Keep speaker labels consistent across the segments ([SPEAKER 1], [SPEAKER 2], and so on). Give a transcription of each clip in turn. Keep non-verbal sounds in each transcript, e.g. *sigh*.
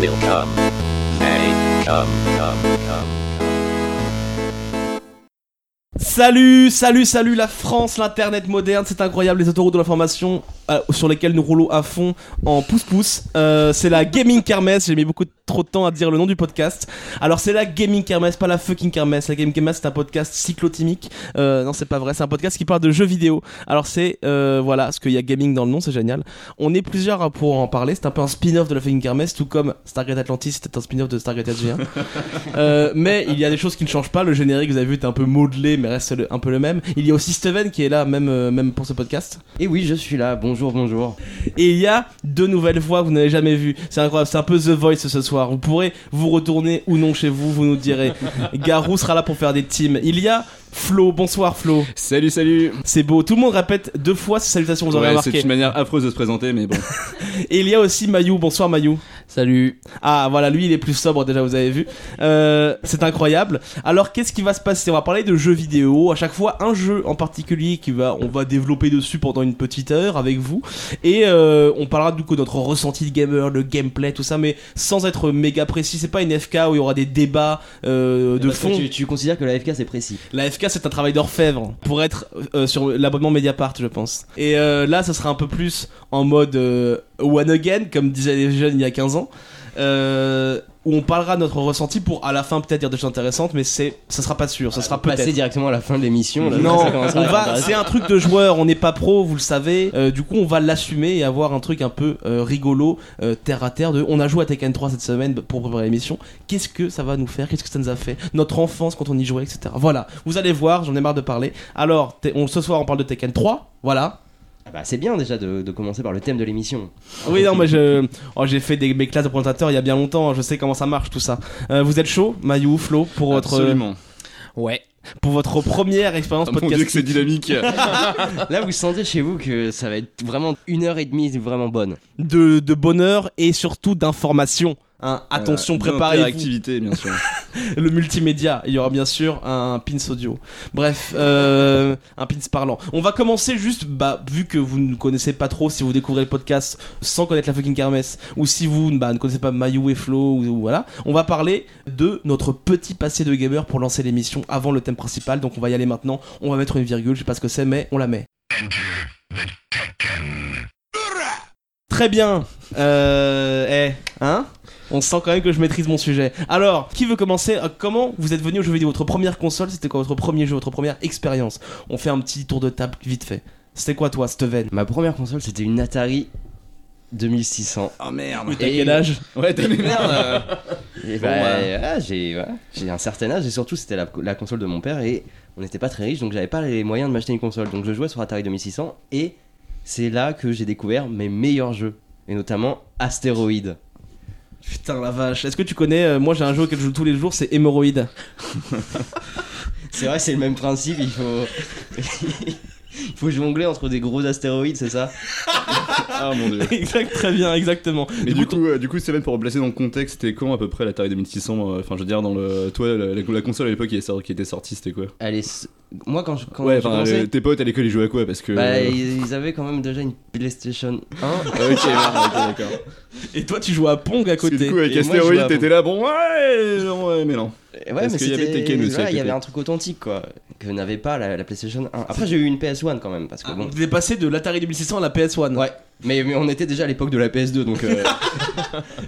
[SPEAKER 1] will come. They come, come, come.
[SPEAKER 2] Salut, salut, salut la France, l'internet moderne, c'est incroyable, les autoroutes de l'information euh, sur lesquelles nous roulons à fond en pouce-pouce. Euh, c'est la Gaming Kermesse, j'ai mis beaucoup trop de temps à dire le nom du podcast. Alors c'est la Gaming Kermesse, pas la fucking Kermesse. La Gaming Kermesse c'est un podcast cyclotimique. Euh, non, c'est pas vrai, c'est un podcast qui parle de jeux vidéo. Alors c'est, euh, voilà, ce qu'il y a gaming dans le nom, c'est génial. On est plusieurs à pouvoir en parler, c'est un peu un spin-off de la fucking Kermesse, tout comme Stargate Atlantis, c'était un spin-off de Stargate hein. SG1. Euh, mais il y a des choses qui ne changent pas. Le générique, vous avez vu, est un peu modelé, mais reste le- un peu le même. Il y a aussi Steven qui est là, même, euh, même pour ce podcast.
[SPEAKER 3] Et oui, je suis là. Bonjour, bonjour.
[SPEAKER 2] Et il y a deux nouvelles voix que vous n'avez jamais vues. C'est incroyable, c'est un peu The Voice ce soir. Vous pourrez vous retourner ou non chez vous, vous nous
[SPEAKER 3] *laughs*
[SPEAKER 2] direz. Garou sera là pour faire des teams. Il y a Flo, bonsoir Flo.
[SPEAKER 4] Salut, salut
[SPEAKER 2] C'est beau, tout le monde répète deux fois ces salutations, vous en avez
[SPEAKER 4] Ouais, C'est
[SPEAKER 2] remarqué.
[SPEAKER 4] une manière affreuse de se présenter, mais bon.
[SPEAKER 2] Et il y a aussi Mayou, bonsoir Mayou.
[SPEAKER 3] Salut.
[SPEAKER 2] Ah voilà, lui il est plus sobre déjà, vous avez vu. Euh, c'est incroyable. Alors qu'est-ce qui va se passer On va parler de jeux vidéo, à chaque fois un jeu en particulier qui va, on va développer dessus pendant une petite heure avec vous. Et euh, on parlera du coup de notre ressenti de gamer, le gameplay, tout ça, mais sans être méga précis. C'est pas une FK où il y aura des débats euh, de
[SPEAKER 3] Parce que
[SPEAKER 2] fond.
[SPEAKER 3] Tu, tu considères que la FK c'est précis.
[SPEAKER 2] La FK c'est un travail d'orfèvre pour être euh, sur l'abonnement Mediapart je pense. Et euh, là ça sera un peu plus en mode euh, one again comme disaient les jeunes il y a 15 ans. euh, où on parlera de notre ressenti pour à la fin peut-être dire des choses intéressantes mais c'est ça sera pas sûr, ça sera peut-être.
[SPEAKER 3] Passer directement à la fin de l'émission. là.
[SPEAKER 2] Non,
[SPEAKER 3] Ça commencera à
[SPEAKER 2] on
[SPEAKER 3] être
[SPEAKER 2] va,
[SPEAKER 3] intéressant.
[SPEAKER 2] c'est un truc de joueur, on n'est pas pro, vous le savez. Euh, du coup, on va l'assumer et avoir un truc un peu euh, rigolo, euh, terre à terre. De, on a joué à Tekken 3 cette semaine pour préparer l'émission. Qu'est-ce que ça va nous faire Qu'est-ce que ça nous a fait Notre enfance quand on y jouait, etc. Voilà, vous allez voir, j'en ai marre de parler. Alors, te- on, ce soir, on parle de Tekken 3. Voilà.
[SPEAKER 3] Ah bah, c'est bien déjà de, de commencer par le thème de l'émission.
[SPEAKER 2] Oui, non, mais je, oh, j'ai fait des, mes classes de présentateur il y a bien longtemps. hein. Je sais comment ça marche tout ça. Euh, vous êtes chaud, Mayou, Flo, pour votre,
[SPEAKER 4] Absolument.
[SPEAKER 5] Ouais.
[SPEAKER 2] pour votre première expérience
[SPEAKER 4] Ah, mon dieu, que
[SPEAKER 2] podcast.
[SPEAKER 4] c'est dynamique
[SPEAKER 3] *laughs* Là, vous sentez chez vous que ça va être vraiment une heure et demie vraiment bonne.
[SPEAKER 2] de, de bonheur et surtout d'information. Hein, *laughs* attention,
[SPEAKER 4] Euh,
[SPEAKER 2] préparez-vous.
[SPEAKER 4] Interactivité, bien
[SPEAKER 3] *laughs*
[SPEAKER 4] sûr.
[SPEAKER 2] Le multimédia, il y aura bien sûr un pins audio. Bref, euh, un pins parlant. On va commencer juste, bah, vu que vous ne connaissez pas trop, si vous découvrez le podcast sans connaître la fucking kermesse, ou si vous bah, ne connaissez pas Mayou et Flo, ou, ou voilà, on va parler de notre petit passé de gamer pour lancer l'émission avant le thème principal. Donc on va y aller maintenant. On va mettre une virgule, je sais pas ce que c'est, mais on la met. Très bien. Euh, eh, hein On sent quand même que je maîtrise mon sujet. Alors, qui veut commencer Euh, Comment vous êtes venu au jeu vidéo Votre première console, c'était quoi Votre premier jeu, votre première expérience On fait un petit tour de table vite fait. C'était quoi toi, Steven
[SPEAKER 3] Ma première console c'était une Atari 2600.
[SPEAKER 4] Oh merde
[SPEAKER 2] T'as
[SPEAKER 3] Et-
[SPEAKER 2] quel âge
[SPEAKER 4] Ouais, t'as mes merdes euh.
[SPEAKER 2] *laughs*
[SPEAKER 3] Et
[SPEAKER 4] Bon,
[SPEAKER 3] bah,
[SPEAKER 4] ouais.
[SPEAKER 3] ah, j'ai ouais, j'ai un certain âge et surtout c'était la, la console de mon père et on n'était pas très riche donc j'avais pas les moyens de m'acheter une console donc je jouais sur Atari 2600 et c'est là que j'ai découvert mes meilleurs jeux et notamment Astéroïde.
[SPEAKER 2] Putain la vache. Est-ce que tu connais euh, Moi j'ai un jeu auquel je joue tous les jours, c'est Hémorroïde. *laughs*
[SPEAKER 3] C'est vrai c'est le même principe il faut *laughs* il faut jongler entre des gros astéroïdes c'est ça
[SPEAKER 4] Ah mon dieu
[SPEAKER 2] exact, très bien, exactement.
[SPEAKER 4] Mais du coup, euh, du coup, Steven, pour replacer dans le contexte, c'était quand à peu près l'Atari 2600 euh, Enfin, je veux dire, dans le. Toi, la, la- la console à l'époque qui, est sorti- qui était sortie, c'était quoi
[SPEAKER 3] Allez s- moi quand je quand
[SPEAKER 4] Ouais,
[SPEAKER 3] j'ai
[SPEAKER 4] enfin,
[SPEAKER 3] commencé,
[SPEAKER 4] euh, tes potes à l'école, ils jouaient à quoi Parce que.
[SPEAKER 3] bah,
[SPEAKER 4] euh,
[SPEAKER 3] ils, ils avaient quand même déjà une PlayStation 1
[SPEAKER 4] *laughs* Ok, merde, ok, d'accord.
[SPEAKER 2] Et toi tu joues à Pong à
[SPEAKER 4] Parce que
[SPEAKER 2] côté.
[SPEAKER 4] du coup, avec
[SPEAKER 3] Et moi, je jouais
[SPEAKER 4] Astéroïde,
[SPEAKER 3] à
[SPEAKER 4] t'étais là, bon, ouais, non, ouais, mais non.
[SPEAKER 3] Et Ouais,
[SPEAKER 4] Parce
[SPEAKER 3] mais
[SPEAKER 4] qu'il y avait
[SPEAKER 3] c'était-
[SPEAKER 4] Tekken aussi
[SPEAKER 3] voilà,
[SPEAKER 4] à
[SPEAKER 3] il y
[SPEAKER 4] côté.
[SPEAKER 3] avait un truc authentique quoi que n'avait pas la, la PlayStation 1. Après j'ai eu une PS1 quand même parce que
[SPEAKER 2] Ah,
[SPEAKER 3] bon.
[SPEAKER 2] Vous êtes passé de l'Atari 2600 à la PS1.
[SPEAKER 3] Ouais. Mais, mais on était déjà à l'époque de la PS2 donc euh,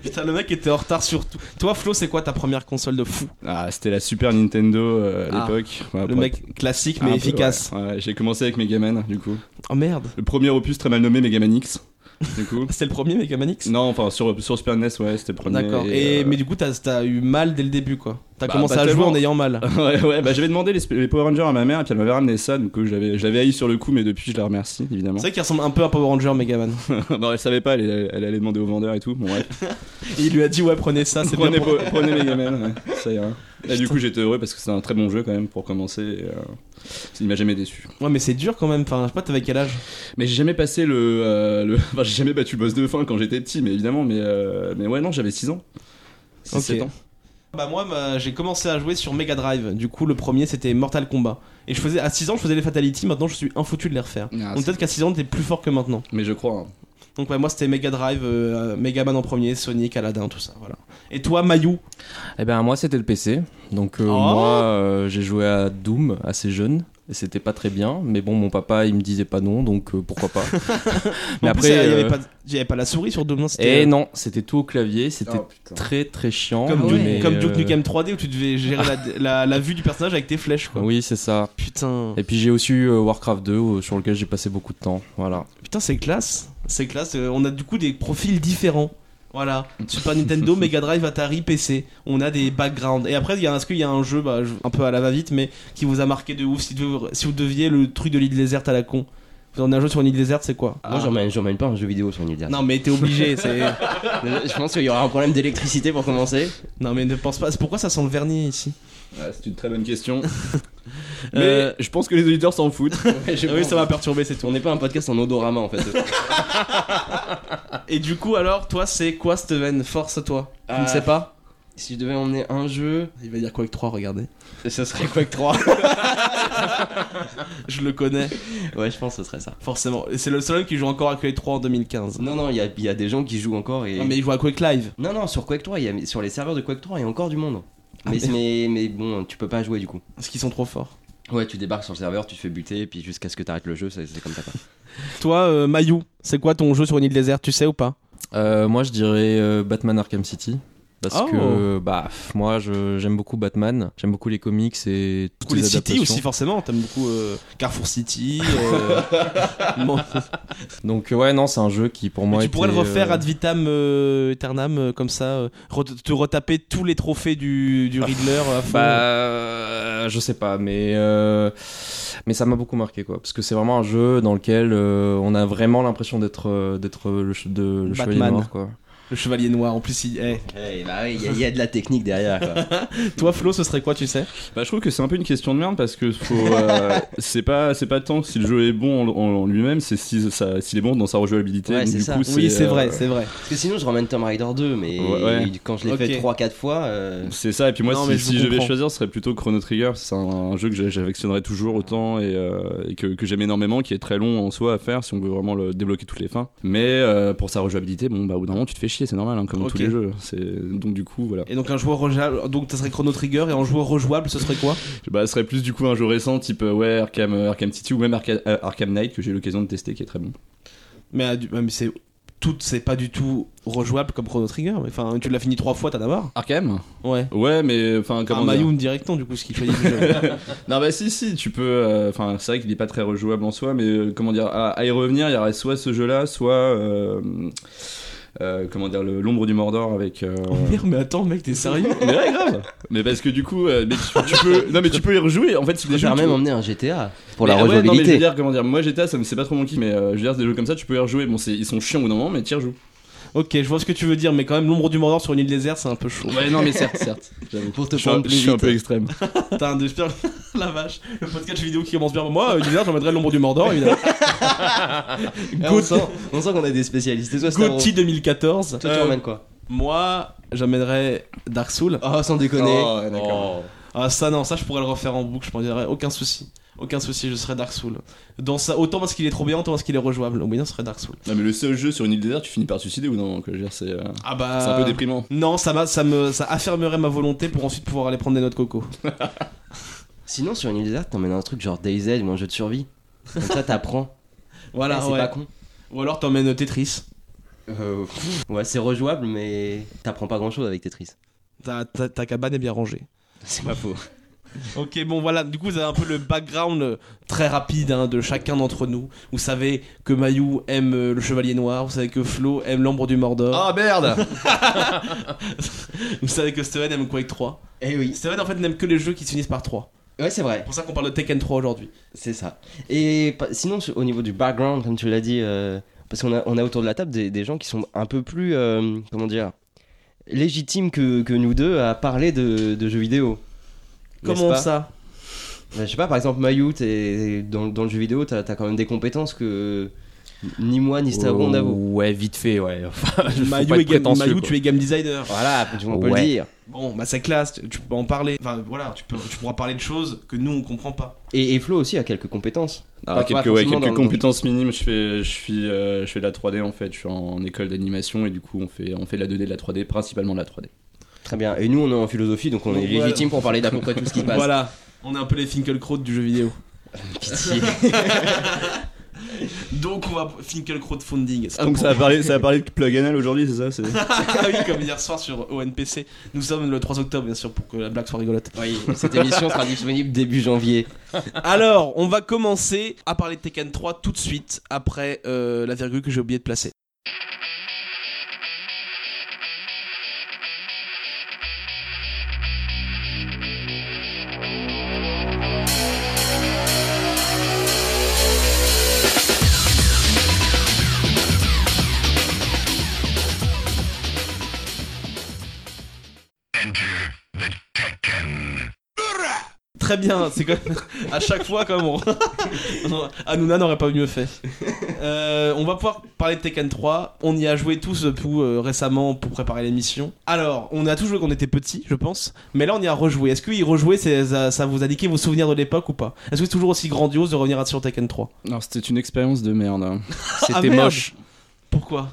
[SPEAKER 2] Putain, le mec était en retard sur tout. Toi, Flo, c'est quoi ta première console de fou
[SPEAKER 4] Ah, c'était la Super Nintendo euh,
[SPEAKER 2] Ah,
[SPEAKER 4] à l'époque. Ouais,
[SPEAKER 2] Le
[SPEAKER 4] pour être
[SPEAKER 2] mec classique
[SPEAKER 4] un
[SPEAKER 2] mais
[SPEAKER 4] peu,
[SPEAKER 2] efficace.
[SPEAKER 4] Ah, ouais. Ouais, j'ai commencé avec Megaman, du coup.
[SPEAKER 2] Oh merde.
[SPEAKER 4] Le premier opus très mal nommé Megaman X,
[SPEAKER 2] *laughs*
[SPEAKER 4] du coup.
[SPEAKER 2] C'était le premier Megaman X
[SPEAKER 4] non, enfin, sur, sur Super NES, ouais, c'était le premier.
[SPEAKER 2] D'accord. Et,
[SPEAKER 4] euh,
[SPEAKER 2] mais du coup, t'as t'as eu mal dès le début, quoi. T'as
[SPEAKER 4] Bah,
[SPEAKER 2] commencé
[SPEAKER 4] bah,
[SPEAKER 2] à jouer
[SPEAKER 4] tellement.
[SPEAKER 2] en ayant mal.
[SPEAKER 4] *laughs* ouais, ouais, bah j'avais demandé les, sp- les Power Rangers à ma mère, et puis elle m'avait ramené ça, donc je l'avais je l'avais haï sur le coup, mais depuis je la remercie, évidemment.
[SPEAKER 2] C'est vrai qu'il ressemble un peu à Power Ranger Megaman.
[SPEAKER 4] *laughs* bon, elle savait pas, elle, elle- elle allait demander au vendeur et tout, bon, ouais.
[SPEAKER 2] Et *laughs* il lui a dit, ouais, prenez ça, Ah, c'est bien.
[SPEAKER 4] Prenez,
[SPEAKER 2] Pour...
[SPEAKER 4] po- prenez Megaman, ouais, ça ira. Là, du coup, j'étais heureux parce que c'est un très bon jeu quand même pour commencer. et, euh, il m'a jamais déçu.
[SPEAKER 2] Ouais, mais c'est dur quand même. Enfin, je sais pas, t'avais quel âge
[SPEAKER 4] Mais j'ai jamais passé le, euh, le- *laughs* enfin, j'ai jamais battu le boss de fin quand j'étais petit, mais évidemment, mais euh, mais ouais, non, j'avais 6 ans.
[SPEAKER 2] Ok.
[SPEAKER 4] 6 ans.
[SPEAKER 2] Bah, moi, bah, j'ai commencé à jouer sur Mega Drive. Du coup, le premier, c'était Mortal Kombat. Et je faisais, à 6 ans, je faisais les Fatality. Maintenant, je suis infoutu de les refaire.
[SPEAKER 4] Ah,
[SPEAKER 2] Donc, peut-être qu'à 6 ans, t'es plus fort que maintenant.
[SPEAKER 4] Mais je crois. hein.
[SPEAKER 2] Donc, ouais, moi, c'était Mega Drive, euh, Megaman en premier, Sonic, Aladdin, tout ça. Voilà. Et toi, Mayou
[SPEAKER 5] Eh ben moi c'était le PC. Donc euh,
[SPEAKER 2] Oh.
[SPEAKER 5] moi euh, j'ai joué à Doom assez jeune. Et c'était pas très bien, mais bon, mon papa il me disait pas non, donc euh,
[SPEAKER 4] *laughs*
[SPEAKER 5] pourquoi pas. mais
[SPEAKER 2] En plus,
[SPEAKER 5] après,
[SPEAKER 2] il y avait
[SPEAKER 5] euh,
[SPEAKER 2] pas- il y avait pas la souris sur Doom, non, c'était-
[SPEAKER 5] eh non, c'était tout au clavier, c'était
[SPEAKER 4] Oh,
[SPEAKER 5] très très chiant.
[SPEAKER 2] oh. Comme, Duke,
[SPEAKER 5] mais,
[SPEAKER 2] comme Duke
[SPEAKER 5] euh,
[SPEAKER 2] Nukem 3D où tu devais gérer *laughs* la, la- la vue du personnage avec tes flèches quoi.
[SPEAKER 5] Oui, c'est ça.
[SPEAKER 2] Putain,
[SPEAKER 5] Et puis j'ai aussi eu euh, Warcraft 2 euh, sur lequel j'ai passé beaucoup de temps. Voilà.
[SPEAKER 2] putain c'est classe, c'est classe. Euh, On a du coup des profils différents. Voilà, Super Nintendo, *laughs* Mega Drive, Atari, PC. On a des backgrounds. Et après, il y a un- est-ce qu'il y a un jeu, bah, je- un peu à la va-vite, mais qui vous a marqué de ouf si, vous- si vous deviez le truc de l'île déserte à la con. Vous en avez un jeu sur une île déserte, c'est quoi
[SPEAKER 3] Moi, j'emmène, j'emmène pas un jeu vidéo sur une île déserte.
[SPEAKER 2] Non, mais t'es *laughs* obligé. c'est-
[SPEAKER 3] Je pense qu'il y aura un problème d'électricité pour commencer.
[SPEAKER 2] non, mais ne pense pas. C'est pourquoi ça sent le vernis ici
[SPEAKER 4] Ah, c'est une très bonne question. Mais
[SPEAKER 2] Euh,
[SPEAKER 4] je pense que les auditeurs s'en foutent.
[SPEAKER 2] Ah Oui, ça m'a perturbé, c'est tout.
[SPEAKER 3] On n'est pas un podcast en odorama en fait.
[SPEAKER 2] Et du coup, alors, toi, c'est quoi, Steven Force, toi. Tu ne
[SPEAKER 3] Ah.
[SPEAKER 2] sais pas
[SPEAKER 3] si je devais emmener un jeu,
[SPEAKER 2] Euh, Il va dire quoi avec 3, regardez.
[SPEAKER 3] ça serait Quake 3.
[SPEAKER 2] Je le connais,
[SPEAKER 3] ouais, je pense que ce serait ça.
[SPEAKER 2] forcément. Et C'est le seul homme qui joue encore à Quake 3 en 2015.
[SPEAKER 3] Non, non, il y a, il y a des gens qui jouent encore et.
[SPEAKER 2] Non, mais il joue à Quake Live.
[SPEAKER 3] Non, non, sur Quake 3, il y a- sur les serveurs de Quake 3, il y a encore du monde.
[SPEAKER 2] Ah,
[SPEAKER 3] mais,
[SPEAKER 2] merde.
[SPEAKER 3] mais, mais bon, tu peux pas jouer du coup.
[SPEAKER 2] Parce qu'ils sont trop forts.
[SPEAKER 3] Ouais, tu débarques sur le serveur, tu te fais buter, et puis jusqu'à ce que t'arrêtes le jeu, c'est c'est comme *laughs* ça. quoi.
[SPEAKER 2] Toi, euh, Mayou, c'est quoi ton jeu sur une île déserte, tu sais ou pas
[SPEAKER 5] Euh, moi je dirais euh, Batman Arkham City. Parce
[SPEAKER 2] Oh.
[SPEAKER 5] que bah pff, moi je- j'aime beaucoup Batman, j'aime beaucoup les comics et toutes
[SPEAKER 2] Ou les City
[SPEAKER 5] adaptations.
[SPEAKER 2] aussi, forcément. T'aimes beaucoup euh, Carrefour City. *laughs* euh, bon.
[SPEAKER 5] Donc euh, ouais non c'est un jeu qui pour moi
[SPEAKER 2] Mais tu pourrais le
[SPEAKER 5] était,
[SPEAKER 2] refaire
[SPEAKER 5] euh,
[SPEAKER 2] ad vitam euh, aeternam, euh, comme ça, euh, re- te retaper tous les trophées du, du Riddler à fond.
[SPEAKER 5] Bah, euh, je sais pas, mais euh, mais ça m'a beaucoup marqué quoi, parce que c'est vraiment un jeu dans lequel euh, on a vraiment l'impression d'être euh, d'être le, che- de- le chevalier
[SPEAKER 2] Batman.
[SPEAKER 5] noir quoi.
[SPEAKER 2] Le Chevalier Noir, en plus, il... eh.
[SPEAKER 3] Eh, bah oui, il y, a- il y a de la technique derrière *laughs* quoi.
[SPEAKER 2] Toi, Flo, ce serait quoi, tu sais
[SPEAKER 4] Bah, je trouve que c'est un peu une question de merde parce que faut,
[SPEAKER 5] *laughs*
[SPEAKER 4] euh, c'est pas c'est pas tant si le jeu est bon en, en- en lui-même, c'est si ça- s'il est bon dans sa rejouabilité.
[SPEAKER 3] Ouais,
[SPEAKER 4] Donc,
[SPEAKER 3] c'est
[SPEAKER 4] du
[SPEAKER 3] ça.
[SPEAKER 4] coup,
[SPEAKER 2] Oui, c'est
[SPEAKER 4] euh,
[SPEAKER 2] vrai, c'est vrai.
[SPEAKER 3] Parce que sinon, je ramène Tomb Raider 2, mais
[SPEAKER 4] Ouais, ouais.
[SPEAKER 3] quand je l'ai
[SPEAKER 2] Ok.
[SPEAKER 3] fait 3-4 fois. euh,
[SPEAKER 4] C'est ça, et puis moi,
[SPEAKER 2] Non,
[SPEAKER 4] si,
[SPEAKER 2] mais je
[SPEAKER 4] si je,
[SPEAKER 2] vous
[SPEAKER 4] devais
[SPEAKER 2] comprends.
[SPEAKER 4] choisir, ce serait plutôt Chrono Trigger. C'est un, un jeu que j'a- j'affectionnerais toujours autant et, euh, et que, que j'aime énormément, qui est très long en soi à faire si on veut vraiment le débloquer toutes les fins. Mais euh, pour sa rejouabilité, bon, bah, au bout d'un moment, tu te fais chier, c'est normal, hein, comme
[SPEAKER 2] Ok.
[SPEAKER 4] tous les jeux. C'est- Donc, du coup, voilà.
[SPEAKER 2] Et donc un joueur rejouable, donc ça serait Chrono Trigger et en joueur rejouable ce serait quoi
[SPEAKER 4] Bah, ce serait plus du coup un jeu récent, type euh, ouais, Arkham, euh, Arkham City ou même Arca- euh, Arkham Knight que j'ai eu l'occasion de tester, qui est très bon.
[SPEAKER 2] Mais, euh, du- mais c'est tout, c'est pas du tout rejouable comme Chrono Trigger. mais Enfin, tu l'as fini trois fois, t'as d'abord.
[SPEAKER 4] Arkham
[SPEAKER 2] Ouais.
[SPEAKER 4] Ouais, mais enfin,
[SPEAKER 2] Comme
[SPEAKER 4] comment.
[SPEAKER 2] un
[SPEAKER 4] dire
[SPEAKER 2] Mayoun directement du coup, ce qu'il choisit. du jeu.
[SPEAKER 4] Non bah si si tu peux euh, enfin c'est vrai qu'il est pas très rejouable en soi mais euh, comment dire à, à y revenir il y aurait soit ce jeu là soit euh, euh, comment dire le- l'ombre du Mordor avec euh,
[SPEAKER 2] oh merde, mais attends, mec, t'es sérieux
[SPEAKER 4] *laughs* mais ouais, grave mais parce que du coup euh, mais tu, tu peux non mais tu peux y rejouer en fait c'est
[SPEAKER 3] Je
[SPEAKER 4] des jeux
[SPEAKER 3] préfère
[SPEAKER 4] qui-
[SPEAKER 3] même emmener un GTA pour la
[SPEAKER 4] Mais, ah ouais, non, mais je veux
[SPEAKER 3] rejouabilité.
[SPEAKER 4] dire comment dire moi GTA ça me c'est pas trop mon kiff mais euh, je veux dire c'est des jeux comme ça tu peux y rejouer bon c'est ils sont chiants au bout d'un moment mais tu y rejoues
[SPEAKER 2] Ok, je vois ce que tu veux dire, mais quand même, l'ombre du Mordor sur une île déserte, c'est un peu chaud.
[SPEAKER 4] ouais non mais certes certes *laughs* j'avoue.
[SPEAKER 3] pour te
[SPEAKER 4] je suis, un,
[SPEAKER 3] prendre
[SPEAKER 4] je
[SPEAKER 3] plus
[SPEAKER 4] suis un
[SPEAKER 3] vite.
[SPEAKER 4] peu extrême
[SPEAKER 2] Putain, de j'espère- *laughs* la vache. Le podcast vidéo qui commence bien. Moi, euh, une île déserte, j'emmènerais l'ombre du Mordor, évidemment.
[SPEAKER 3] Eh, *laughs* on
[SPEAKER 2] Gaut-
[SPEAKER 3] sent on sent qu'on a des spécialistes. Et toi, Starro,
[SPEAKER 2] Gauthier 2014.
[SPEAKER 3] toi, tu
[SPEAKER 2] Euh,
[SPEAKER 3] emmènes quoi
[SPEAKER 2] moi, j'emmènerais Dark Souls.
[SPEAKER 3] Oh, sans déconner.
[SPEAKER 4] Oh, ouais, d'accord.
[SPEAKER 2] Ah ça non, ça je pourrais le refaire en boucle, je pense, il y aurait aucun souci. Aucun souci, je serais Dark Souls. Dans ça, autant parce qu'il est trop bien, autant parce qu'il est rejouable. Oui, non, ce serait Dark Souls.
[SPEAKER 4] non mais le seul jeu sur une île déserte tu finis par te suicider ou non que je veux dire c'est euh,
[SPEAKER 2] Ah bah.
[SPEAKER 4] c'est un peu déprimant
[SPEAKER 2] Non, ça, m'a- ça, me, ça affirmerait ma volonté pour ensuite pouvoir aller prendre des noix de coco.
[SPEAKER 3] Sinon, sur une île déserte, t'emmènes un truc genre DayZ ou un jeu de survie. Comme ça, t'apprends. Eh,
[SPEAKER 2] Voilà,
[SPEAKER 3] c'est
[SPEAKER 2] ouais.
[SPEAKER 3] pas con.
[SPEAKER 2] Ou alors t'emmènes Tetris.
[SPEAKER 3] Euh, pff. ouais, c'est rejouable, mais t'apprends pas grand chose avec Tetris.
[SPEAKER 2] Ta, ta- ta cabane est bien rangée.
[SPEAKER 3] *laughs* C'est pas faux.
[SPEAKER 2] Ok, bon voilà, du coup vous avez un peu le background euh, très rapide hein, de chacun d'entre nous. Vous savez que Mayou aime euh, le Chevalier Noir, vous savez que Flo aime l'Ambre du Mordor,
[SPEAKER 4] ah merde
[SPEAKER 2] *laughs* vous savez que Steven aime Quake 3.
[SPEAKER 3] Eh oui.
[SPEAKER 2] Steven en fait n'aime que les jeux qui se finissent par 3.
[SPEAKER 3] Ouais, c'est vrai.
[SPEAKER 2] C'est pour ça qu'on parle de Tekken 3 *laughs* aujourd'hui.
[SPEAKER 3] C'est ça. Et pa- sinon, sur- au niveau du background, comme tu l'as dit, euh, parce qu'on a, on a autour de la table des, des gens qui sont un peu plus, euh, comment dire, légitimes que, que nous deux à parler de, de jeux vidéo. N'est-ce
[SPEAKER 2] Comment
[SPEAKER 3] pas
[SPEAKER 2] ça
[SPEAKER 3] Bah, Je sais pas, par exemple, Mayou, t'es- dans, dans le jeu vidéo, t'as as quand même des compétences que ni moi ni Stavro on avoue.
[SPEAKER 5] Ouais vite fait ouais. Enfin, je- faut
[SPEAKER 2] Mayu,
[SPEAKER 5] pas
[SPEAKER 2] est
[SPEAKER 5] être
[SPEAKER 2] game,
[SPEAKER 5] prétentieux,
[SPEAKER 2] Mayu,
[SPEAKER 5] quoi.
[SPEAKER 2] tu es game designer.
[SPEAKER 3] Voilà, on peut
[SPEAKER 5] Ouais.
[SPEAKER 3] le dire.
[SPEAKER 2] Bon, bah c'est classe, tu tu peux en parler. Enfin voilà, tu, peux, tu pourras parler de choses que nous on comprend pas.
[SPEAKER 3] Et, et Flo aussi a quelques compétences.
[SPEAKER 4] Alors,
[SPEAKER 3] Pas- pas
[SPEAKER 4] Ah, quelques, ouais,
[SPEAKER 3] forcément
[SPEAKER 4] quelques
[SPEAKER 3] dans-
[SPEAKER 4] compétences minimes, je fais, je, suis, euh, je fais de la 3D en fait, je suis en, école d'animation et du coup on fait, on fait de la 2D, de la 3D, principalement de la 3D.
[SPEAKER 3] Très bien. Et nous, on est en philosophie, donc on est
[SPEAKER 2] Donc, voilà.
[SPEAKER 3] légitime pour parler d'à peu près tout
[SPEAKER 2] *laughs*
[SPEAKER 3] ce qui passe.
[SPEAKER 2] Voilà, on est un peu les Finkelkraut du jeu vidéo.
[SPEAKER 3] Pitié.
[SPEAKER 2] Donc on va Finkelkraut Funding.
[SPEAKER 3] Ah,
[SPEAKER 2] c'est
[SPEAKER 4] Ah, Donc
[SPEAKER 2] pas
[SPEAKER 4] ça a parlé, ça a parlé de plug anal aujourd'hui, c'est ça c'est-
[SPEAKER 2] pour- *laughs* Ah oui, comme hier soir sur ONPC. Nous sommes le 3 octobre, bien sûr, pour que la blague soit rigolote.
[SPEAKER 3] Oui, cette émission sera disponible début janvier.
[SPEAKER 2] Alors, on va commencer à parler de Tekken 3 tout de suite après euh, la virgule que j'ai oublié de placer. Très bien, c'est comme à chaque fois comme on. Non, *laughs* Hanouna n'aurait pas mieux fait. Euh, on va pouvoir parler de Tekken 3. On y a joué tous euh, tout euh, récemment pour préparer l'émission. Alors, on a tous joué quand on était petit, je pense. Mais là, on y a rejoué. Est-ce que y rejouer, c'est- ça, ça vous a indiqué vos souvenirs de l'époque ou pas Est-ce que c'est toujours aussi grandiose de revenir sur Tekken 3
[SPEAKER 4] *laughs* Non, c'était une expérience de merde. hein.
[SPEAKER 2] Ah,
[SPEAKER 4] C'était
[SPEAKER 2] merde.
[SPEAKER 4] moche.
[SPEAKER 2] Pourquoi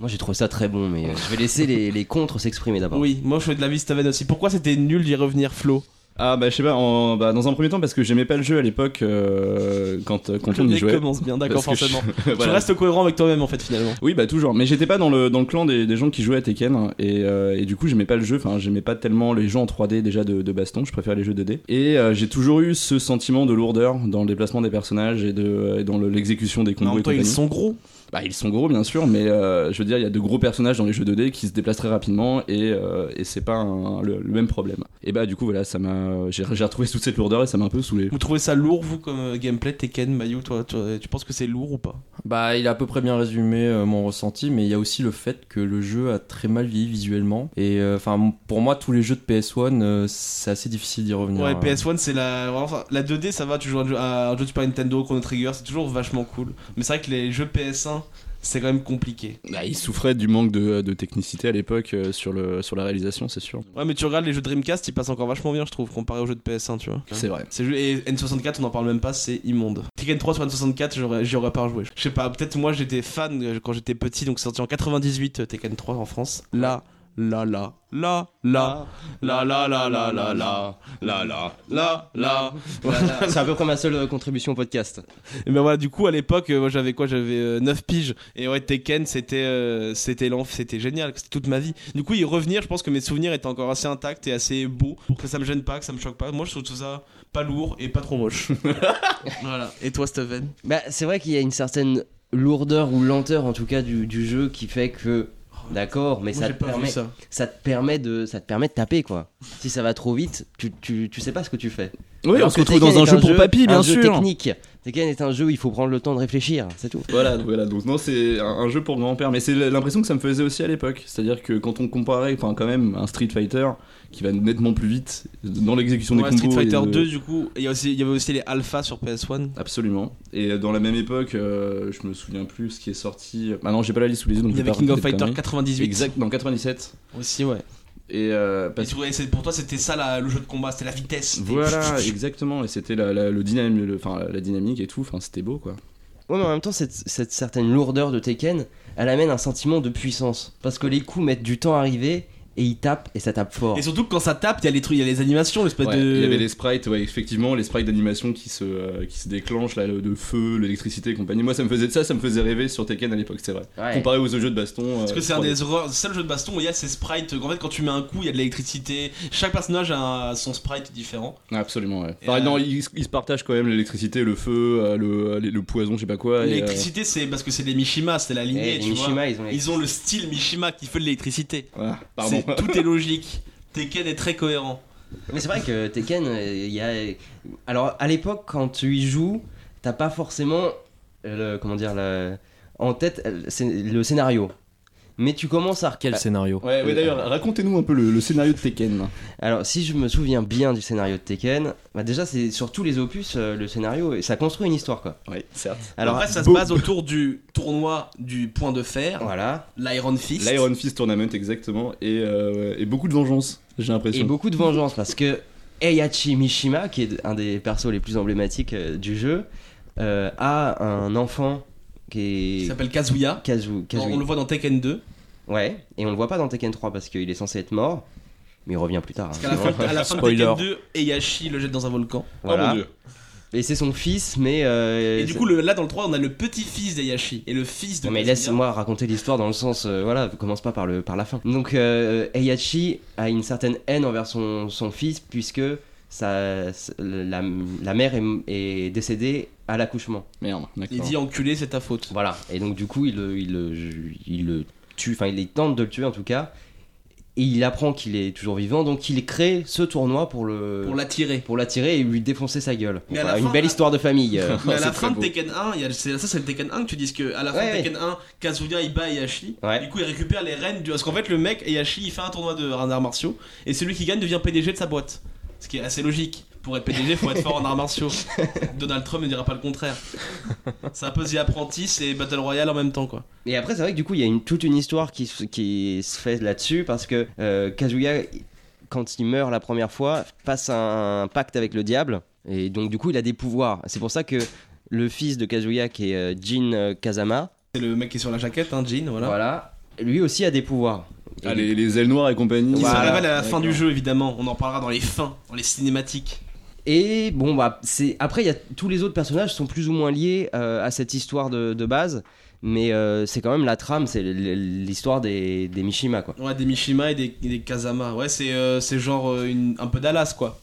[SPEAKER 3] Moi, j'ai trouvé ça très bon, mais euh, je vais laisser les, les contres s'exprimer d'abord.
[SPEAKER 2] Oui, moi je fais de la vie Staven aussi. Pourquoi c'était nul d'y revenir, Flo
[SPEAKER 4] Ah bah je sais pas, en- bah, dans un premier temps parce que j'aimais pas le jeu à l'époque euh, quand, quand
[SPEAKER 2] Le
[SPEAKER 4] on y
[SPEAKER 2] mec
[SPEAKER 4] jouait.
[SPEAKER 2] commence bien, d'accord,
[SPEAKER 4] Parce que je-
[SPEAKER 2] forcément.
[SPEAKER 4] *laughs*
[SPEAKER 2] Tu
[SPEAKER 4] Voilà.
[SPEAKER 2] restes cohérent avec toi-même en fait, finalement.
[SPEAKER 4] Oui, bah toujours. Mais j'étais pas dans le, dans le clan des, des gens qui jouaient à Tekken. hein, Et, euh, et du coup, j'aimais pas le jeu. Enfin, j'aimais pas tellement les jeux en 3D déjà de, de baston. Je préfère les jeux 2D. Et euh, j'ai toujours eu ce sentiment de lourdeur dans le déplacement des personnages et, de, et dans le- l'exécution des
[SPEAKER 2] Mais en
[SPEAKER 4] combos.
[SPEAKER 2] même
[SPEAKER 4] et
[SPEAKER 2] temps, ils
[SPEAKER 4] compagnie.
[SPEAKER 2] sont gros.
[SPEAKER 4] Bah, ils sont gros, bien sûr. Mais euh, je veux dire, il y a de gros personnages dans les jeux 2D qui se déplacent très rapidement. Et, euh, et c'est pas un- le, le même problème. Et bah, du coup, voilà, ça m'a. J'ai j'ai retrouvé toute cette lourdeur et ça m'a un peu saoulé.
[SPEAKER 2] Vous trouvez ça lourd, vous, comme euh, gameplay Tekken, Mayu toi, toi, tu penses que c'est lourd ou pas
[SPEAKER 5] *laughs* Bah, il a à peu près bien résumé euh, mon ressenti, mais il y a aussi le fait que le jeu a très mal vieilli visuellement. Et euh, enfin, m- pour moi, tous les jeux de PS1, euh, c'est assez difficile d'y revenir.
[SPEAKER 2] Ouais,
[SPEAKER 5] Euh,
[SPEAKER 2] PS1, c'est la. vraiment, enfin, la 2D, ça va, tu joues à un jeu, à un jeu de Super Nintendo, Chrono Trigger, c'est toujours vachement cool. Mais c'est vrai que les jeux PS1, c'est quand même compliqué.
[SPEAKER 4] Bah, ils souffraient du manque de, de technicité à l'époque euh, sur, le, sur la réalisation, c'est sûr.
[SPEAKER 2] Ouais, mais tu regardes les jeux Dreamcast, ils passent encore vachement bien, je trouve, comparé aux jeux de PS1, tu vois.
[SPEAKER 4] C'est vrai.
[SPEAKER 2] Ces jeux- et N64, on en parle même pas, c'est immonde. Tekken 3 sur N64, j'aurais- j'y aurais pas rejoué. Je sais pas, peut-être moi j'étais fan euh, quand j'étais petit, donc c'est sorti en 98 euh, Tekken 3 en France. Là, là, là, là, là, là, là, là, là, là, là, là, là, là, là.
[SPEAKER 3] Voilà. C'est un peu comme ma seule euh, contribution au podcast.
[SPEAKER 2] Et ben voilà, du coup à l'époque, euh, moi j'avais quoi J'avais euh, 9 piges. Et ouais, Tekken, c'était euh, c'était l'enf, c'était génial, c'était toute ma vie. Du coup, y revenir, je pense que mes souvenirs étaient encore assez intacts et assez beaux pour que ça me gêne pas, que ça me choque pas. Moi je trouve tout ça pas lourd et pas trop moche. voilà. Et toi, Steven
[SPEAKER 3] Bah, c'est vrai qu'il y a une certaine lourdeur ou lenteur, en tout cas, du, du jeu qui fait que. D'accord, mais
[SPEAKER 2] Moi,
[SPEAKER 3] ça
[SPEAKER 2] j'ai
[SPEAKER 3] te,
[SPEAKER 2] pas vu
[SPEAKER 3] permet, ça.
[SPEAKER 2] ça.
[SPEAKER 3] te permet de, ça te permet de taper quoi. Si ça va trop vite, tu, tu, tu sais pas ce que tu fais.
[SPEAKER 4] Oui,
[SPEAKER 3] Alors
[SPEAKER 4] on se
[SPEAKER 3] que
[SPEAKER 4] retrouve
[SPEAKER 3] Tekken
[SPEAKER 4] dans un
[SPEAKER 3] est
[SPEAKER 4] jeu pour papy, bien
[SPEAKER 3] un
[SPEAKER 4] sûr.
[SPEAKER 3] Jeu technique. Tekken est un jeu où il faut prendre le temps de réfléchir, c'est tout.
[SPEAKER 4] Voilà, voilà, donc non, c'est un, un jeu pour grand-père, mais c'est l'impression que ça me faisait aussi à l'époque. C'est-à-dire que quand on comparait, enfin, quand même, un Street Fighter qui va nettement plus vite dans l'exécution
[SPEAKER 2] Ouais,
[SPEAKER 4] des combos.
[SPEAKER 2] Street
[SPEAKER 4] et
[SPEAKER 2] Fighter
[SPEAKER 4] de-
[SPEAKER 2] 2 du coup, il y, a aussi- il y avait aussi les Alpha sur PS1.
[SPEAKER 4] Absolument. Et dans la même époque, euh, je me souviens plus ce qui est sorti. Ah non, j'ai pas la liste sous les yeux, donc
[SPEAKER 2] Il y
[SPEAKER 4] je vais
[SPEAKER 2] avait
[SPEAKER 4] pas
[SPEAKER 2] King of
[SPEAKER 4] raconter de
[SPEAKER 2] Fighter
[SPEAKER 4] conneries.
[SPEAKER 2] 98
[SPEAKER 4] Exact, dans 97.
[SPEAKER 2] aussi ouais.
[SPEAKER 4] Et euh,
[SPEAKER 2] Et
[SPEAKER 4] parce
[SPEAKER 2] tu vois, c'est- pour toi c'était ça la- le jeu de combat, c'était la vitesse. C'était- *laughs*
[SPEAKER 4] Voilà, exactement. Et c'était la, la- le dynam- le- enfin, la dynamique et tout. Enfin, c'était beau, quoi.
[SPEAKER 3] Ouais, mais en même temps, cette, cette certaine lourdeur de Tekken, elle amène un sentiment de puissance. Parce que les coups mettent du temps à arriver et ils tapent et ça tape fort.
[SPEAKER 2] Et surtout que quand ça tape, il y a les trucs, il y a les animations, l'espèce
[SPEAKER 4] Ouais,
[SPEAKER 2] de
[SPEAKER 4] Il y avait les sprites, ouais, effectivement, les sprites d'animation qui se, euh, qui se déclenchent, là, le, de feu, l'électricité et compagnie. Moi, ça me faisait ça, ça me faisait rêver sur Tekken à l'époque, c'est vrai.
[SPEAKER 3] Ouais.
[SPEAKER 4] Comparé aux autres jeux de baston. euh,
[SPEAKER 2] parce que c'est un
[SPEAKER 4] 3D.
[SPEAKER 2] des erreurs- seuls jeux de baston où il y a ces sprites. En fait, quand tu mets un coup, il y a de l'électricité. Chaque personnage a un- son sprite différent.
[SPEAKER 4] Ouais, Absolument, ouais.
[SPEAKER 2] Et
[SPEAKER 4] Enfin,
[SPEAKER 2] euh,
[SPEAKER 4] non, ils, ils se partagent quand même l'électricité, le feu, euh, le, euh, les- le poison, je sais pas quoi. et,
[SPEAKER 2] l'électricité, c'est parce que c'est les Mishima, c'est la
[SPEAKER 3] Eh,
[SPEAKER 2] lignée,
[SPEAKER 3] les
[SPEAKER 2] tu vois.
[SPEAKER 3] Mishima, ils ont les-
[SPEAKER 2] Ils ont le style Mishima qui fait de l'électricité.
[SPEAKER 4] euh, voilà, pardon.
[SPEAKER 2] C'est- Tout est logique. Tekken est très cohérent.
[SPEAKER 3] Mais c'est vrai que Tekken, euh, il y a. Alors à l'époque, quand tu y joues, t'as pas forcément. euh, le- comment dire le- En tête, euh, c'est le scénario. Mais tu commences à.
[SPEAKER 5] Quel
[SPEAKER 3] Bah,
[SPEAKER 5] scénario
[SPEAKER 4] *laughs* Ouais, ouais, d'ailleurs, racontez-nous un peu le, le scénario de Tekken.
[SPEAKER 3] Alors, si je me souviens bien du scénario de Tekken, bah déjà, c'est sur tous les opus, euh, le scénario, et ça construit une histoire, quoi.
[SPEAKER 4] Ouais, certes.
[SPEAKER 3] Alors,
[SPEAKER 2] Après, ça se
[SPEAKER 4] beau-
[SPEAKER 2] base autour du tournoi du point de fer,
[SPEAKER 3] voilà.
[SPEAKER 2] l'Iron Fist.
[SPEAKER 4] L'Iron Fist Tournament, exactement. Et, euh, et beaucoup de vengeance, j'ai
[SPEAKER 3] Et
[SPEAKER 4] l'impression.
[SPEAKER 3] beaucoup de vengeance, parce que Heihachi Mishima, qui est un des persos les plus emblématiques euh, du jeu, euh, a un enfant
[SPEAKER 2] qui
[SPEAKER 3] qui est.
[SPEAKER 2] s'appelle Kazuya.
[SPEAKER 3] Kazu,
[SPEAKER 2] On-
[SPEAKER 3] Kazui.
[SPEAKER 2] On le voit dans Tekken 2.
[SPEAKER 3] Ouais, et on le voit pas dans Tekken 3 parce qu'il est censé être mort. mais il revient plus tard. hein.
[SPEAKER 2] Parce qu'à la fin, à la fin de
[SPEAKER 5] Spoiler.
[SPEAKER 2] Tekken 2, Heihachi le jette dans un volcan.
[SPEAKER 3] Voilà.
[SPEAKER 6] Oh mon dieu.
[SPEAKER 3] Et c'est son fils, mais. euh,
[SPEAKER 2] Ah, Et du
[SPEAKER 3] c'est-
[SPEAKER 2] coup, le- là dans le 3, on a le petit-fils d'Eihachi et le fils de.
[SPEAKER 3] Non, mais
[SPEAKER 2] Kazuya.
[SPEAKER 3] laisse-moi raconter l'histoire dans le sens, euh, voilà, commence pas par, le, par la fin. Donc euh, Heihachi a une certaine haine envers son, son fils puisque sa, sa- la, la mère est, est décédée à l'accouchement.
[SPEAKER 4] Merde, d'accord.
[SPEAKER 2] Il dit enculé, c'est ta faute.
[SPEAKER 3] Voilà. Et donc du coup, il, le- il, le- il le tue, enfin il tente de le tuer en tout cas. Et il apprend qu'il est toujours vivant, donc il crée ce tournoi pour le
[SPEAKER 2] Pour
[SPEAKER 3] *laughs*
[SPEAKER 2] l'attirer.
[SPEAKER 3] pour l'attirer et lui défoncer sa gueule.
[SPEAKER 2] Mais à la
[SPEAKER 3] Voilà,
[SPEAKER 2] fin,
[SPEAKER 3] une belle
[SPEAKER 2] à-
[SPEAKER 3] histoire de famille. euh,
[SPEAKER 2] *laughs*
[SPEAKER 3] *laughs*
[SPEAKER 2] Mais à
[SPEAKER 3] c'est
[SPEAKER 2] la
[SPEAKER 3] très
[SPEAKER 2] fin de
[SPEAKER 3] beau.
[SPEAKER 2] Tekken 1, il y a- c'est- ça c'est le Tekken 1 que tu dis que à la fin
[SPEAKER 3] Ouais,
[SPEAKER 2] de
[SPEAKER 3] ouais.
[SPEAKER 2] Tekken 1, Kazuya il bat Heihachi.
[SPEAKER 3] Ouais.
[SPEAKER 2] Du coup, il récupère les rênes du. Parce qu'en fait, le mec, Heihachi, il fait un tournoi de en arts martiaux et celui qui gagne devient PDG de sa boîte. Ce qui est assez logique. Pour être PDG, faut être fort en arts
[SPEAKER 3] *laughs*
[SPEAKER 2] martiaux. Donald Trump ne dira pas le contraire. C'est un peu The Apprentice et Battle Royale en même temps, quoi.
[SPEAKER 3] Et après, c'est vrai que du coup, il y a une, toute une histoire qui, se- qui se fait là-dessus parce que euh, Kazuya, quand il meurt la première fois, passe un pacte avec le diable et donc du coup, il a des pouvoirs. C'est pour ça que le fils de Kazuya, qui est euh, Jin euh, Kazama,
[SPEAKER 2] C'est le mec qui est sur la jaquette, hein, Jean, voilà.
[SPEAKER 3] voilà. lui aussi a des pouvoirs. Et
[SPEAKER 4] Ah, les, les ailes noires et compagnie.
[SPEAKER 2] Qui
[SPEAKER 3] Voilà.
[SPEAKER 2] se révèle à la fin
[SPEAKER 3] D'accord.
[SPEAKER 2] du jeu, évidemment. On en parlera dans les fins, dans les cinématiques.
[SPEAKER 3] Et bon, bah, c'est après, il y a tous les autres personnages sont plus ou moins liés euh, à cette histoire de, de base, mais euh, c'est quand même la trame, c'est l- l- l'histoire des, des Mishima, quoi.
[SPEAKER 2] Ouais, des Mishima et des, et des Kazama. Ouais, c'est euh, c'est genre euh, une- un peu Dallas, quoi.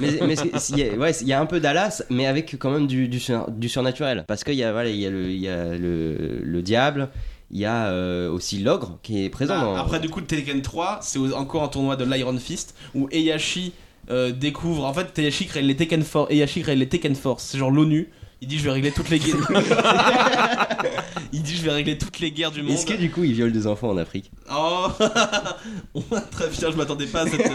[SPEAKER 3] Mais, mais c'est- c'est- il y a- ouais, c'est- il y a un peu d'Alas, mais avec quand même du, du, sur- du surnaturel, parce qu'il y a, voilà, il y a, le, il y a le, le diable, il y a euh, aussi l'ogre qui est présent.
[SPEAKER 2] Ah,
[SPEAKER 3] dans-
[SPEAKER 2] Après, du coup, le Tekken 3, c'est au- encore un tournoi de l'Iron Fist où Heihachi euh, découvre. En fait, Heihachi crée les Tekken Force. Heihachi crée les Tekken Force. C'est genre l'ONU. Il dit je vais régler toutes les
[SPEAKER 3] *laughs*
[SPEAKER 2] guerres. il dit je vais régler toutes les guerres du monde.
[SPEAKER 3] Est-ce que du coup, il viole des enfants
[SPEAKER 2] *laughs*
[SPEAKER 3] en Afrique
[SPEAKER 2] Oh Très bien, je m'attendais pas à cette.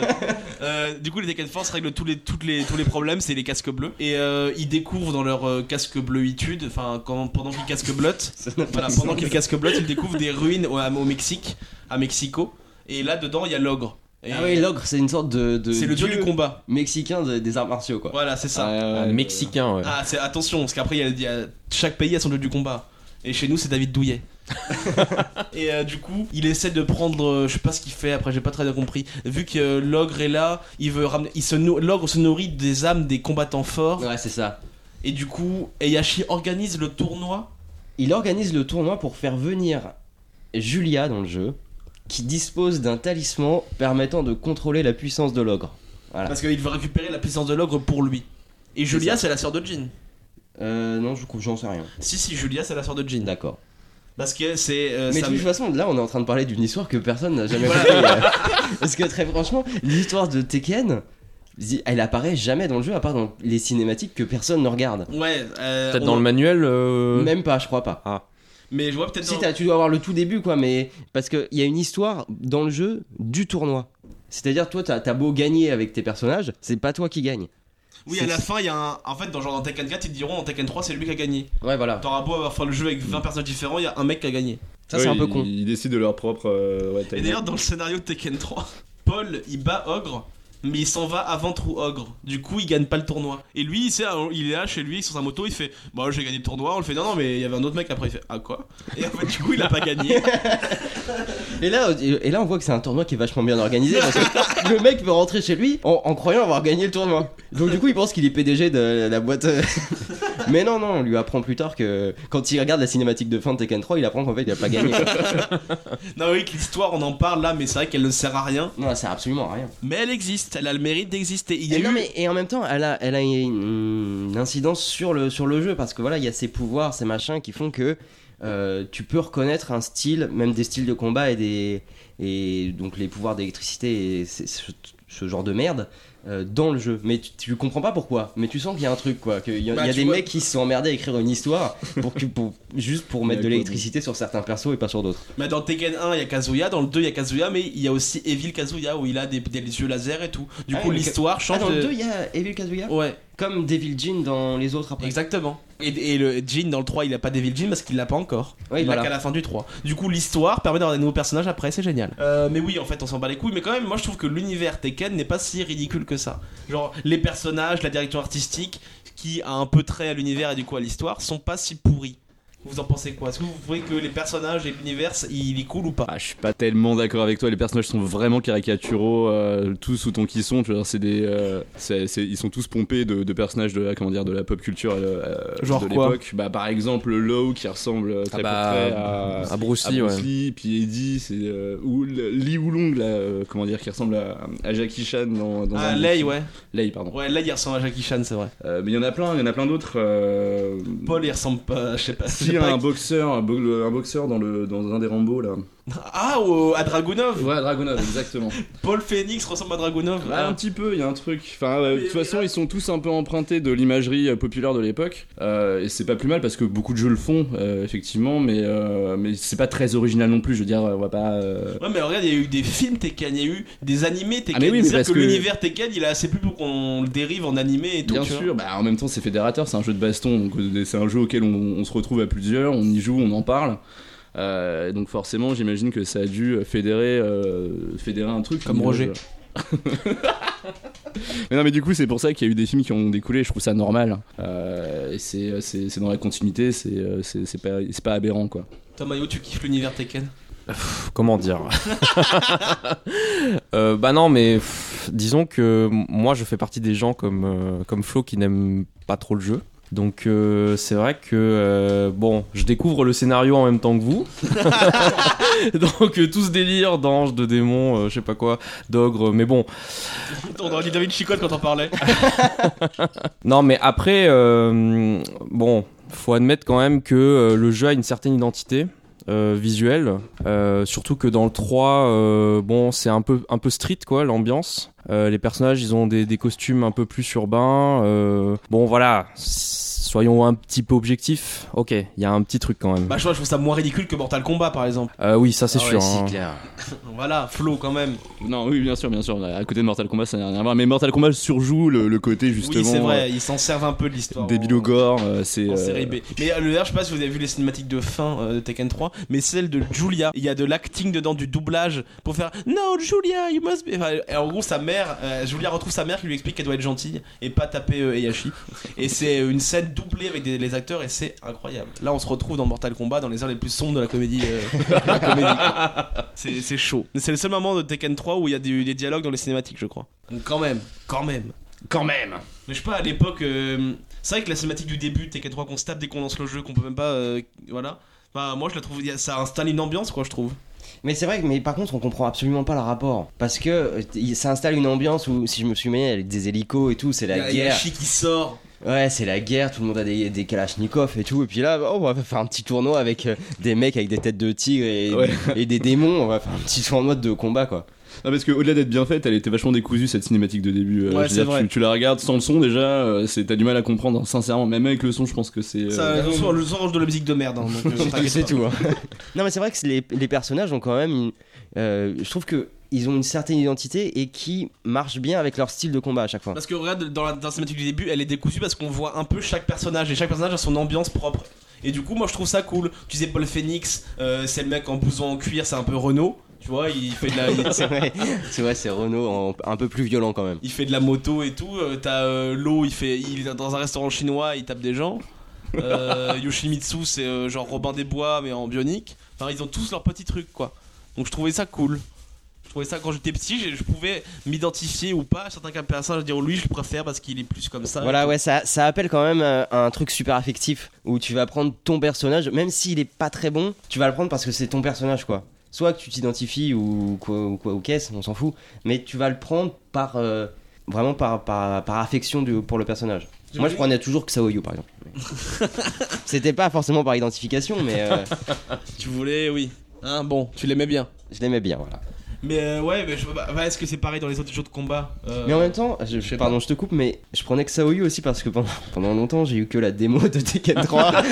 [SPEAKER 2] Euh, du coup, les Tekken Force règlent tous les, toutes les, tous les problèmes, c'est les casques bleus. Et euh, ils découvrent dans leur euh, casque bleuitude, enfin, quand- pendant qu'ils casque bleutent, voilà, pendant qu'ils casque bleutent, ils découvrent des ruines au, au Mexique, à Mexico. Et là, dedans, il y a l'ogre. Et
[SPEAKER 3] Ah oui, l'ogre, c'est une sorte de, de
[SPEAKER 2] C'est le dieu du combat.
[SPEAKER 3] mexicain de- des arts martiaux, quoi. Euh,
[SPEAKER 2] Voilà, c'est ça.
[SPEAKER 5] Un Mexicain, ouais.
[SPEAKER 2] Ah, c'est attention, parce qu'après, il y a- il y a, chaque pays a son dieu du combat. Et chez nous, c'est David Douillet. et euh, du coup, il essaie de prendre, euh, je sais pas ce qu'il fait. Après, j'ai pas très bien compris. Vu que euh, l'ogre est là, il veut ramener, il se nou- l'ogre se nourrit des âmes des combattants forts.
[SPEAKER 3] Ouais, c'est ça.
[SPEAKER 2] Et du coup, Heihachi organise le tournoi.
[SPEAKER 3] Il organise le tournoi pour faire venir Julia dans le jeu, qui dispose d'un talisman permettant de contrôler la puissance de l'ogre. Voilà.
[SPEAKER 2] Parce qu'il veut récupérer la puissance de l'ogre pour lui. Et Julia, c'est la sœur de Jin.
[SPEAKER 3] Euh, non, je coupe, j'en sais rien.
[SPEAKER 2] Si, si, Julia, c'est la sœur de Jin.
[SPEAKER 3] D'accord.
[SPEAKER 2] Parce que c'est. euh,
[SPEAKER 3] Mais de
[SPEAKER 2] ça-
[SPEAKER 3] toute façon, là, on est en train de parler d'une histoire que personne n'a jamais
[SPEAKER 2] Voilà.
[SPEAKER 3] compris. euh. *laughs* Parce que très franchement, l'histoire de Tekken, elle apparaît jamais dans le jeu, à part dans les cinématiques que personne ne regarde.
[SPEAKER 2] Ouais. euh,
[SPEAKER 5] Peut-être
[SPEAKER 2] on-
[SPEAKER 5] dans le manuel. euh,
[SPEAKER 3] Même pas, je crois pas.
[SPEAKER 2] Mais je vois peut-être.
[SPEAKER 3] Si
[SPEAKER 2] dans-
[SPEAKER 3] t'as- tu dois avoir le tout début quoi, mais parce qu'il y a une histoire dans le jeu du tournoi. C'est-à-dire toi t'as t'as beau gagner avec tes personnages, c'est pas toi qui gagne.
[SPEAKER 2] Oui, à la fin, il y a un. En fait, dans genre dans Tekken 4, ils te diront en Tekken 3, c'est lui qui a gagné.
[SPEAKER 3] Ouais voilà.
[SPEAKER 2] T'auras beau avoir fait le jeu avec 20 personnages différents, il y a un mec qui a gagné.
[SPEAKER 3] Ça c'est
[SPEAKER 4] Ouais,
[SPEAKER 3] un peu
[SPEAKER 4] ils-
[SPEAKER 3] con.
[SPEAKER 4] Ils décident de leur propre. euh, ouais,
[SPEAKER 2] Et
[SPEAKER 4] timeline.
[SPEAKER 2] d'ailleurs, dans le scénario de Tekken 3, *laughs* Paul il bat Ogre, mais il s'en va avant Trou Ogre. Du coup, il gagne pas le tournoi. Et lui, il, sait, euh, il est là chez lui, sur sa moto, il fait Bah, j'ai gagné le tournoi. On le fait Non, non, mais il y avait un autre mec après. Il fait Ah, quoi Et en fait, du coup, il a pas
[SPEAKER 3] *laughs*
[SPEAKER 2] gagné.
[SPEAKER 3] Et là et là on voit que c'est un tournoi qui est vachement bien organisé parce que *laughs* le mec peut rentrer chez lui en, en croyant avoir gagné le tournoi. Donc du coup il pense qu'il est PDG de la boîte. *laughs* euh. mais non non, on lui apprend plus tard que quand il regarde la cinématique de fin de Tekken 3, il apprend qu'en fait il a pas *laughs* gagné.
[SPEAKER 2] non, oui, que l'histoire, on en parle là, mais c'est vrai qu'elle ne sert à rien.
[SPEAKER 3] non, c'est absolument à rien.
[SPEAKER 2] Mais elle existe, elle a le mérite d'exister. Il y a
[SPEAKER 3] Et,
[SPEAKER 2] eu.
[SPEAKER 3] non, mais, et en même temps, elle a, elle a une, une incidence sur le, sur le jeu parce que voilà, il y a ces pouvoirs, ces machins qui font que euh, tu peux reconnaître un style, même des styles de combat et des et donc les pouvoirs d'électricité et ce, ce- ce genre de merde euh, dans le jeu. Mais tu, tu comprends pas pourquoi. Mais tu sens qu'il y a un truc quoi, qu'il y a,
[SPEAKER 2] Bah,
[SPEAKER 3] il y a
[SPEAKER 2] tu
[SPEAKER 3] des
[SPEAKER 2] vois-
[SPEAKER 3] mecs qui se sont emmerdés à écrire une histoire pour que pour- juste pour mettre
[SPEAKER 4] Mais
[SPEAKER 3] de
[SPEAKER 4] quoi,
[SPEAKER 3] l'électricité sur certains persos et pas sur d'autres.
[SPEAKER 2] Mais dans Tekken 1, il y a Kazuya, dans le 2, il y a Kazuya, mais il y a aussi Evil Kazuya où il a des, des yeux laser et tout. Du
[SPEAKER 3] Ah
[SPEAKER 2] coup,
[SPEAKER 3] oui, mais
[SPEAKER 2] l'histoire change.
[SPEAKER 3] Ah, dans le
[SPEAKER 2] de- Oh.
[SPEAKER 3] 2, il y a Evil Kazuya
[SPEAKER 2] Ouais.
[SPEAKER 3] comme Devil Jin dans les autres après.
[SPEAKER 2] Exactement. Et, et le Jean dans le 3, il a pas Devil Jean parce qu'il l'a pas encore.
[SPEAKER 3] Oui,
[SPEAKER 2] il l'a
[SPEAKER 3] voilà.
[SPEAKER 2] qu'à la fin du 3. Du coup, l'histoire permet d'avoir des nouveaux personnages après, c'est génial. Euh, mais oui, en fait, on s'en bat les couilles. Mais quand même, moi je trouve que l'univers Tekken n'est pas si ridicule que ça. Genre, les personnages, la direction artistique, qui a un peu trait à l'univers et du coup à l'histoire, sont pas si pourris. Vous en pensez quoi Est-ce que vous trouvez que les personnages et l'univers, il est cool ou pas
[SPEAKER 4] Ah, je suis pas tellement d'accord avec toi. Les personnages sont vraiment caricaturaux, euh, tous autant qu'ils sont. Tu vois, c'est des, euh, c'est- c'est- ils sont tous pompés de, de personnages de la, comment dire, de la pop culture euh, euh,
[SPEAKER 2] Genre
[SPEAKER 4] de
[SPEAKER 2] quoi
[SPEAKER 4] l'époque. Bah, par exemple, Lowe qui ressemble euh, très
[SPEAKER 5] Ah bah,
[SPEAKER 4] peu près à,
[SPEAKER 5] à Bruce Lee, ouais.
[SPEAKER 4] Lee, puis Eddie, c'est euh, ou le- Lee Oolong là, euh, comment dire, qui ressemble à, à Jackie Chan dans, dans
[SPEAKER 2] Ah,
[SPEAKER 4] un-
[SPEAKER 2] Lei, ouais.
[SPEAKER 4] Lei, pardon.
[SPEAKER 2] Ouais, Lei, il ressemble à Jackie Chan, c'est vrai.
[SPEAKER 4] Euh, mais il y en a plein, il y en a plein d'autres. euh,
[SPEAKER 2] Paul, il ressemble pas, je sais pas. je
[SPEAKER 4] si
[SPEAKER 2] sais
[SPEAKER 4] un
[SPEAKER 2] pas
[SPEAKER 4] boxeur, un, bo- un boxeur dans le dans un des Rambo là.
[SPEAKER 2] Ah, au- à Dragunov
[SPEAKER 4] Ouais, Dragunov, exactement.
[SPEAKER 2] Paul Phoenix ressemble à Dragunov.
[SPEAKER 4] Ouais, un
[SPEAKER 2] Ah.
[SPEAKER 4] petit peu, il y a un truc. Enfin, euh, de toute façon, ils sont tous un peu empruntés de l'imagerie euh, populaire de l'époque. Euh, et c'est pas plus mal parce que beaucoup de jeux le font, euh, effectivement, mais, euh, mais c'est pas très original non plus. Je veux dire, on va pas. euh,
[SPEAKER 2] Ouais, mais regarde, il y a eu des films Tekken, il y a eu des animés Tekken.
[SPEAKER 4] Ah, mais oui, mais
[SPEAKER 2] C'est-à-dire
[SPEAKER 4] parce
[SPEAKER 2] que,
[SPEAKER 4] que-
[SPEAKER 2] l'univers Tekken, il a assez plus pour qu'on le dérive en animé et tout.
[SPEAKER 4] Bien
[SPEAKER 2] tu vois.
[SPEAKER 4] sûr, bah, en même temps, c'est fédérateur, c'est un jeu de baston, donc euh, c'est un jeu auquel on, on se retrouve à plusieurs, on y joue, on en parle. Euh, donc forcément, j'imagine que ça a dû fédérer, euh, fédérer un truc.
[SPEAKER 2] Comme Roger.
[SPEAKER 4] *laughs* mais non, mais du coup, c'est pour ça qu'il y a eu des films qui ont découlé. Je trouve ça normal. Euh, et c'est, c'est, c'est dans la continuité. C'est, euh, c'est, c'est pas, c'est pas aberrant, quoi.
[SPEAKER 2] Toi, Mayo, tu kiffes l'univers Tekken
[SPEAKER 5] comment dire *laughs* Euh, Bah non, mais pff, disons que m- moi je fais partie des gens comme, euh, comme Flo qui n'aiment pas trop le jeu. Donc euh, c'est vrai que euh, bon, je découvre le scénario en même temps que vous. *laughs* Donc euh, tout ce délire d'ange, de démon, euh, je sais pas quoi, d'ogre, mais bon,
[SPEAKER 2] On aurait dit David Chicotte quand on parlait.
[SPEAKER 5] Non, mais après, euh, bon, faut admettre quand même que euh, le jeu a une certaine identité. euh, visuelle euh, surtout que dans le 3 euh, bon c'est un peu un peu street quoi l'ambiance Euh, les personnages ils ont des, des costumes un peu plus urbains euh, bon voilà s- soyons un petit peu objectifs ok il y a un petit truc quand même
[SPEAKER 2] *laughs* Bah, je vois, je trouve ça moins ridicule que Mortal Kombat par exemple.
[SPEAKER 5] Euh, oui ça c'est
[SPEAKER 3] Ah ouais,
[SPEAKER 5] sûr
[SPEAKER 3] c'est
[SPEAKER 5] hein.
[SPEAKER 3] clair.
[SPEAKER 2] Voilà, Flo quand même.
[SPEAKER 4] Non, oui, bien sûr, bien sûr. À côté de Mortal Kombat, ça n'a rien à voir. Mais Mortal Kombat surjoue le, le côté justement. euh,
[SPEAKER 2] oui, c'est vrai, ils s'en servent un peu de l'histoire. en-
[SPEAKER 4] Débilogore, c'est.
[SPEAKER 2] En
[SPEAKER 4] euh,
[SPEAKER 2] série B. Mais euh, le R, je sais pas si vous avez vu les cinématiques de fin euh, de Tekken 3, mais celle de Julia, il y a de l'acting dedans, du doublage pour faire No, Julia, you must be. Enfin, et en gros, sa mère, euh, Julia retrouve sa mère qui lui explique qu'elle doit être gentille et pas taper euh, Heihachi. Et c'est une scène doublée avec des- les acteurs et c'est incroyable. Là, on se retrouve dans Mortal Kombat dans les heures les plus sombres de la comédie. euh, *laughs* de la comédie, quoi. c'est c'est chaud. C'est le seul moment de Tekken 3 où il y a des, des dialogues dans les cinématiques, je crois. Donc, quand même, quand même.
[SPEAKER 4] Quand même.
[SPEAKER 2] Mais je sais pas, à l'époque, euh, c'est vrai que la cinématique du début, Tekken 3 qu'on se tape dès qu'on lance le jeu, qu'on peut même pas. euh, voilà. Bah, moi je la trouve. y a- Ça installe une ambiance, quoi, je trouve.
[SPEAKER 3] Mais c'est vrai que, mais par contre, on comprend absolument pas le rapport. Parce que euh, il- ça installe une ambiance où, si je me souviens, il y a des hélicos et tout, c'est la
[SPEAKER 2] Il y a- il y a
[SPEAKER 3] guerre.
[SPEAKER 2] Chi qui sort.
[SPEAKER 3] Ouais, c'est la guerre, tout le monde a des, des kalachnikovs et tout. Et puis là, oh, on va faire un petit tournoi avec euh, des mecs avec des têtes de tigre et,
[SPEAKER 4] Ouais.
[SPEAKER 3] et des démons. On va faire un petit tournoi de combat, quoi.
[SPEAKER 4] Non, Ah, parce que au-delà d'être bien faite, elle était vachement décousue cette cinématique de début. Euh,
[SPEAKER 2] Ouais,
[SPEAKER 4] je veux
[SPEAKER 2] c'est
[SPEAKER 4] dire,
[SPEAKER 2] vrai.
[SPEAKER 4] Tu, tu la regardes sans le son déjà, euh, c'est t'as du mal à comprendre. hein, sincèrement, même avec le son, je pense que c'est. euh,
[SPEAKER 2] Ça, le son- le son range de la musique de merde. hein, donc, euh,
[SPEAKER 3] *laughs*
[SPEAKER 2] t'inquiète
[SPEAKER 3] C'est
[SPEAKER 2] pas.
[SPEAKER 3] tout. hein. non, mais c'est vrai que c'est les, les personnages ont quand même. une- euh, je trouve que ils ont une certaine identité et qui marche bien avec leur style de combat à chaque fois.
[SPEAKER 2] Parce que regarde, dans la, dans la cinématique du début, elle est décousue parce qu'on voit un peu chaque personnage et chaque personnage a son ambiance propre. Et du coup, moi je trouve ça cool. Tu disais Paul Phoenix, euh, c'est le mec en blouson en cuir, c'est un peu Renault. Tu vois, il fait de la. il-
[SPEAKER 3] c'est vrai, *laughs* c'est vrai, c'est Renault en- un peu plus violent quand même.
[SPEAKER 2] il fait de la moto et tout. euh, T'as euh, l'eau, il fait, il est dans un restaurant chinois, il tape des gens.
[SPEAKER 3] *laughs*
[SPEAKER 2] Euh, Yoshimitsu, c'est euh, genre Robin des Bois mais en bionique. Enfin, ils ont tous leurs petits trucs quoi. Donc je trouvais ça cool. Je trouvais ça quand j'étais petit, je, je pouvais m'identifier ou pas. à Certains cas de personnages, dire lui, je le préfère parce qu'il est plus comme ça.
[SPEAKER 3] Voilà, ouais, ça, ça appelle quand même euh, un truc super affectif où tu vas prendre ton personnage, même s'il est pas très bon, tu vas le prendre parce que c'est ton personnage, quoi. Soit que tu t'identifies ou quoi, ou quoi, ou qu'est-ce, on s'en fout, mais tu vas le prendre par euh, vraiment par, par, par affection du- pour le personnage. Moi, je prenais toujours que Saoyu, par exemple. C'était pas forcément par identification, mais euh,
[SPEAKER 2] Tu voulais, oui. Hein, bon, tu l'aimais bien.
[SPEAKER 3] je l'aimais bien, voilà.
[SPEAKER 2] Mais euh, ouais, mais je- bah, bah, est-ce que c'est pareil dans les autres jeux de combat Euh,
[SPEAKER 3] Mais en même temps, je,
[SPEAKER 2] je sais
[SPEAKER 3] pardon, je te coupe, mais je prenais que Xiaoyu aussi parce que pendant, *laughs* pendant longtemps, j'ai eu que la démo de Tekken 3 *laughs*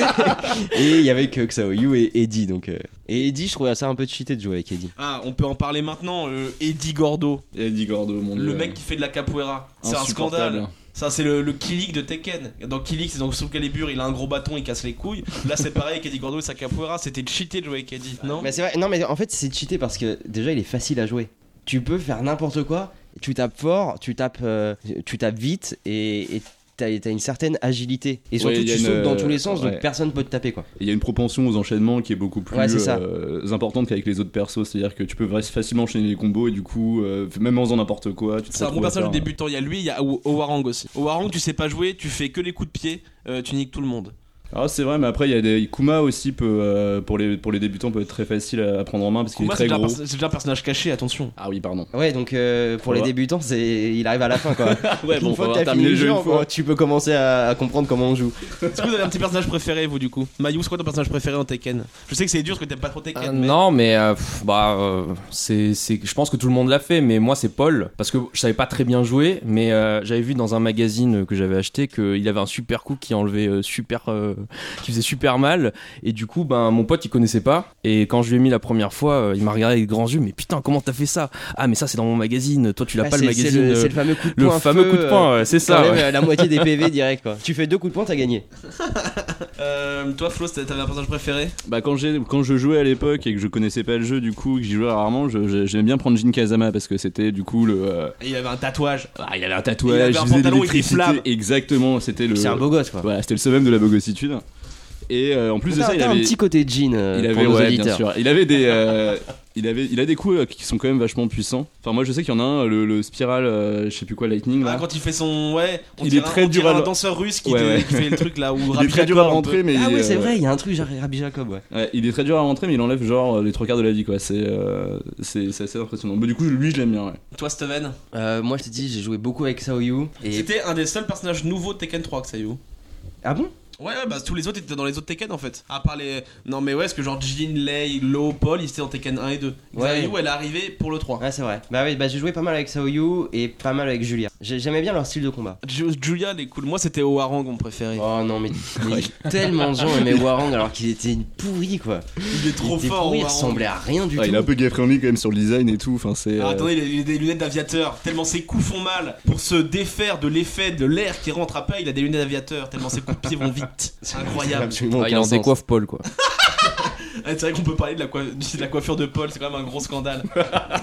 [SPEAKER 3] et il y avait que Xiaoyu et Eddie donc. euh, Et Eddie, je trouvais ça un peu cheaté de jouer avec Eddie.
[SPEAKER 2] Ah, on peut en parler maintenant. euh, Eddie Gordo,
[SPEAKER 4] Eddie Gordo, mon
[SPEAKER 3] Euh,
[SPEAKER 4] dieu.
[SPEAKER 2] le mec qui fait de la capoeira. C'est un
[SPEAKER 4] insupportable.
[SPEAKER 2] scandale. Ça, c'est le, le Killik de Tekken. Dans Killik, c'est dans Soul Calibur, il a un gros bâton, il casse les couilles. Là, c'est pareil avec Eddie Gordo et sa capoeira. C'était cheaté de jouer avec Eddie, non
[SPEAKER 3] Mais c'est vrai, non mais en fait, c'est cheaté parce que déjà, il est facile à jouer. Tu peux faire n'importe quoi, tu tapes fort, tu tapes, euh, tu tapes vite et, et t'as t'as une certaine agilité. Et surtout,
[SPEAKER 4] Ouais, il y a
[SPEAKER 3] tu sautes
[SPEAKER 4] une,
[SPEAKER 3] dans tous
[SPEAKER 4] euh,
[SPEAKER 3] les sens, donc
[SPEAKER 4] ouais.
[SPEAKER 3] personne peut te taper, quoi.
[SPEAKER 4] Et Il y a une propension aux enchaînements qui est beaucoup plus
[SPEAKER 3] Ouais, c'est ça.
[SPEAKER 4] euh, importante qu'avec les autres persos. C'est-à-dire que tu peux vra- facilement enchaîner les combos et du coup, euh, même en faisant n'importe quoi, tu te
[SPEAKER 2] C'est un bon
[SPEAKER 4] retrouves à
[SPEAKER 2] personnage de
[SPEAKER 4] faire-
[SPEAKER 2] débutant. Il y a lui, il y a O- Owarang aussi. Owarang, tu sais pas jouer, tu fais que les coups de pied, euh, tu niques tout le monde.
[SPEAKER 4] Ah, c'est vrai, mais après, il y a des. Kuma aussi, peut, euh, pour, les, pour les débutants, peut être très facile à à prendre en main parce qu'il est
[SPEAKER 2] Kuma, c'est déjà,
[SPEAKER 4] très
[SPEAKER 2] un
[SPEAKER 4] gros.
[SPEAKER 2] perso- c'est déjà un personnage caché, attention.
[SPEAKER 4] Ah oui, pardon.
[SPEAKER 3] Ouais, donc euh, pour les
[SPEAKER 4] Ouais.
[SPEAKER 3] débutants, c'est il arrive à la fin, *laughs* quoi.
[SPEAKER 2] Ah
[SPEAKER 4] Ouais,
[SPEAKER 3] une fois que t'as fini le jeu, quoi, tu peux commencer à, à comprendre comment on joue.
[SPEAKER 2] Est-ce que vous avez un petit personnage préféré, vous, du coup Mayu, c'est quoi ton personnage préféré en Tekken Je sais que c'est dur parce que t'aimes pas trop Tekken.
[SPEAKER 5] Euh,
[SPEAKER 2] mais-
[SPEAKER 5] Non, mais euh, pff, bah, euh, c'est, c'est- je pense que tout le monde l'a fait, mais moi c'est Paul, parce que je savais pas très bien jouer, mais euh, j'avais vu dans un magazine que j'avais acheté qu'il avait un super coup qui enlevait euh, super, euh, qui faisait super mal, et du coup, ben mon pote il connaissait pas, et quand je lui ai mis la première fois, euh, il m'a regardé avec grands yeux, mais putain comment t'as fait ça Ah mais ça c'est dans mon magazine, toi tu l'as
[SPEAKER 3] Ah,
[SPEAKER 5] pas
[SPEAKER 3] c'est-
[SPEAKER 5] le
[SPEAKER 3] c'est
[SPEAKER 5] magazine.
[SPEAKER 3] le,
[SPEAKER 5] euh,
[SPEAKER 3] c'est le fameux coup de
[SPEAKER 5] le
[SPEAKER 3] poing.
[SPEAKER 5] fameux
[SPEAKER 3] feu,
[SPEAKER 5] coup de poing, ouais, c'est
[SPEAKER 3] euh,
[SPEAKER 5] ça.
[SPEAKER 3] t'enlèves,
[SPEAKER 2] *laughs*
[SPEAKER 5] ouais.
[SPEAKER 3] euh, La moitié des PV direct, quoi. Tu fais deux coups de poing, t'as gagné.
[SPEAKER 2] Euh, toi, Flo, c'était- t'avais un personnage préféré
[SPEAKER 4] Bah quand, j'ai, quand je jouais à l'époque et que je connaissais pas le jeu du coup, que j'y jouais rarement, je- je- j'aimais bien prendre Jin Kazama parce que c'était du coup le... euh,
[SPEAKER 2] Il avait un tatouage.
[SPEAKER 4] ah, il avait un
[SPEAKER 2] Il
[SPEAKER 4] tatouage,
[SPEAKER 2] avait
[SPEAKER 4] il,
[SPEAKER 2] un
[SPEAKER 4] faisait de
[SPEAKER 2] pantalon avec des
[SPEAKER 4] l'électricité,
[SPEAKER 2] flammes.
[SPEAKER 4] exactement, c'était le...
[SPEAKER 3] C'est un beau gosse, quoi.
[SPEAKER 4] Voilà, c'était le summum de la bogossitude. Et euh, en plus de
[SPEAKER 3] T'as-
[SPEAKER 4] ça, il
[SPEAKER 3] t'as
[SPEAKER 4] avait...
[SPEAKER 3] un petit côté jean euh,
[SPEAKER 4] Il
[SPEAKER 3] pour
[SPEAKER 4] avait,
[SPEAKER 3] nos
[SPEAKER 4] ouais, bien
[SPEAKER 3] auditeurs.
[SPEAKER 4] sûr. Il avait des, euh, il avait, il a des coups euh, qui sont quand même vachement puissants. Enfin, moi, je sais qu'il y en a un, le, le spiral, euh, je sais plus quoi, lightning.
[SPEAKER 2] Ah,
[SPEAKER 4] Là.
[SPEAKER 2] quand il fait son. Ouais, on
[SPEAKER 4] Il est
[SPEAKER 2] dirait,
[SPEAKER 4] très
[SPEAKER 2] on dirait
[SPEAKER 4] dur à-
[SPEAKER 2] un danseur russe qui,
[SPEAKER 4] Ouais,
[SPEAKER 2] te-
[SPEAKER 4] ouais.
[SPEAKER 2] qui fait le truc
[SPEAKER 4] *laughs*
[SPEAKER 2] là où
[SPEAKER 4] il est très dur à rentrer, mais
[SPEAKER 3] Ah
[SPEAKER 4] il
[SPEAKER 3] oui,
[SPEAKER 4] est,
[SPEAKER 3] c'est
[SPEAKER 4] euh,
[SPEAKER 3] vrai, il y a un truc, genre Rabbi Jacob, ouais.
[SPEAKER 4] ouais, il est très dur à rentrer, mais il enlève genre euh, les trois quarts de la vie, quoi. C'est, euh, c'est, c'est assez impressionnant. Mais du coup, lui, je l'aime bien. Ouais.
[SPEAKER 2] Toi, Steven,
[SPEAKER 3] Euh, moi, je t'ai dit, j'ai joué beaucoup avec Saoyu. Et...
[SPEAKER 2] c'était un des seuls personnages nouveaux de Tekken 3 que ça y est.
[SPEAKER 3] Ah bon
[SPEAKER 2] Ouais, ouais, bah tous les autres étaient dans les autres Tekken en fait. À part les. Non, mais ouais, parce que genre Jin, Lei, Lo, Paul, ils étaient dans Tekken 1 et 2.
[SPEAKER 3] Ouais.
[SPEAKER 2] Xayu, elle est arrivée pour le 3.
[SPEAKER 3] Ah, c'est vrai. Bah oui, bah, j'ai joué pas mal avec Saoyu et pas mal avec Julia. J'ai- J'aimais bien leur style de combat.
[SPEAKER 2] Ju- Julia, elle est cool. Moi, c'était Owarang, mon préféré.
[SPEAKER 3] Oh non, mais, mais tellement de gens aimaient Warang alors qu'il était une pourrie, quoi.
[SPEAKER 2] Il est
[SPEAKER 3] Il
[SPEAKER 2] trop
[SPEAKER 3] était
[SPEAKER 2] fort,
[SPEAKER 3] pourri, il
[SPEAKER 2] Owarang.
[SPEAKER 3] ressemblait à rien du
[SPEAKER 4] Ah,
[SPEAKER 3] tout.
[SPEAKER 4] il est un peu gay friendly quand même sur le design et tout. Enfin, c'est.
[SPEAKER 2] Ah,
[SPEAKER 4] euh,
[SPEAKER 2] attendez, il a- il a des lunettes d'aviateur, tellement ses coups font mal. Pour se défaire de l'effet de l'air qui rentre à peine, il a des lunettes d'aviateur, tellement ses coups de pied vont
[SPEAKER 4] *laughs*
[SPEAKER 2] vite. C'est incroyable.
[SPEAKER 3] Absolument
[SPEAKER 5] Ah, il
[SPEAKER 3] aucun
[SPEAKER 5] en
[SPEAKER 3] sens.
[SPEAKER 5] décoiffe Paul quoi.
[SPEAKER 2] Ah, C'est vrai qu'on peut parler de la, coi- de la coiffure de Paul, c'est quand même un gros scandale.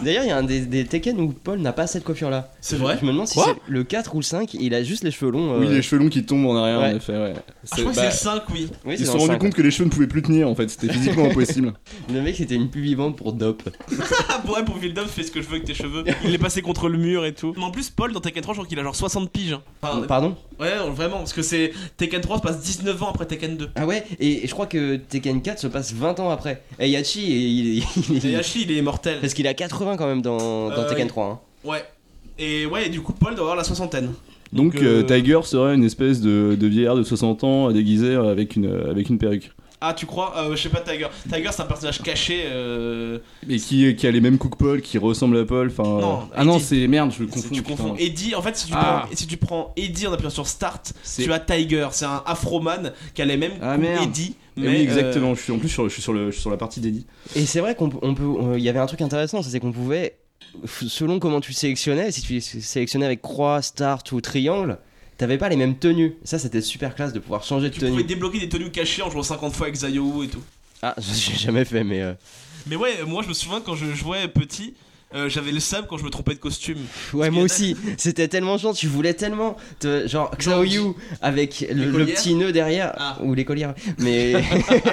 [SPEAKER 3] D'ailleurs, il y a un des, des Tekken où Paul n'a pas cette coiffure-là.
[SPEAKER 2] C'est vrai
[SPEAKER 3] Je me demande si
[SPEAKER 5] Quoi
[SPEAKER 3] c'est le 4 ou le 5, il a juste les cheveux longs. euh,
[SPEAKER 4] Oui, les cheveux longs qui tombent en arrière,
[SPEAKER 3] Ouais.
[SPEAKER 4] en effet. Ouais.
[SPEAKER 2] Ah, Je crois que
[SPEAKER 4] bah,
[SPEAKER 2] c'est le 5, oui.
[SPEAKER 3] oui, c'est
[SPEAKER 4] ils se
[SPEAKER 3] dans
[SPEAKER 4] sont
[SPEAKER 3] le
[SPEAKER 4] rendus
[SPEAKER 3] 5,
[SPEAKER 4] compte que les cheveux ne pouvaient plus tenir. En fait, c'était physiquement impossible.
[SPEAKER 3] ouais. Le mec, c'était une pub vivante pour Dope.
[SPEAKER 2] Ah, pour vrai, pour Vildov, fais ce que je veux avec tes cheveux. Il est passé contre le mur et tout. Mais en plus, Paul, dans Tekken 3, je crois qu'il a genre 60 piges. hein. Enfin,
[SPEAKER 3] Pardon
[SPEAKER 2] ouais, non, vraiment, parce que c'est Tekken 3 se passe 19 ans après Tekken 2.
[SPEAKER 3] Ah ouais Et, et je crois que Tekken 4 se passe 20 ans après. Et Yachi, il, *laughs* il- il-
[SPEAKER 2] Et Yashi, il est immortel.
[SPEAKER 3] Parce qu'il a 80 quand même dans, dans
[SPEAKER 2] Euh,
[SPEAKER 3] Tekken
[SPEAKER 2] il-
[SPEAKER 3] 3. hein.
[SPEAKER 2] Ouais. Et ouais, et du coup, Paul doit avoir la soixantaine.
[SPEAKER 4] Donc,
[SPEAKER 2] Donc, euh,
[SPEAKER 4] euh, Tiger serait une espèce de, de vieillard de 60 ans euh, déguisé euh, avec une, euh, avec une perruque.
[SPEAKER 2] Ah, tu crois Euh, Je sais pas, Tiger. Tiger, c'est un personnage caché. euh,
[SPEAKER 4] Et qui, qui a les mêmes coups que Paul, qui ressemble à Paul. Enfin,
[SPEAKER 2] Non,
[SPEAKER 4] euh, ah non,
[SPEAKER 2] Eddie.
[SPEAKER 4] c'est merde, je le
[SPEAKER 2] c'est-
[SPEAKER 4] confonds.
[SPEAKER 2] tu
[SPEAKER 4] putain.
[SPEAKER 2] confonds. Eddie, en fait, si tu,
[SPEAKER 4] Ah.
[SPEAKER 2] prends, si tu prends Eddie en appuyant sur Start,
[SPEAKER 4] C'est-
[SPEAKER 2] tu as Tiger. C'est un Afroman qui a les mêmes
[SPEAKER 4] Ah,
[SPEAKER 2] coups
[SPEAKER 4] merde.
[SPEAKER 2] Eddie.
[SPEAKER 4] Eh
[SPEAKER 2] Mais
[SPEAKER 4] oui,
[SPEAKER 2] euh,
[SPEAKER 4] exactement. Je suis en plus sur, le- je suis sur, le, je suis sur la partie d'Eddie.
[SPEAKER 3] Et c'est vrai qu'on peut- on peut. on- Il y avait un truc intéressant, c'est qu'on pouvait. f- Selon comment tu sélectionnais, si tu sé- sélectionnais avec croix, start ou triangle, t'avais pas les mêmes tenues. Ça, c'était super classe de pouvoir changer de
[SPEAKER 2] tu pouvais
[SPEAKER 3] tenue.
[SPEAKER 2] débloquer des tenues cachées en jouant 50 fois avec Zayo et tout.
[SPEAKER 3] Ah, *laughs* j'ai jamais fait, mais. euh,
[SPEAKER 2] Mais ouais, moi je me souviens quand je jouais petit, euh, j'avais le sable quand je me trompais de costume.
[SPEAKER 3] Ouais,
[SPEAKER 2] Parce
[SPEAKER 3] moi
[SPEAKER 2] qu'il *laughs*
[SPEAKER 3] aussi, c'était tellement chiant, tu voulais tellement. te- Genre, Xiaoyu avec le, le
[SPEAKER 2] collières
[SPEAKER 3] petit nœud derrière,
[SPEAKER 2] Ah.
[SPEAKER 3] ou les collières,
[SPEAKER 2] *laughs*
[SPEAKER 3] mais. *laughs*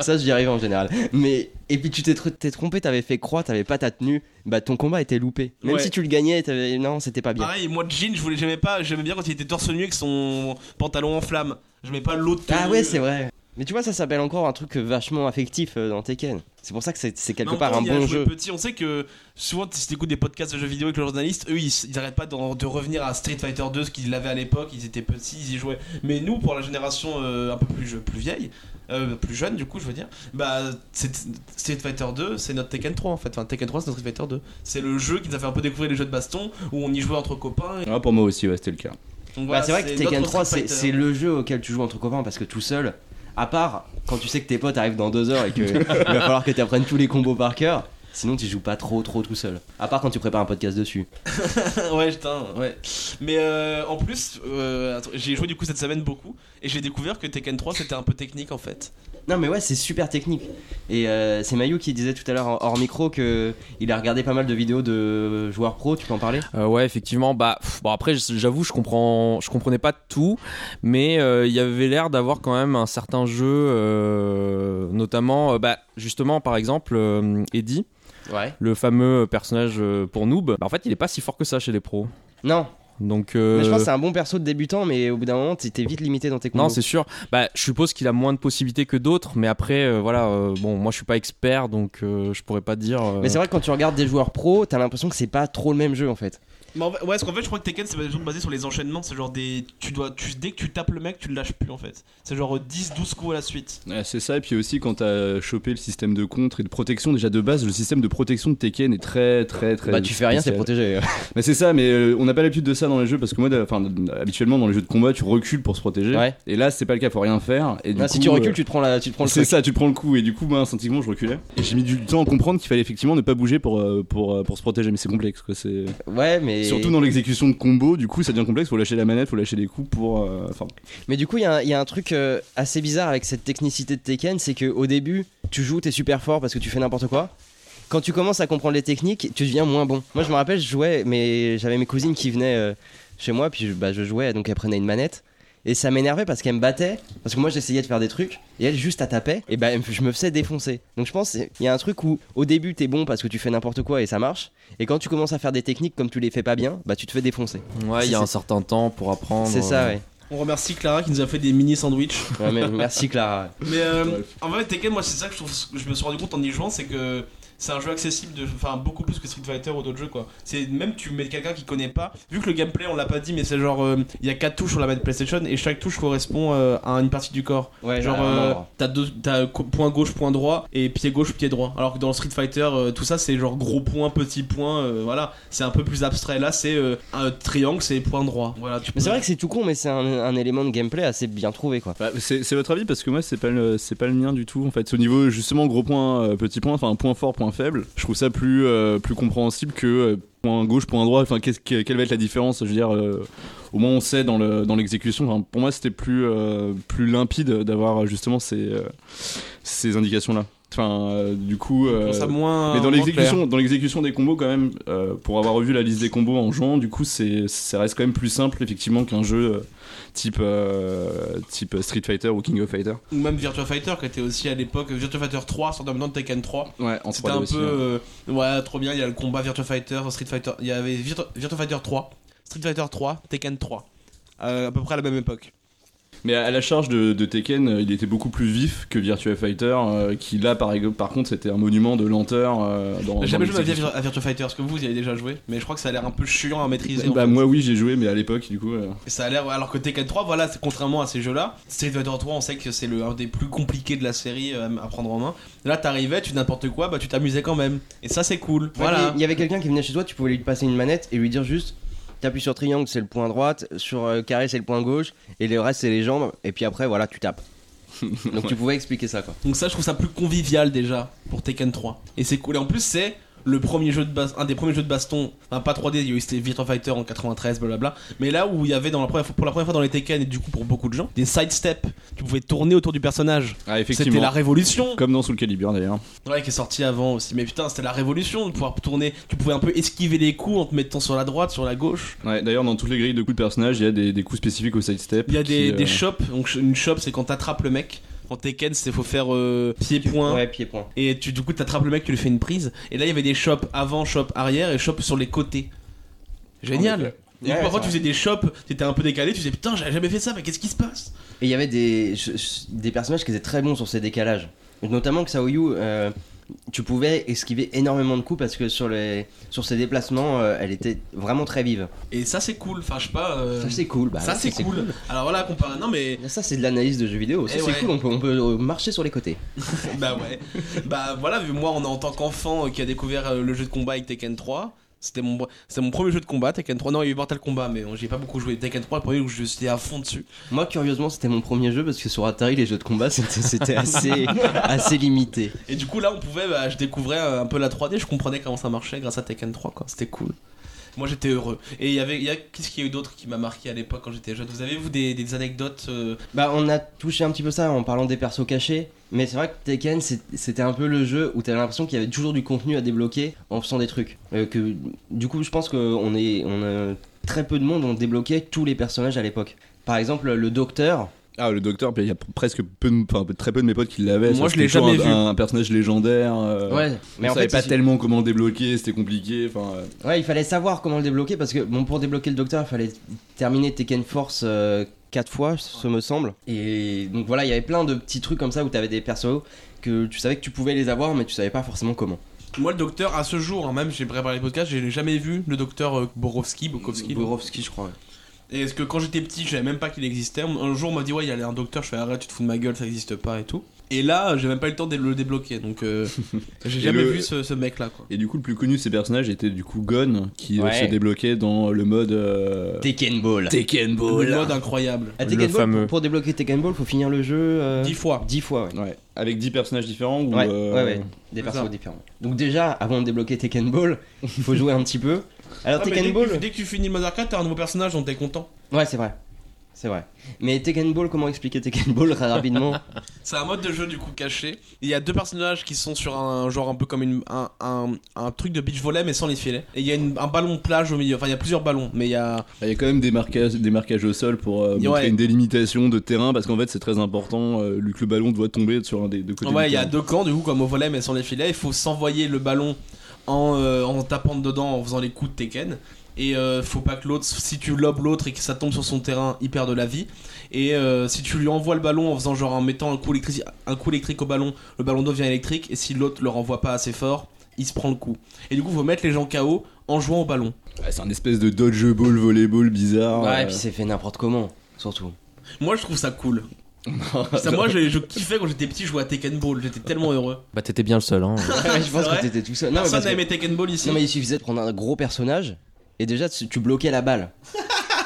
[SPEAKER 3] ça, j'y arrive en général. Mais. Et puis, tu t'es tr- t'es trompé, t'avais fait croix, t'avais pas ta tenue, bah ton combat était loupé. Même
[SPEAKER 2] Ouais.
[SPEAKER 3] si tu le gagnais, t'avais- non, c'était pas bien.
[SPEAKER 2] Pareil, moi Jean, je voulais j'aimais pas, j'aimais bien quand il était torse nu avec son pantalon en flamme. Je mets pas l'autre.
[SPEAKER 3] Ah
[SPEAKER 2] tenue.
[SPEAKER 3] ouais, c'est vrai. Mais tu vois, ça s'appelle encore un truc vachement affectif euh, dans Tekken. C'est pour ça que c'est c'est
[SPEAKER 2] Mais en
[SPEAKER 3] quelque
[SPEAKER 2] même
[SPEAKER 3] part
[SPEAKER 2] temps,
[SPEAKER 3] un
[SPEAKER 2] il Bah, y a
[SPEAKER 3] bon
[SPEAKER 2] joué
[SPEAKER 3] jeu.
[SPEAKER 2] Petit, on sait que souvent si t'écoutes des podcasts de jeux vidéo avec le journaliste, eux ils, ils arrêtent pas d'en- de revenir à Street Fighter 2 ce qu'ils avaient à l'époque, ils étaient petits, ils y jouaient. Mais nous pour la génération euh, un peu plus je- plus vieille, euh, plus jeune du coup je veux dire, bah c'est- Street Fighter 2 c'est notre Tekken 3 en fait, enfin Tekken 3 c'est notre Street Fighter 2. C'est le jeu qui nous a fait un peu découvrir les jeux de baston où on y jouait entre copains. et-
[SPEAKER 4] Ah, pour moi aussi, ouais, c'était le cas.
[SPEAKER 2] donc
[SPEAKER 3] Bah,
[SPEAKER 2] voilà,
[SPEAKER 3] c'est vrai que
[SPEAKER 2] notre
[SPEAKER 3] Tekken 3,
[SPEAKER 2] Street
[SPEAKER 3] c'est
[SPEAKER 2] Fighter.
[SPEAKER 3] c'est le jeu auquel tu joues entre copains parce que tout seul, *laughs* à part quand tu sais que tes potes arrivent dans deux heures et que il va falloir que tu apprennes tous les combos par cœur. Sinon, tu joues pas trop, trop tout seul. À part quand tu prépares un podcast dessus.
[SPEAKER 2] *laughs* ouais, putain, ouais. Mais euh, en plus, euh, attends, j'ai joué du coup cette semaine beaucoup et j'ai découvert que Tekken 3 c'était un peu technique en fait.
[SPEAKER 3] Non, mais ouais, c'est super technique. Et euh, c'est Mayu qui disait tout à l'heure hors micro que il a regardé pas mal de vidéos de joueurs pro. Tu peux en parler
[SPEAKER 5] Euh, ouais, effectivement. Bah, pff, bon, après, j- j'avoue, je comprends, je comprenais pas tout, mais euh, il y avait l'air d'avoir quand même un certain jeu, euh, notamment, euh, bah, justement, par exemple, euh, Eddie,
[SPEAKER 3] Ouais.
[SPEAKER 5] le fameux personnage euh, pour noob. Bah, en fait, il est pas si fort que ça chez les pros.
[SPEAKER 3] Non,
[SPEAKER 5] Donc, euh,
[SPEAKER 3] mais je pense que c'est un bon perso de débutant, mais au bout d'un moment, t'es t'es vite limité dans tes combos.
[SPEAKER 5] non, c'est sûr. Bah, je suppose qu'il a moins de possibilités que d'autres, mais après, euh, voilà, euh, bon, moi, je suis pas expert, donc euh, je pourrais pas dire. euh,
[SPEAKER 3] Mais c'est vrai que quand tu regardes des joueurs pro, t'as l'impression que c'est pas trop le même jeu en fait.
[SPEAKER 2] Mais en fait- ouais, parce qu'en fait, je crois que Tekken c'est vraiment basé sur les enchaînements. C'est genre des. Tu dois, tu, dès que tu tapes le mec, tu le lâches plus en fait. C'est genre 10-12 coups à la suite.
[SPEAKER 4] Ouais, c'est ça, et puis aussi quand t'as chopé le système de contre et de protection, déjà de base, le système de protection de Tekken est très très très.
[SPEAKER 3] bah, tu fais rien, c'est
[SPEAKER 4] spécial.
[SPEAKER 3] protégé.
[SPEAKER 4] Mais c'est ça, mais euh, on n'a pas l'habitude de ça dans les jeux parce que moi, d'a- enfin, habituellement dans les jeux de combat, tu recules pour se protéger.
[SPEAKER 3] Ouais.
[SPEAKER 4] Et là, c'est pas le cas, faut rien faire. Et du
[SPEAKER 3] Non,
[SPEAKER 4] coup,
[SPEAKER 3] si tu
[SPEAKER 4] euh,
[SPEAKER 3] recules, tu te prends la, tu te prends le
[SPEAKER 4] c'est
[SPEAKER 3] truc.
[SPEAKER 4] ça, tu te prends le coup et du coup, moi, instinctivement, je reculais. Et j'ai mis du temps à comprendre qu'il fallait effectivement ne pas bouger pour, euh, pour, euh, pour se protéger, mais c'est complexe quoi. C'est
[SPEAKER 3] Ouais, mais
[SPEAKER 4] surtout dans l'exécution de combo, du coup, ça devient complexe. Faut lâcher la manette, faut lâcher les coups pour. euh, Enfin,
[SPEAKER 3] Mais du coup, il y, a un- il y a un truc euh, assez bizarre avec cette technicité de Tekken, c'est que au début, tu joues, t'es super fort parce que tu fais n'importe quoi. Quand tu commences à comprendre les techniques, tu deviens moins bon. Moi, je me rappelle, je jouais, mais j'avais mes cousines qui venaient euh, chez moi, puis je, bah, je jouais, donc elles prenaient une manette. Et ça m'énervait parce qu'elles me battaient, parce que moi j'essayais de faire des trucs, et elles juste à taper, et bah elles me- je me faisais défoncer. Donc je pense, il y a un truc où au début t'es bon parce que tu fais n'importe quoi et ça marche, et quand tu commences à faire des techniques comme tu les fais pas bien, bah tu te fais défoncer.
[SPEAKER 5] Ouais, il y a
[SPEAKER 3] c'est-
[SPEAKER 5] un certain temps pour
[SPEAKER 4] Oh
[SPEAKER 5] apprendre.
[SPEAKER 3] C'est ça,
[SPEAKER 5] euh,
[SPEAKER 3] ouais.
[SPEAKER 2] On remercie Clara qui nous a fait des mini sandwichs.
[SPEAKER 3] Ouais, mais- merci Clara.
[SPEAKER 2] Mais euh, en fait, Tekken, moi, c'est ça que je, trouve, que je me suis rendu compte en y jouant, c'est que c'est un jeu accessible, de, enfin beaucoup plus que Street Fighter ou d'autres jeux, quoi. C'est même tu mets quelqu'un qui connaît pas. Vu que le gameplay, on l'a pas dit, mais c'est genre euh, il y a quatre touches sur la manette PlayStation et chaque touche correspond euh, à une partie du corps.
[SPEAKER 3] Ouais,
[SPEAKER 2] Genre
[SPEAKER 3] à un
[SPEAKER 2] euh,
[SPEAKER 3] membre.
[SPEAKER 2] t'as deux, t'as co- point gauche, point droit et pied gauche, pied droit. Alors que dans Street Fighter, euh, tout ça c'est genre gros point, petit point, euh, voilà. C'est un peu plus abstrait. Là, c'est euh, un triangle, c'est point droit. Voilà. Tu
[SPEAKER 3] Mais c'est vrai que c'est tout con, mais c'est un, un élément de gameplay assez bien trouvé quoi.
[SPEAKER 4] Bah, c'est c'est votre avis parce que moi c'est pas le c'est pas le mien du tout en fait. C'est Au niveau justement gros point euh, petit point enfin point fort point faible, je trouve ça plus euh, plus compréhensible que euh, point gauche point droit. Enfin qu'est-ce que- quelle va être la différence Je veux dire euh, au moins on sait dans le dans l'exécution. Enfin, pour moi c'était plus euh, plus limpide d'avoir euh, justement ces euh, ces indications là. Enfin euh, du coup euh,
[SPEAKER 2] ça moins.
[SPEAKER 4] mais dans
[SPEAKER 2] moins clair.
[SPEAKER 4] l'exécution, dans l'exécution des combos quand même, euh, pour avoir revu la liste des combos en jouant, du coup, c'est, ça reste quand même plus simple effectivement qu'un jeu euh, type euh, type Street Fighter ou King of Fighter.
[SPEAKER 2] ou même Virtua Fighter qui était aussi à l'époque Virtua Fighter 3 sortait en même temps de Tekken 3
[SPEAKER 4] Ouais, en
[SPEAKER 2] c'était un peu euh, ouais trop bien il y a le combat Virtua Fighter Street Fighter il y avait Virtua, Virtua Fighter 3 Street Fighter 3 Tekken 3 Euh, à peu près à la même époque
[SPEAKER 4] Mais à à la charge de, de Tekken, euh, il était beaucoup plus vif que Virtua Fighter, euh, qui là par, ex- par contre c'était un monument de lenteur. euh, dans,
[SPEAKER 2] j'ai
[SPEAKER 4] dans
[SPEAKER 2] jamais joué ma vie à
[SPEAKER 4] l'exécution.
[SPEAKER 2] Virtua- à Virtua Fighter parce que vous vous y avez déjà joué mais je crois que ça a l'air un peu chiant à maîtriser en
[SPEAKER 4] Bah
[SPEAKER 2] fait.
[SPEAKER 4] moi oui j'ai joué mais à l'époque du coup euh,
[SPEAKER 2] Et ça a l'air alors que Tekken 3 voilà c'est contrairement à ces jeux là Street Fighter 3 on sait que c'est le un des plus compliqués de la série euh, à prendre en main là t'arrivais tu n'importe quoi bah tu t'amusais quand même et ça c'est cool voilà
[SPEAKER 3] Il y avait quelqu'un qui venait chez toi, tu pouvais lui passer une manette et lui dire juste t'appuies sur triangle c'est le point droite, sur euh, carré c'est le point gauche, et le reste c'est les jambes, et puis après voilà tu *laughs* tapes. Donc tu pouvais expliquer ça quoi.
[SPEAKER 2] Donc ça, je trouve ça plus convivial déjà pour Tekken 3. Et c'est cool. Et en plus, c'est le premier jeu de bas- un des premiers jeux de baston, enfin pas 3D, il y a eu c'était Virtua Fighter en 93, blablabla. Mais là où il y avait dans la première fois- pour la première fois dans les Tekken et du coup pour beaucoup de gens, des side steps. Tu pouvais tourner autour du personnage.
[SPEAKER 4] Ah
[SPEAKER 2] C'était
[SPEAKER 4] effectivement.
[SPEAKER 2] la révolution.
[SPEAKER 4] Comme dans Soul Calibur d'ailleurs.
[SPEAKER 2] Ouais, qui est sorti avant aussi. Mais putain, c'était la révolution de pouvoir tourner. Tu pouvais un peu esquiver les coups en te mettant sur la droite, sur la gauche.
[SPEAKER 4] Ouais, d'ailleurs dans toutes les grilles de coups de personnages, il y a des, des coups spécifiques au sidestep.
[SPEAKER 2] Il y a des,
[SPEAKER 4] qui,
[SPEAKER 2] des
[SPEAKER 4] euh,
[SPEAKER 2] shops. Donc une shop, c'est quand t'attrapes le mec. En Tekken, c'est faut faire euh, pied-point.
[SPEAKER 3] Ouais, pied point.
[SPEAKER 2] Et tu, du coup, t'attrapes le mec, tu lui fais une prise. Et là, il y avait des shops avant, shop arrière et shop sur les côtés. Génial! Et
[SPEAKER 3] Ah, Ouais,
[SPEAKER 2] parfois,
[SPEAKER 3] c'est
[SPEAKER 2] tu faisais des shops, t'étais un peu décalé, tu disais putain, j'avais jamais fait ça, mais qu'est-ce qui se passe?
[SPEAKER 3] Et il y avait des, je- je- des personnages qui étaient très bons sur ces décalages. Notamment que Sao Yu, euh, tu pouvais esquiver énormément de coups parce que sur, les, sur ses déplacements, euh, elle était vraiment très vive.
[SPEAKER 2] Et ça, c'est cool. Enfin, je sais pas. euh,
[SPEAKER 3] Ça c'est cool. Bah,
[SPEAKER 2] ça,
[SPEAKER 3] ouais,
[SPEAKER 2] c'est cool. Alors voilà, comparé. Non, mais.
[SPEAKER 3] Ça, c'est de l'analyse de jeux vidéo. Ça,
[SPEAKER 2] Eh
[SPEAKER 3] c'est
[SPEAKER 2] ouais.
[SPEAKER 3] cool, on peut, on peut euh, marcher sur les côtés.
[SPEAKER 2] bah ouais. bah voilà, vu moi, en, en tant qu'enfant euh, qui a découvert euh, le jeu de combat avec Tekken 3. C'était mon, c'était mon premier jeu de combat, Tekken 3. Non, il y a eu Mortal Kombat, mais on- j'y ai pas beaucoup joué. Tekken 3, le premier où je- j'étais à fond dessus.
[SPEAKER 3] Moi, curieusement, c'était mon premier jeu parce que sur Atari, les jeux de combat, *laughs* c'était c'était assez, assez limité.
[SPEAKER 2] Et du coup, là, on pouvait, bah, je découvrais euh, un peu la 3D, je comprenais comment ça marchait grâce à Tekken 3, quoi. C'était cool. Moi, j'étais heureux. Et il y avait, il y a, qu'est-ce qu'il y a eu d'autre qui m'a marqué à l'époque quand j'étais jeune Vous avez, vous, des, des anecdotes euh,
[SPEAKER 3] Bah, on a touché un petit peu ça en parlant des persos cachés, mais c'est vrai que Tekken, c'est- c'était un peu le jeu où t'avais l'impression qu'il y avait toujours du contenu à débloquer en faisant des trucs. Euh, que, du coup, je pense qu'on est, on a très peu de monde ont débloqué tous les personnages à l'époque. Par exemple, le docteur.
[SPEAKER 4] Ah, le docteur, il y a presque peu de- enfin, très peu de mes potes qui l'avaient.
[SPEAKER 5] Moi,
[SPEAKER 4] ça,
[SPEAKER 5] je
[SPEAKER 4] c'était
[SPEAKER 5] l'ai
[SPEAKER 4] toujours
[SPEAKER 5] jamais
[SPEAKER 4] un,
[SPEAKER 5] vu.
[SPEAKER 4] Un personnage légendaire. euh,
[SPEAKER 3] ouais, mais
[SPEAKER 4] on
[SPEAKER 3] en
[SPEAKER 4] savait
[SPEAKER 3] fait,
[SPEAKER 4] pas
[SPEAKER 3] il-
[SPEAKER 4] tellement comment le débloquer, c'était compliqué. Enfin, euh,
[SPEAKER 3] Ouais, il fallait savoir comment le débloquer parce que bon pour débloquer le docteur, il fallait terminer Tekken Force 4 fois, ce me semble. Et donc voilà, il y avait plein de petits trucs comme ça où t'avais des persos que tu savais que tu pouvais les avoir mais tu savais pas forcément comment.
[SPEAKER 2] Moi, le docteur, à ce jour, hein, même, j'ai préparé les podcasts, j'ai jamais vu le docteur euh, Borowski, Bukowski.
[SPEAKER 3] Borowski, je crois.
[SPEAKER 2] Et est-ce que quand j'étais petit, je savais même pas qu'il existait. Un jour, on m'a dit, ouais, il y a un docteur, je fais arrête, tu te fous de ma gueule, ça existe pas et tout. Et là, j'ai même pas eu le temps de le débloquer, donc
[SPEAKER 3] *laughs*
[SPEAKER 2] euh, j'ai
[SPEAKER 4] Et
[SPEAKER 2] jamais
[SPEAKER 4] le-
[SPEAKER 2] vu ce, ce mec-là, quoi.
[SPEAKER 4] Et du coup, le plus connu de ces personnages était du coup Gon, qui euh,
[SPEAKER 3] Ouais.
[SPEAKER 4] se débloquait dans le mode euh,
[SPEAKER 3] Tekken Ball.
[SPEAKER 4] Tekken
[SPEAKER 2] Le
[SPEAKER 3] Oh
[SPEAKER 4] Ball.
[SPEAKER 2] mode incroyable.
[SPEAKER 3] Ah,
[SPEAKER 5] Le
[SPEAKER 3] Tekken Ball, pour-
[SPEAKER 5] fameux.
[SPEAKER 3] Pour, débloquer Tekken Ball, faut finir le jeu euh,
[SPEAKER 2] Dix fois.
[SPEAKER 3] 10 fois, ouais.
[SPEAKER 4] Ouais, avec 10 personnages différents. Ou,
[SPEAKER 3] Ouais,
[SPEAKER 4] euh,
[SPEAKER 3] ouais, ouais, des
[SPEAKER 2] c'est
[SPEAKER 3] persos
[SPEAKER 2] ça.
[SPEAKER 3] différents. Donc déjà, avant de débloquer Tekken Ball, il faut jouer un petit peu. Alors
[SPEAKER 2] Ah, mais
[SPEAKER 3] Tekken
[SPEAKER 2] dès,
[SPEAKER 3] Ball,
[SPEAKER 2] que tu, dès que tu finis le mode arcade, t'as un nouveau personnage dont t'es content.
[SPEAKER 3] ouais, c'est vrai, c'est vrai. Mais Tekken Ball, comment expliquer Tekken Ball *laughs* rapidement
[SPEAKER 2] C'est un mode de jeu du coup caché. Il y a deux personnages qui sont sur un genre un peu comme une- un, un- un truc de beach volley mais sans les filets. Et il y a une- un ballon plage au milieu. Enfin, il y a plusieurs ballons, mais il y a.
[SPEAKER 4] Il y a quand même des marquages, des marquages au sol pour euh,
[SPEAKER 2] Ouais.
[SPEAKER 4] montrer une délimitation de terrain parce qu'en fait c'est très important. euh, le, le ballon doit tomber sur un des deux côtés.
[SPEAKER 2] ouais,
[SPEAKER 4] du
[SPEAKER 2] il y a
[SPEAKER 4] terrain.
[SPEAKER 2] deux camps du coup comme au volley mais sans les filets. Il faut s'envoyer le ballon en, euh, en tapant dedans, en faisant les coups de Tekken. Et euh, faut pas que l'autre, si tu lobes l'autre et que ça tombe sur son terrain, il perd de la vie. Et euh, si tu lui envoies le ballon en faisant genre en mettant un coup électrique, un coup électrique au ballon, le ballon devient électrique. Et si l'autre le renvoie pas assez fort, il se prend le coup. Et du coup, faut mettre les gens KO en jouant au ballon.
[SPEAKER 4] Ouais, c'est un espèce de dodgeball, volleyball bizarre.
[SPEAKER 3] Ouais,
[SPEAKER 4] euh,
[SPEAKER 3] et puis c'est fait n'importe comment, *laughs* surtout.
[SPEAKER 2] Moi, je trouve ça cool.
[SPEAKER 3] *laughs*
[SPEAKER 2] ça, moi, je, je kiffais quand j'étais petit jouer à Tekken Ball. J'étais tellement heureux.
[SPEAKER 5] Bah, t'étais bien le
[SPEAKER 3] *laughs*
[SPEAKER 5] seul, hein.
[SPEAKER 3] je pense
[SPEAKER 2] vrai
[SPEAKER 3] que t'étais tout seul. Non, mais
[SPEAKER 2] Personne
[SPEAKER 3] Ah parce
[SPEAKER 2] n'a
[SPEAKER 3] que-
[SPEAKER 2] aimé Tekken Ball ici.
[SPEAKER 3] non, mais il suffisait de prendre un gros personnage et déjà tu tu bloquais la balle.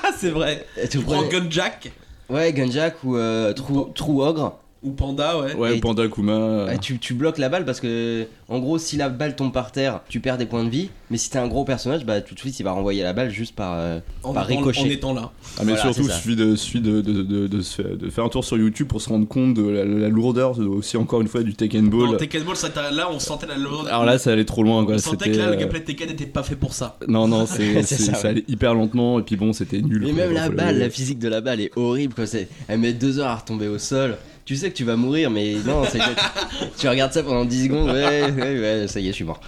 [SPEAKER 2] Ah, c'est vrai.
[SPEAKER 3] Et tu
[SPEAKER 2] Tu prends
[SPEAKER 3] prenais-
[SPEAKER 2] Gunjack
[SPEAKER 3] Ouais, Gunjack ou euh, Trou, Trou Ogre.
[SPEAKER 2] ou Panda, ouais.
[SPEAKER 4] Ouais,
[SPEAKER 3] Et-
[SPEAKER 4] Panda Kuma. euh,
[SPEAKER 3] Ouais, tu, tu bloques la balle parce que, en gros, si la balle tombe par terre, tu perds des points de vie. Mais si t'es un gros personnage, bah tout de suite il va renvoyer la balle juste par. euh,
[SPEAKER 2] En,
[SPEAKER 3] Par
[SPEAKER 2] en-
[SPEAKER 3] ricochet.
[SPEAKER 2] en étant là.
[SPEAKER 4] Ah, mais
[SPEAKER 3] Voilà,
[SPEAKER 4] surtout,
[SPEAKER 3] c'est
[SPEAKER 4] il
[SPEAKER 3] ça.
[SPEAKER 4] suffit, de, suffit de, de- de- de se faire, de faire un tour sur YouTube pour se rendre compte de la, la lourdeur de- aussi, encore une fois, du Tekken
[SPEAKER 2] Dans
[SPEAKER 4] Ball.
[SPEAKER 2] Tekken Ball, ça t'a- là, on sentait la lourdeur.
[SPEAKER 4] Alors là, ça allait trop loin, quoi.
[SPEAKER 2] on sentait
[SPEAKER 4] C'était.
[SPEAKER 2] que là, le
[SPEAKER 4] euh,
[SPEAKER 2] gameplay de Tekken n'était pas fait pour ça.
[SPEAKER 4] Non, non, c'est,
[SPEAKER 3] C'est
[SPEAKER 4] c'est-
[SPEAKER 3] ça,
[SPEAKER 4] ça,
[SPEAKER 3] ouais.
[SPEAKER 4] allait hyper lentement, et puis bon, c'était nul.
[SPEAKER 3] Mais
[SPEAKER 4] quoi,
[SPEAKER 3] même
[SPEAKER 4] donc, euh,
[SPEAKER 3] la
[SPEAKER 4] faut
[SPEAKER 3] balle,
[SPEAKER 4] le-
[SPEAKER 3] la physique de la balle est horrible. Quoi. c'est- Elle met deux heures à retomber au sol. Tu sais que tu vas mourir, mais non, c'est *laughs* que- tu regardes ça pendant 10 secondes. Ouais, ouais, ouais, ça y est, je suis mort.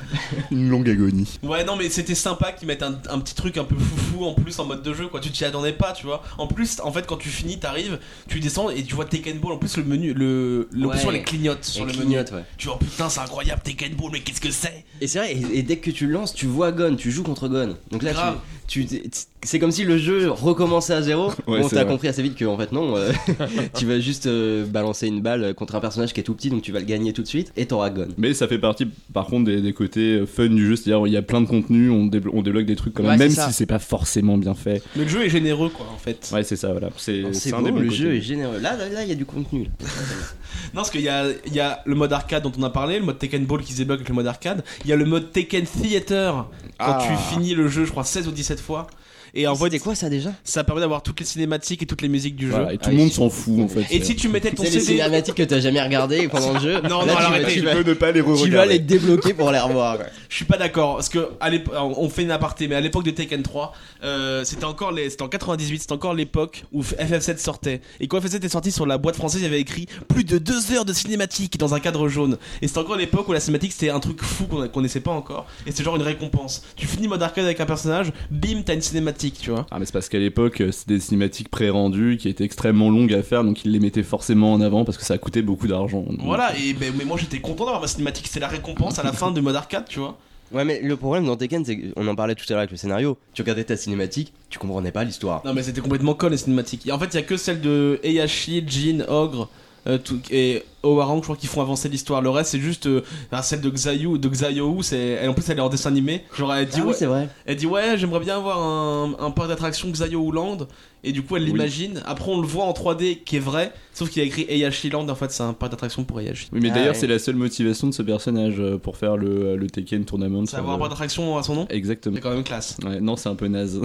[SPEAKER 4] Une longue agonie.
[SPEAKER 2] Ouais, non, mais c'était sympa qu'ils mettent un, un petit truc un peu foufou en plus en mode de jeu, quoi. Tu t'y attendais pas, tu vois. En plus, en fait, quand tu finis, t'arrives, tu descends et tu vois Tekken Ball. En plus, le menu, le, l'option,
[SPEAKER 3] Ouais.
[SPEAKER 2] elle clignote sur le
[SPEAKER 3] Elle
[SPEAKER 2] menu.
[SPEAKER 3] clignote, ouais.
[SPEAKER 2] Tu vois, putain, c'est incroyable, Tekken Ball, mais qu'est-ce que c'est
[SPEAKER 3] Et c'est vrai, et, et dès que tu le lances, tu vois Gon, tu joues contre Gon. Donc là,
[SPEAKER 2] Grave.
[SPEAKER 3] tu, tu- c'est comme si le jeu recommençait à zéro.
[SPEAKER 4] *laughs* Ouais,
[SPEAKER 3] bon,
[SPEAKER 4] c'est
[SPEAKER 3] t'as
[SPEAKER 4] vrai.
[SPEAKER 3] compris assez vite que en fait non,
[SPEAKER 4] *laughs*
[SPEAKER 3] euh, tu vas juste euh, balancer une balle contre un personnage qui est tout petit, donc tu vas le gagner tout de suite et t'auras Gon.
[SPEAKER 4] Mais ça fait partie, par contre, des, des côtés euh, fun du jeu, c'est-à-dire il y a plein de contenus, on, déblo- on débloque des trucs quand même,
[SPEAKER 3] Ouais,
[SPEAKER 4] même
[SPEAKER 3] c'est ça.
[SPEAKER 4] si c'est pas forcément bien fait.
[SPEAKER 2] Mais le jeu est généreux, quoi, en fait.
[SPEAKER 4] Ouais, c'est ça, voilà. C'est,
[SPEAKER 3] Alors,
[SPEAKER 4] c'est
[SPEAKER 3] C'est
[SPEAKER 4] un des
[SPEAKER 3] beau,
[SPEAKER 4] bons
[SPEAKER 3] le
[SPEAKER 4] côtés.
[SPEAKER 3] jeu est généreux. Là, là, là, il y a du contenu. là.
[SPEAKER 2] Non, parce qu'il y a, il y a le mode arcade dont on a parlé, le mode Tekken Ball qui se débloque avec le mode arcade. Il y a le mode Tekken Theater quand
[SPEAKER 4] Ah.
[SPEAKER 2] tu finis le jeu, je crois, 16 ou 17 fois. Et en fait,
[SPEAKER 3] C'était quoi ça déjà
[SPEAKER 2] ça permet d'avoir toutes les cinématiques et toutes les musiques du
[SPEAKER 4] Voilà,
[SPEAKER 2] jeu.
[SPEAKER 4] et tout
[SPEAKER 3] Ah
[SPEAKER 4] le
[SPEAKER 3] oui.
[SPEAKER 4] monde s'en fout en fait.
[SPEAKER 2] Et si tu mettais ton
[SPEAKER 3] C'est les
[SPEAKER 2] CD.
[SPEAKER 3] cinématiques que t'as jamais regardées pendant le jeu.
[SPEAKER 2] Non,
[SPEAKER 3] Là,
[SPEAKER 2] non, alors
[SPEAKER 3] tu, vas,
[SPEAKER 2] arrêtez.
[SPEAKER 3] tu, vas,
[SPEAKER 4] ne pas les
[SPEAKER 3] tu vas les débloquer pour
[SPEAKER 2] *laughs*
[SPEAKER 3] les revoir. quoi.
[SPEAKER 2] Je suis pas d'accord, parce que à l'épo- on fait une aparté, mais à l'époque de Tekken 3, euh, c'était encore les, c'était en 98, c'était encore l'époque où FF7 sortait. Et quand FF7 est sorti sur la boîte française, il y avait écrit plus de deux heures de cinématique dans un cadre jaune. Et c'était encore l'époque où la cinématique c'était un truc fou qu'on qu'on connaissait pas encore. Et c'est genre une récompense. Tu finis mode arcade avec un personnage, bim, t'as une cinématique, tu vois.
[SPEAKER 4] Ah mais c'est parce qu'à l'époque euh, c'était des cinématiques pré-rendues qui étaient extrêmement longues à faire donc ils les mettaient forcément en avant parce que ça coûtait beaucoup d'argent. Donc,
[SPEAKER 2] Voilà, et ben, mais moi j'étais content d'avoir ma cinématique, c'était la récompense à la fin de mode arcade, tu vois.
[SPEAKER 3] Ouais, mais le problème dans Tekken, c'est qu'on en parlait tout à l'heure avec le scénario. Tu regardais ta cinématique, tu comprenais pas l'histoire.
[SPEAKER 2] Non mais c'était complètement con les cinématiques. Et en fait il y a que celle de Heihachi, Jin, Ogre euh, tout- et Owarang, je crois qu'ils font avancer l'histoire. Le reste, c'est juste euh, enfin, celle de Xayu, de Xayou, c'est elle, en plus elle est en dessin animé. Genre elle dit
[SPEAKER 3] Ah oui,
[SPEAKER 2] ouais,
[SPEAKER 3] c'est vrai.
[SPEAKER 2] elle dit ouais, j'aimerais bien avoir un, un parc d'attractions Xayou Land et du coup elle l'imagine. Après on le voit en 3D qui est vrai, sauf qu'il a écrit Eiyashi Land en fait, c'est un parc d'attractions pour Eiyashi.
[SPEAKER 4] Oui, mais
[SPEAKER 3] Ah
[SPEAKER 4] d'ailleurs,
[SPEAKER 3] ouais.
[SPEAKER 4] c'est la seule motivation de ce personnage euh, pour faire le, le Tekken Tournament.
[SPEAKER 2] C'est avoir un
[SPEAKER 4] euh,
[SPEAKER 2] parc d'attraction à son nom
[SPEAKER 4] Exactement.
[SPEAKER 2] C'est quand même classe.
[SPEAKER 4] Ouais, non, c'est un
[SPEAKER 2] *laughs*
[SPEAKER 4] peu naze.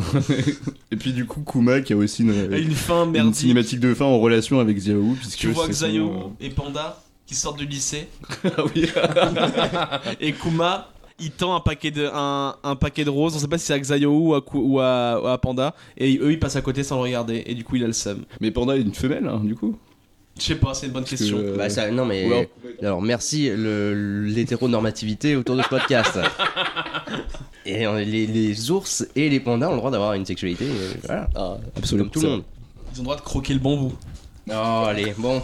[SPEAKER 4] Et puis, du coup, Kuma qui a aussi une,
[SPEAKER 2] Et une fin
[SPEAKER 4] une
[SPEAKER 2] merdique.
[SPEAKER 4] cinématique de fin en relation avec Xiao. Puisque
[SPEAKER 2] Tu vois
[SPEAKER 4] c'est son,
[SPEAKER 2] Xayou et Panda qui sortent du lycée
[SPEAKER 4] euh, *laughs* ah oui.
[SPEAKER 2] *laughs* et Kuma il tend un paquet de un, un paquet de roses on sait pas si c'est à Xayo ou à, Ku- ou à, ou à Panda et eux ils passent à côté sans le regarder et du coup il a le seum
[SPEAKER 4] mais Panda est une femelle, hein, du coup.
[SPEAKER 2] je sais pas c'est une bonne
[SPEAKER 4] Parce
[SPEAKER 2] question
[SPEAKER 4] que, euh,
[SPEAKER 3] Bah, ça, non, mais.
[SPEAKER 4] ou alors-
[SPEAKER 3] Alors, merci le- l'hétéronormativité autour de ce podcast. et euh, les, les ours et les pandas ont le droit d'avoir une sexualité. euh, voilà.
[SPEAKER 4] absolument.
[SPEAKER 3] Comme tout le monde.
[SPEAKER 2] ils ont le droit de croquer le bambou
[SPEAKER 3] Oh, allez, bon.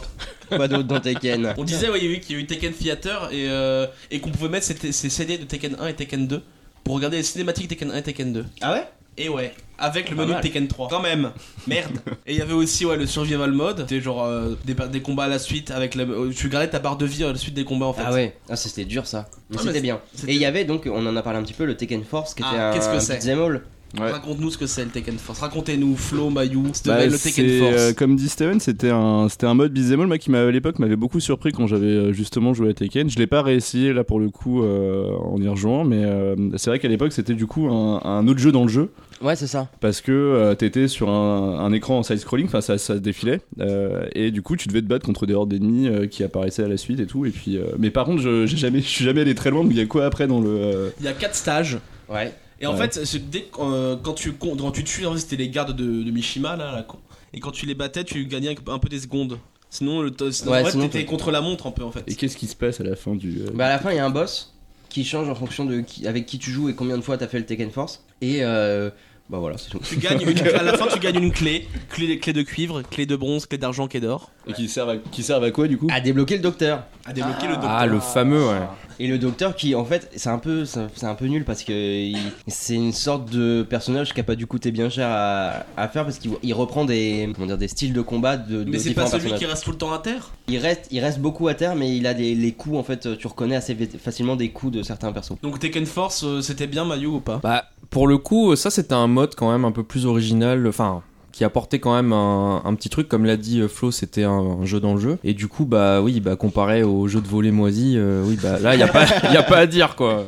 [SPEAKER 3] Pas d'autre dans Tekken.
[SPEAKER 2] on disait ouais, il y a eu- qu'il y a eu Tekken Theater et, euh, et qu'on pouvait mettre ces, ces CD de Tekken 1 et Tekken 2 pour regarder les cinématiques Tekken 1 et Tekken 2
[SPEAKER 3] Ah ouais
[SPEAKER 2] Et ouais, avec le
[SPEAKER 3] Pas
[SPEAKER 2] menu
[SPEAKER 3] mal.
[SPEAKER 2] Tekken 3. Quand même,
[SPEAKER 3] *laughs*
[SPEAKER 2] merde. Et il y avait aussi ouais, le survival mode, c'était genre euh, des, pa- des combats à la suite avec la, euh, tu gardais ta barre de vie à la suite des combats en fait.
[SPEAKER 3] Ah ouais, ah, ça, c'était dur ça. Mais
[SPEAKER 2] Ah, mais
[SPEAKER 3] c'était bien.
[SPEAKER 2] c'était-
[SPEAKER 3] Et il y avait donc, on en a parlé un petit peu, le Tekken Force qui était
[SPEAKER 2] Ah,
[SPEAKER 3] un
[SPEAKER 2] qu'est-ce que c'est
[SPEAKER 3] beat'em all.
[SPEAKER 4] Ouais.
[SPEAKER 2] Raconte-nous ce que c'est le Tekken Force. Racontez-nous Flo, Mayou, ce que
[SPEAKER 4] Bah,
[SPEAKER 2] devait le
[SPEAKER 4] c'est,
[SPEAKER 2] Tekken Force.
[SPEAKER 4] euh, comme dit Steven, c'était un, c'était un mode beat'em all moi, qui m'a- à l'époque m'avait beaucoup surpris quand j'avais euh, justement joué à Tekken. Je l'ai pas réessayé là pour le coup euh, en y rejoignant, mais euh, c'est vrai qu'à l'époque c'était du coup un, un autre jeu dans le jeu
[SPEAKER 3] Ouais, c'est ça.
[SPEAKER 4] parce que euh, t'étais sur un, un écran en side scrolling, enfin ça, ça défilait euh, et du coup tu devais te battre contre des hordes d'ennemis euh, qui apparaissaient à la suite et tout. Et puis, euh, mais par contre, je j'ai jamais, je suis jamais allé très loin. Donc il y a quoi après dans le euh,
[SPEAKER 2] Il y a 4 stages.
[SPEAKER 3] Ouais.
[SPEAKER 2] Et en
[SPEAKER 4] Ouais.
[SPEAKER 2] fait, c'est- dès que, euh, quand tu con- quand tu tues, en fait, c'était les gardes de, de Mishima là, la con. Et quand tu les battais, tu gagnais un, un peu des secondes. Sinon, le to- sinon,
[SPEAKER 3] Ouais,
[SPEAKER 2] en vrai,
[SPEAKER 3] sinon,
[SPEAKER 2] t'étais
[SPEAKER 3] t'es-
[SPEAKER 2] contre la montre un peu en fait.
[SPEAKER 4] Et qu'est-ce qui se passe à la fin du euh,
[SPEAKER 3] Bah à la fin il y a un boss qui change en fonction de qui- avec qui tu joues et combien de fois t'as fait le Tekken Force et euh, bah voilà c'est tout.
[SPEAKER 2] Tu gagnes
[SPEAKER 3] *laughs*
[SPEAKER 2] une- à la fin, tu gagnes une clé, clé, clé de cuivre, clé de bronze, clé d'argent, clé d'or.
[SPEAKER 4] et qui servent à, qui servent à quoi du coup
[SPEAKER 3] À débloquer le docteur
[SPEAKER 2] à débloquer le
[SPEAKER 5] Ah, le fameux, ouais.
[SPEAKER 3] et le docteur qui en fait c'est un peu c'est un- c'est un peu nul parce que il- c'est une sorte de personnage qui a pas dû coûter bien cher à, à faire parce qu'il il reprend des comment dire des styles de combat de, de
[SPEAKER 2] Mais c'est pas
[SPEAKER 3] différents
[SPEAKER 2] celui
[SPEAKER 3] personnages.
[SPEAKER 2] qui reste tout le temps à terre
[SPEAKER 3] Il reste il reste beaucoup à terre mais il a des les coups en fait tu reconnais assez vite- facilement des coups de certains persos.
[SPEAKER 2] Donc Tekken Force, euh, c'était bien Mayu ou pas
[SPEAKER 5] Bah, pour le coup, ça c'était un mode quand même un peu plus original, enfin qui apportait quand même un, un petit truc comme l'a dit euh, Flo c'était un, un jeu dans le jeu et du coup bah oui bah comparé au jeu de volet moisi euh, oui bah là il y a pas *laughs* y a pas à dire quoi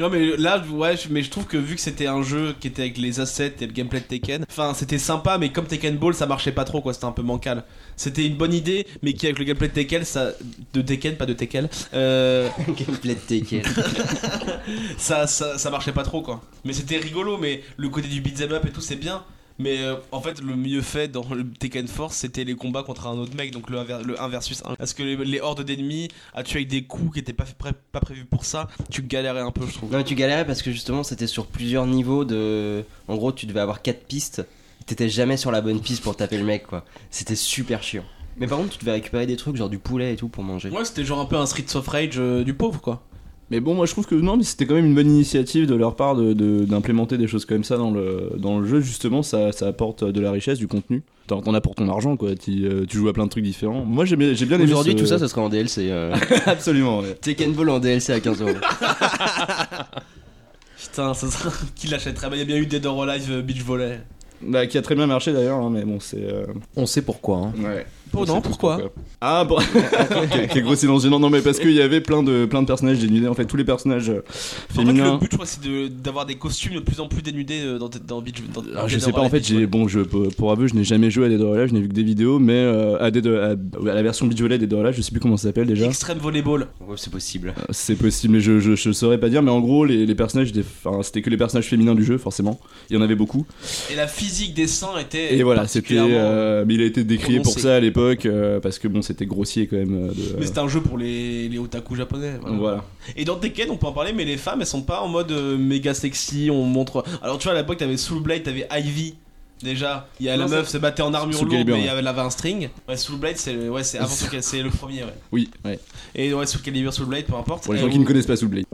[SPEAKER 2] Non mais là, ouais, je- mais je trouve que vu que c'était un jeu qui était avec les assets et le gameplay de Tekken, enfin c'était sympa, mais comme Tekken Ball, ça marchait pas trop, quoi, c'était un peu bancal. C'était une bonne idée, mais qui avec le gameplay de Tekken, ça, de Tekken, pas de Tekken, euh,
[SPEAKER 3] Gameplay de Tekken.
[SPEAKER 2] ça, ça, ça marchait pas trop, quoi. Mais c'était rigolo, mais le côté du beat'em up et tout, c'est bien. Mais euh, en fait, le mieux fait dans le Tekken Force, c'était les combats contre un autre mec, donc le 1, versus 1. Parce que les, les hordes d'ennemis à tuer avec des coups qui étaient pas, fait- pré- pas prévus pour ça, tu galérais un peu, je trouve.
[SPEAKER 3] Non, mais tu galérais parce que justement, c'était sur plusieurs niveaux de. En gros, tu devais avoir quatre pistes. T'étais jamais sur la bonne piste pour taper le mec, quoi. C'était super chiant. Mais par contre, tu devais récupérer des trucs, genre du poulet et tout, pour manger.
[SPEAKER 2] Ouais, c'était genre un peu un Street of Rage euh, du pauvre, quoi.
[SPEAKER 4] Mais bon, moi je trouve que non, mais c'était quand même une bonne initiative de leur part de- de- d'implémenter des choses comme ça dans le, dans le jeu. Justement, ça, ça apporte euh, de la richesse, du contenu. T'en t'en as pour ton argent, quoi. Tu, euh, tu joues à plein de trucs différents. Moi j'ai bien j'ai bien aimé
[SPEAKER 3] Aujourd'hui,
[SPEAKER 4] ce-
[SPEAKER 3] tout
[SPEAKER 4] *laughs*
[SPEAKER 3] ça, ça serait en DLC. euh,
[SPEAKER 4] Absolument, ouais.
[SPEAKER 3] Tekken Ball en DLC à 15 euros.
[SPEAKER 2] Putain, *laughs* ça serait... qui l'achèterait Bah, Il y a bien eu Dead or Alive euh, Beach Volley.
[SPEAKER 4] Bah, qui a très bien marché d'ailleurs, hein, mais bon, c'est. euh,
[SPEAKER 5] on sait pourquoi hein.
[SPEAKER 4] Ouais.
[SPEAKER 2] Oh non, pourquoi
[SPEAKER 4] Ah, bon. quel, quel gros silence gênant. Non, mais parce qu'il y avait plein de, plein de personnages dénudés. En fait, tous les personnages euh,
[SPEAKER 2] En fait, le
[SPEAKER 4] féminins.
[SPEAKER 2] but, je crois, c'est de- d'avoir des costumes de plus en plus dénudés euh, dans, dans Beach dans-
[SPEAKER 4] Alors,
[SPEAKER 2] dans
[SPEAKER 4] Ah, je
[SPEAKER 2] Dead
[SPEAKER 4] sais
[SPEAKER 2] or
[SPEAKER 4] pas, en
[SPEAKER 2] Alive
[SPEAKER 4] fait,
[SPEAKER 2] Beach
[SPEAKER 4] j'ai
[SPEAKER 2] Volley.
[SPEAKER 4] bon, je peux- pour aveu, je n'ai jamais joué à Dead or Alive, je n'ai vu que des vidéos, mais euh, à Dead or- à, à la version Bidjolet Dead or Alive, je sais plus comment ça s'appelle déjà.
[SPEAKER 2] Extreme Volleyball.
[SPEAKER 3] Ouais, c'est possible.
[SPEAKER 4] C'est possible, mais je, je, je saurais pas dire. Mais en gros, les, les personnages, des, enfin, c'était que les personnages féminins du jeu, forcément. Il y en avait beaucoup.
[SPEAKER 2] Et la physique des seins était.
[SPEAKER 4] Et, voilà, c'était.
[SPEAKER 2] particulièrement-
[SPEAKER 4] euh, mais il a été décrié pour
[SPEAKER 2] prononcé.
[SPEAKER 4] ça à l'époque, euh, parce que bon, c'était grossier quand même. euh, de-
[SPEAKER 2] Mais c'était un jeu pour les, les otaku japonais.
[SPEAKER 4] euh,
[SPEAKER 2] voilà.
[SPEAKER 4] voilà.
[SPEAKER 2] Et dans Tekken, on peut en parler, mais les femmes, elles sont pas en mode euh, méga sexy. On montre. Alors, tu vois, à l'époque, t'avais Soul Blade, t'avais Ivy. Déjà, il y a la
[SPEAKER 4] Non,
[SPEAKER 2] meuf se battait en armure
[SPEAKER 4] Soul
[SPEAKER 2] lourde,
[SPEAKER 4] Calibur,
[SPEAKER 2] mais il y
[SPEAKER 4] ouais.
[SPEAKER 2] avait, elle avait un string. Ouais, Soul Blade, c'est le- ouais, c'est avant
[SPEAKER 4] *laughs*
[SPEAKER 2] Soul Calibur, c'est le premier, ouais.
[SPEAKER 4] Oui, ouais.
[SPEAKER 2] Et ouais, Soul Calibur, Soul Blade, peu importe.
[SPEAKER 4] Pour les
[SPEAKER 2] Et
[SPEAKER 4] gens qui
[SPEAKER 2] on-
[SPEAKER 4] ne connaissent pas Soulblade.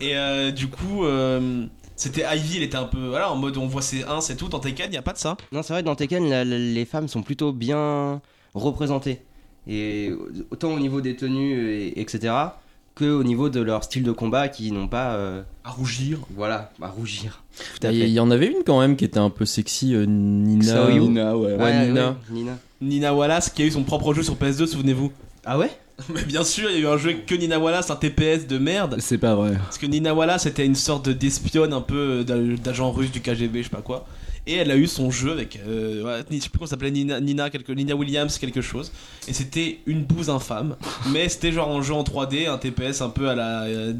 [SPEAKER 2] Et euh, du coup, euh, c'était Ivy, elle était un peu. Voilà, en mode on voit ses 1, c'est tout. Dans Tekken, il a pas de ça.
[SPEAKER 3] Non, c'est vrai, dans Tekken, la- la- les femmes sont plutôt bien représentées. et autant au niveau des tenues, et, etc., que au niveau de leur style de combat qui n'ont pas. euh,
[SPEAKER 2] À rougir.
[SPEAKER 3] voilà, à rougir. Tout à
[SPEAKER 5] Il
[SPEAKER 3] fait.
[SPEAKER 5] y en avait une quand même qui était un peu sexy, euh, Nina.
[SPEAKER 3] Xao Yu.
[SPEAKER 5] ou-
[SPEAKER 4] Nina, ouais.
[SPEAKER 3] Ouais, ouais,
[SPEAKER 5] Nina.
[SPEAKER 3] Nina.
[SPEAKER 2] Nina Wallace qui a eu son propre jeu sur PS2, souvenez-vous.
[SPEAKER 3] Ah ouais
[SPEAKER 2] Mais bien sûr, il y a eu un jeu avec que Nina Wallace, un TPS de merde.
[SPEAKER 4] C'est pas vrai.
[SPEAKER 2] Parce que Nina Wallace était une sorte de- d'espionne un peu euh, d'agent russe du KGB, je sais pas quoi. Et elle a eu son jeu avec, euh, ouais, je sais plus comment ça s'appelait, Nina, Nina, quelque, Nina Williams, quelque chose. Et c'était une bouse infâme. mais c'était genre un jeu en 3D, un TPS un peu à la euh,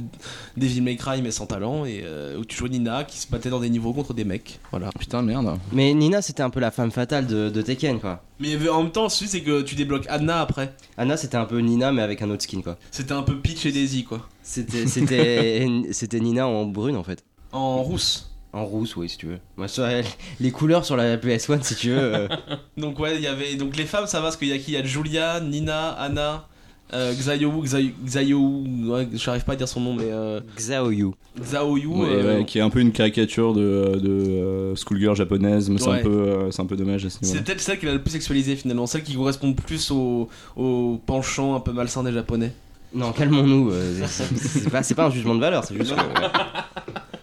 [SPEAKER 2] Devil May Cry mais sans talent. Et euh, où tu jouais Nina qui se battait dans des niveaux contre des mecs. Voilà.
[SPEAKER 4] Putain, merde.
[SPEAKER 3] Mais Nina, c'était un peu la femme fatale de, de Tekken, quoi.
[SPEAKER 2] Mais euh, en même temps, le souci c'est que tu débloques Anna après.
[SPEAKER 3] Anna, c'était un peu Nina, mais avec un autre skin, quoi.
[SPEAKER 2] C'était un peu Peach et Daisy quoi.
[SPEAKER 3] C'était- C'était c'était Nina en brune, en fait.
[SPEAKER 2] En rousse.
[SPEAKER 3] En rousse, oui, si tu veux. Moi, sur la- les couleurs sur la PS1, si tu veux. euh,
[SPEAKER 2] Donc ouais, il y avait donc les femmes, ça va parce qu'il y a qui Il y a Julia, Nina, Anna, euh, Xayo, Xayo, Xayo- ouais, j'arrive pas à dire son nom, mais euh,
[SPEAKER 3] Xao Yu.
[SPEAKER 2] Xaoyu.
[SPEAKER 4] Ouais,
[SPEAKER 2] euh,
[SPEAKER 4] ouais, qui est un peu une caricature de, euh, de euh, schoolgirl japonaise, mais c'est
[SPEAKER 2] Ouais.
[SPEAKER 4] un peu, euh, c'est un peu dommage à ce
[SPEAKER 2] C'est
[SPEAKER 4] niveau.
[SPEAKER 2] peut-être celle qui est la plus sexualisée finalement, celle qui correspond plus au, au penchant un peu malsain des japonais.
[SPEAKER 3] Non, calmons-nous. *laughs* euh, c'est- c'est pas, c'est pas un jugement de valeur, c'est juste. que, ouais.
[SPEAKER 2] *laughs*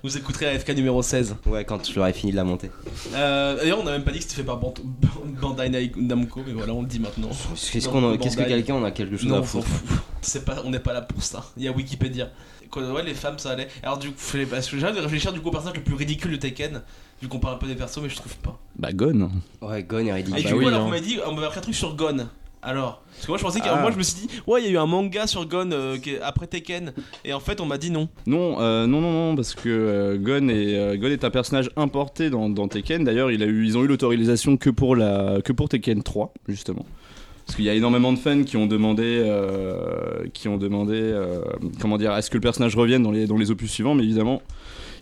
[SPEAKER 2] Vous écouterez AFK numéro 16.
[SPEAKER 3] Ouais, quand je l'aurai fini de la monter.
[SPEAKER 2] Euh, D'ailleurs, on n'a même pas dit que c'était fait par Bant- Bandai Namco, mais voilà, on le dit maintenant.
[SPEAKER 3] Qu'est-ce qu'on a- qu'est-ce que
[SPEAKER 2] Bandai.
[SPEAKER 3] quelqu'un en a quelque chose
[SPEAKER 2] Non,
[SPEAKER 3] à
[SPEAKER 2] on s'en
[SPEAKER 3] foutre
[SPEAKER 2] fout. C'est pas, on n'est pas là pour ça. Il y a Wikipédia. Quoi, ouais, les femmes, ça allait. Alors, du coup, fallait- parce que j'arrête de réfléchir du coup au personnage le plus ridicule de Tekken, vu qu'on parle un peu des persos, mais je trouve pas.
[SPEAKER 4] Bah, gone.
[SPEAKER 3] Ouais, Gone est
[SPEAKER 2] Et
[SPEAKER 3] ridicule.
[SPEAKER 2] du
[SPEAKER 5] bah
[SPEAKER 2] coup,
[SPEAKER 5] oui,
[SPEAKER 2] alors,
[SPEAKER 5] hein.
[SPEAKER 2] on m'a dit, on m'a fait un truc sur Gon. Alors, parce que moi, je pensais que
[SPEAKER 4] Ah.
[SPEAKER 2] moi, je me suis dit, ouais, il y a eu un manga sur Gon euh, qui est après Tekken, et en fait, on m'a dit non.
[SPEAKER 4] Non, euh, non, non, non, parce que euh, Gon, est, euh, Gon est un personnage importé dans, dans Tekken. D'ailleurs, il a eu- ils ont eu l'autorisation que, pour la- que pour Tekken 3, justement. Parce qu'il y a énormément de fans qui ont demandé, euh, qui ont demandé euh, comment dire, à ce que le personnage revienne dans les, dans les opus suivants, mais évidemment,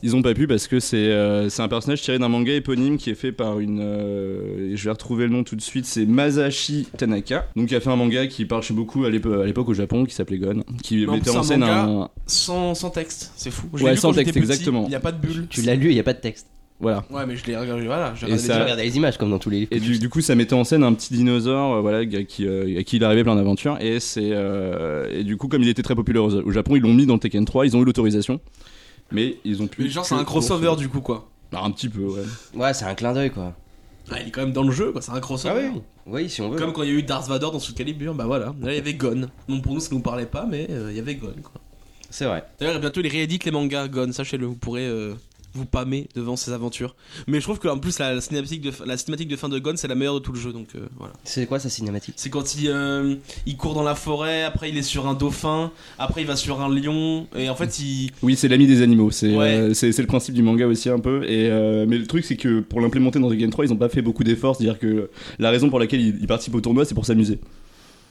[SPEAKER 4] ils ont pas pu parce que c'est euh, c'est un personnage tiré d'un manga éponyme qui est fait par une. euh, et je vais retrouver le nom tout de suite, c'est Masashi Tanaka. Donc, il a fait un manga qui marchait beaucoup à l'épo- à l'époque au Japon, qui s'appelait Gon, qui
[SPEAKER 2] Non,
[SPEAKER 4] mettait
[SPEAKER 2] c'est un
[SPEAKER 4] en scène
[SPEAKER 2] manga
[SPEAKER 4] un.
[SPEAKER 2] Sans, sans texte, c'est fou. Je l'ai
[SPEAKER 4] Ouais,
[SPEAKER 2] lu
[SPEAKER 4] sans
[SPEAKER 2] quand j'étais
[SPEAKER 4] texte,
[SPEAKER 2] petit,
[SPEAKER 4] exactement.
[SPEAKER 2] Il n'y a pas de bulle.
[SPEAKER 3] Tu l'as lu, il n'y a pas de texte.
[SPEAKER 4] Voilà.
[SPEAKER 2] Ouais, mais je l'ai regardé, voilà. j'ai
[SPEAKER 4] Et
[SPEAKER 2] regardé
[SPEAKER 4] ça-
[SPEAKER 3] Tu
[SPEAKER 2] déjà.
[SPEAKER 3] regardes les images comme dans tous les livres.
[SPEAKER 4] Et du, du coup, ça mettait en scène un petit dinosaure, euh, voilà, g- qui, euh, à qui il arrivait plein d'aventures. Et c'est euh, et du coup, comme il était très populaire au, au Japon, ils l'ont mis dans le Tekken 3. Ils ont eu l'autorisation, mais ils ont pu.
[SPEAKER 2] Mais genre, c'est un crossover du coup, quoi.
[SPEAKER 4] Bah, un petit peu, ouais.
[SPEAKER 3] Ouais, c'est un clin d'œil, quoi.
[SPEAKER 2] Ah, il est quand même dans le jeu, quoi. C'est un crossover.
[SPEAKER 3] Oui, si on veut.
[SPEAKER 2] Comme quand il y a eu Darth Vader dans Soul Calibur, bah voilà, là il y avait Gon. Non pour nous ça nous parlait pas, mais euh, il y avait Gon quoi.
[SPEAKER 3] C'est vrai.
[SPEAKER 2] D'ailleurs bientôt il réédite les mangas Gon, sachez-le, vous pourrez euh, vous pâmer devant ses aventures. Mais je trouve qu'en plus la, la cinématique de, la cinématique de fin de Gon c'est la meilleure de tout le jeu, donc euh, voilà.
[SPEAKER 3] C'est quoi sa cinématique
[SPEAKER 2] C'est quand il, euh, il court dans la forêt, après il est sur un dauphin, après il va sur un lion, et en fait il...
[SPEAKER 4] Oui, c'est l'ami des animaux. C'est
[SPEAKER 2] Ouais.
[SPEAKER 4] euh, c'est c'est le principe du manga aussi un peu. Et euh, mais le truc, c'est que pour l'implémenter dans Tekken 3, ils ont pas fait beaucoup d'efforts. C'est-à-dire que la raison pour laquelle ils, ils participent au tournoi, c'est pour s'amuser.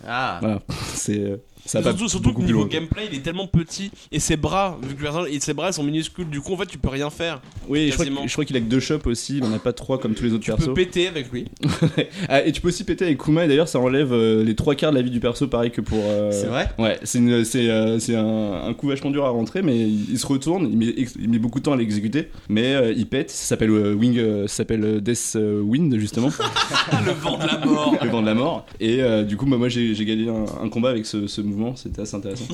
[SPEAKER 3] Ah
[SPEAKER 4] Voilà. C'est euh, ça va pas
[SPEAKER 2] Surtout, surtout que
[SPEAKER 4] beaucoup plus
[SPEAKER 2] niveau
[SPEAKER 4] loin.
[SPEAKER 2] gameplay il est tellement petit, et ses bras, vu que le personnage- et ses bras ils sont minuscules, du coup en fait tu peux rien faire.
[SPEAKER 4] Oui, je crois
[SPEAKER 2] quasiment.
[SPEAKER 4] que- je crois qu'il a que deux shops aussi. Il en a pas trois comme tous les autres
[SPEAKER 2] Tu
[SPEAKER 4] persos.
[SPEAKER 2] peux péter avec lui.
[SPEAKER 4] *laughs* Ah, et tu peux aussi péter avec Kuma, et d'ailleurs ça enlève euh, les trois quarts de la vie du perso, pareil que pour. euh,
[SPEAKER 3] C'est vrai
[SPEAKER 4] Ouais, c'est une- c'est, euh, c'est un, un coup vachement dur à rentrer, mais il, il se retourne, il met, ex- il met beaucoup de temps à l'exécuter, mais euh, il pète, ça s'appelle euh, Wing, euh, ça s'appelle euh, Death euh, Wind justement, *laughs*
[SPEAKER 2] Ah, le vent de la mort
[SPEAKER 4] le vent de la mort, et euh, du coup bah, moi j'ai j'ai gagné un, un combat avec ce, ce mouvement, c'était assez intéressant.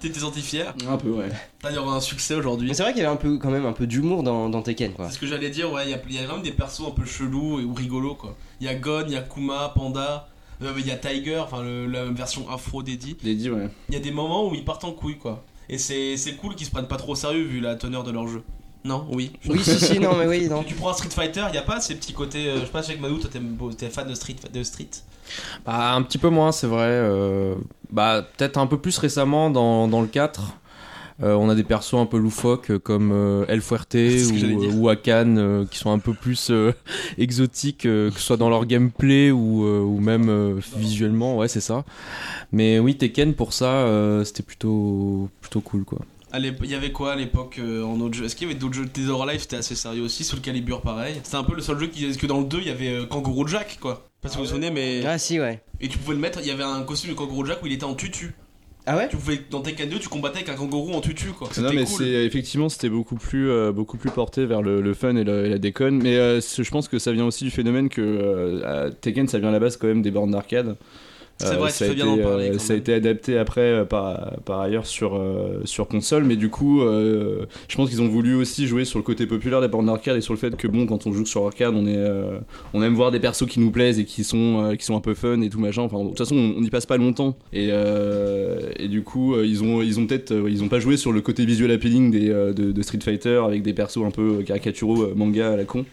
[SPEAKER 2] T'étais senti fier
[SPEAKER 4] un peu, ouais.
[SPEAKER 2] D'ailleurs un succès aujourd'hui.
[SPEAKER 3] Mais c'est vrai qu'il y avait un peu, quand même un peu d'humour dans, dans Tekken, quoi.
[SPEAKER 2] C'est ce que j'allais dire, ouais, il y a, il y a quand même des persos un peu chelous et, ou rigolos, quoi. Il y a Gon, il y a Kuma, Panda, euh, il y a Tiger, enfin le- la version afro d'Eddie.
[SPEAKER 4] J'ai dit, ouais.
[SPEAKER 2] Il y a des moments où ils partent en couille, quoi. Et c'est c'est cool qu'ils se prennent pas trop au sérieux vu la teneur de leur jeu. Non, oui.
[SPEAKER 3] Oui, si, si, non, mais oui, non.
[SPEAKER 2] Quand tu prends un Street Fighter, il y a pas ces petits côtés. euh, je sais pas, avec Manu, toi t'es t'es fan de Street. De street.
[SPEAKER 5] Bah, un petit peu moins, c'est vrai. euh, bah, peut-être un peu plus récemment dans, dans le 4. euh, on a des persos un peu loufoques euh, comme euh, El Fuerte
[SPEAKER 2] Ah, ce que j'allais
[SPEAKER 5] ou,
[SPEAKER 2] dire.
[SPEAKER 5] ou Akan euh, qui sont un peu plus euh, *laughs* exotiques, euh, que ce soit dans leur gameplay ou, euh, ou même euh, visuellement, ouais, c'est ça. Mais oui, Tekken pour ça, euh, c'était plutôt, plutôt cool quoi.
[SPEAKER 2] À l'ép- Il y avait quoi à l'époque euh, en autre jeu Est-ce qu'il y avait d'autres jeux Dead or Alive c'était assez sérieux aussi, sous le calibre pareil. C'était un peu le seul jeu qui. Parce que dans le 2, il y avait euh, Kangaroo Jack, quoi. Je sais Pas si vous vous souvenez, mais.
[SPEAKER 3] Ah, si, ouais.
[SPEAKER 2] Et tu pouvais le mettre, il y avait un costume de kangourou Jack où il était en tutu.
[SPEAKER 3] Ah ouais
[SPEAKER 2] Tu pouvais, dans Tekken 2, tu combattais avec un kangourou en tutu quoi.
[SPEAKER 4] Non,
[SPEAKER 2] C'était
[SPEAKER 4] mais
[SPEAKER 2] cool.
[SPEAKER 4] c'est effectivement c'était beaucoup plus euh, beaucoup plus porté vers le, le fun et, la- et la déconne. Mais euh, c'est- je pense que ça vient aussi du phénomène que euh, à Tekken ça vient à la base quand même des bornes d'arcade.
[SPEAKER 2] C'est vrai, tu
[SPEAKER 4] ça, a
[SPEAKER 2] fais bien
[SPEAKER 4] été,
[SPEAKER 2] d'en parler,
[SPEAKER 4] euh,
[SPEAKER 2] quand
[SPEAKER 4] ça a
[SPEAKER 2] même.
[SPEAKER 4] été adapté après euh, par, par ailleurs sur, euh, sur console, mais du coup, euh, je pense qu'ils ont voulu aussi jouer sur le côté populaire des bornes d'arcade et sur le fait que, bon, quand on joue sur arcade, on, est, euh, on aime voir des persos qui nous plaisent et qui sont, euh, qui sont un peu fun et tout machin. Enfin, de toute façon, on n'y passe pas longtemps. Et, euh, et du coup, euh, ils ont, ils ont peut-être euh, ils ont pas joué sur le côté visuel appealing des, euh, de, de Street Fighter avec des persos un peu caricaturaux, euh, manga à la con.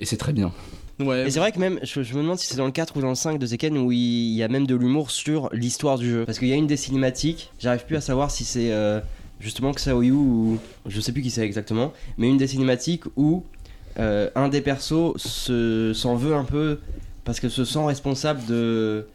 [SPEAKER 4] Et c'est très bien.
[SPEAKER 2] Ouais.
[SPEAKER 3] Mais c'est vrai que même, je, je me demande si c'est dans le 4 ou dans le 5 de Tekken où il y a même de l'humour sur l'histoire du jeu. Parce qu'il y a une des cinématiques, j'arrive plus à savoir si c'est euh, justement Xiaoyu ou je sais plus qui c'est exactement, mais une des cinématiques où euh, un des persos se- s'en veut un peu parce que se sent responsable de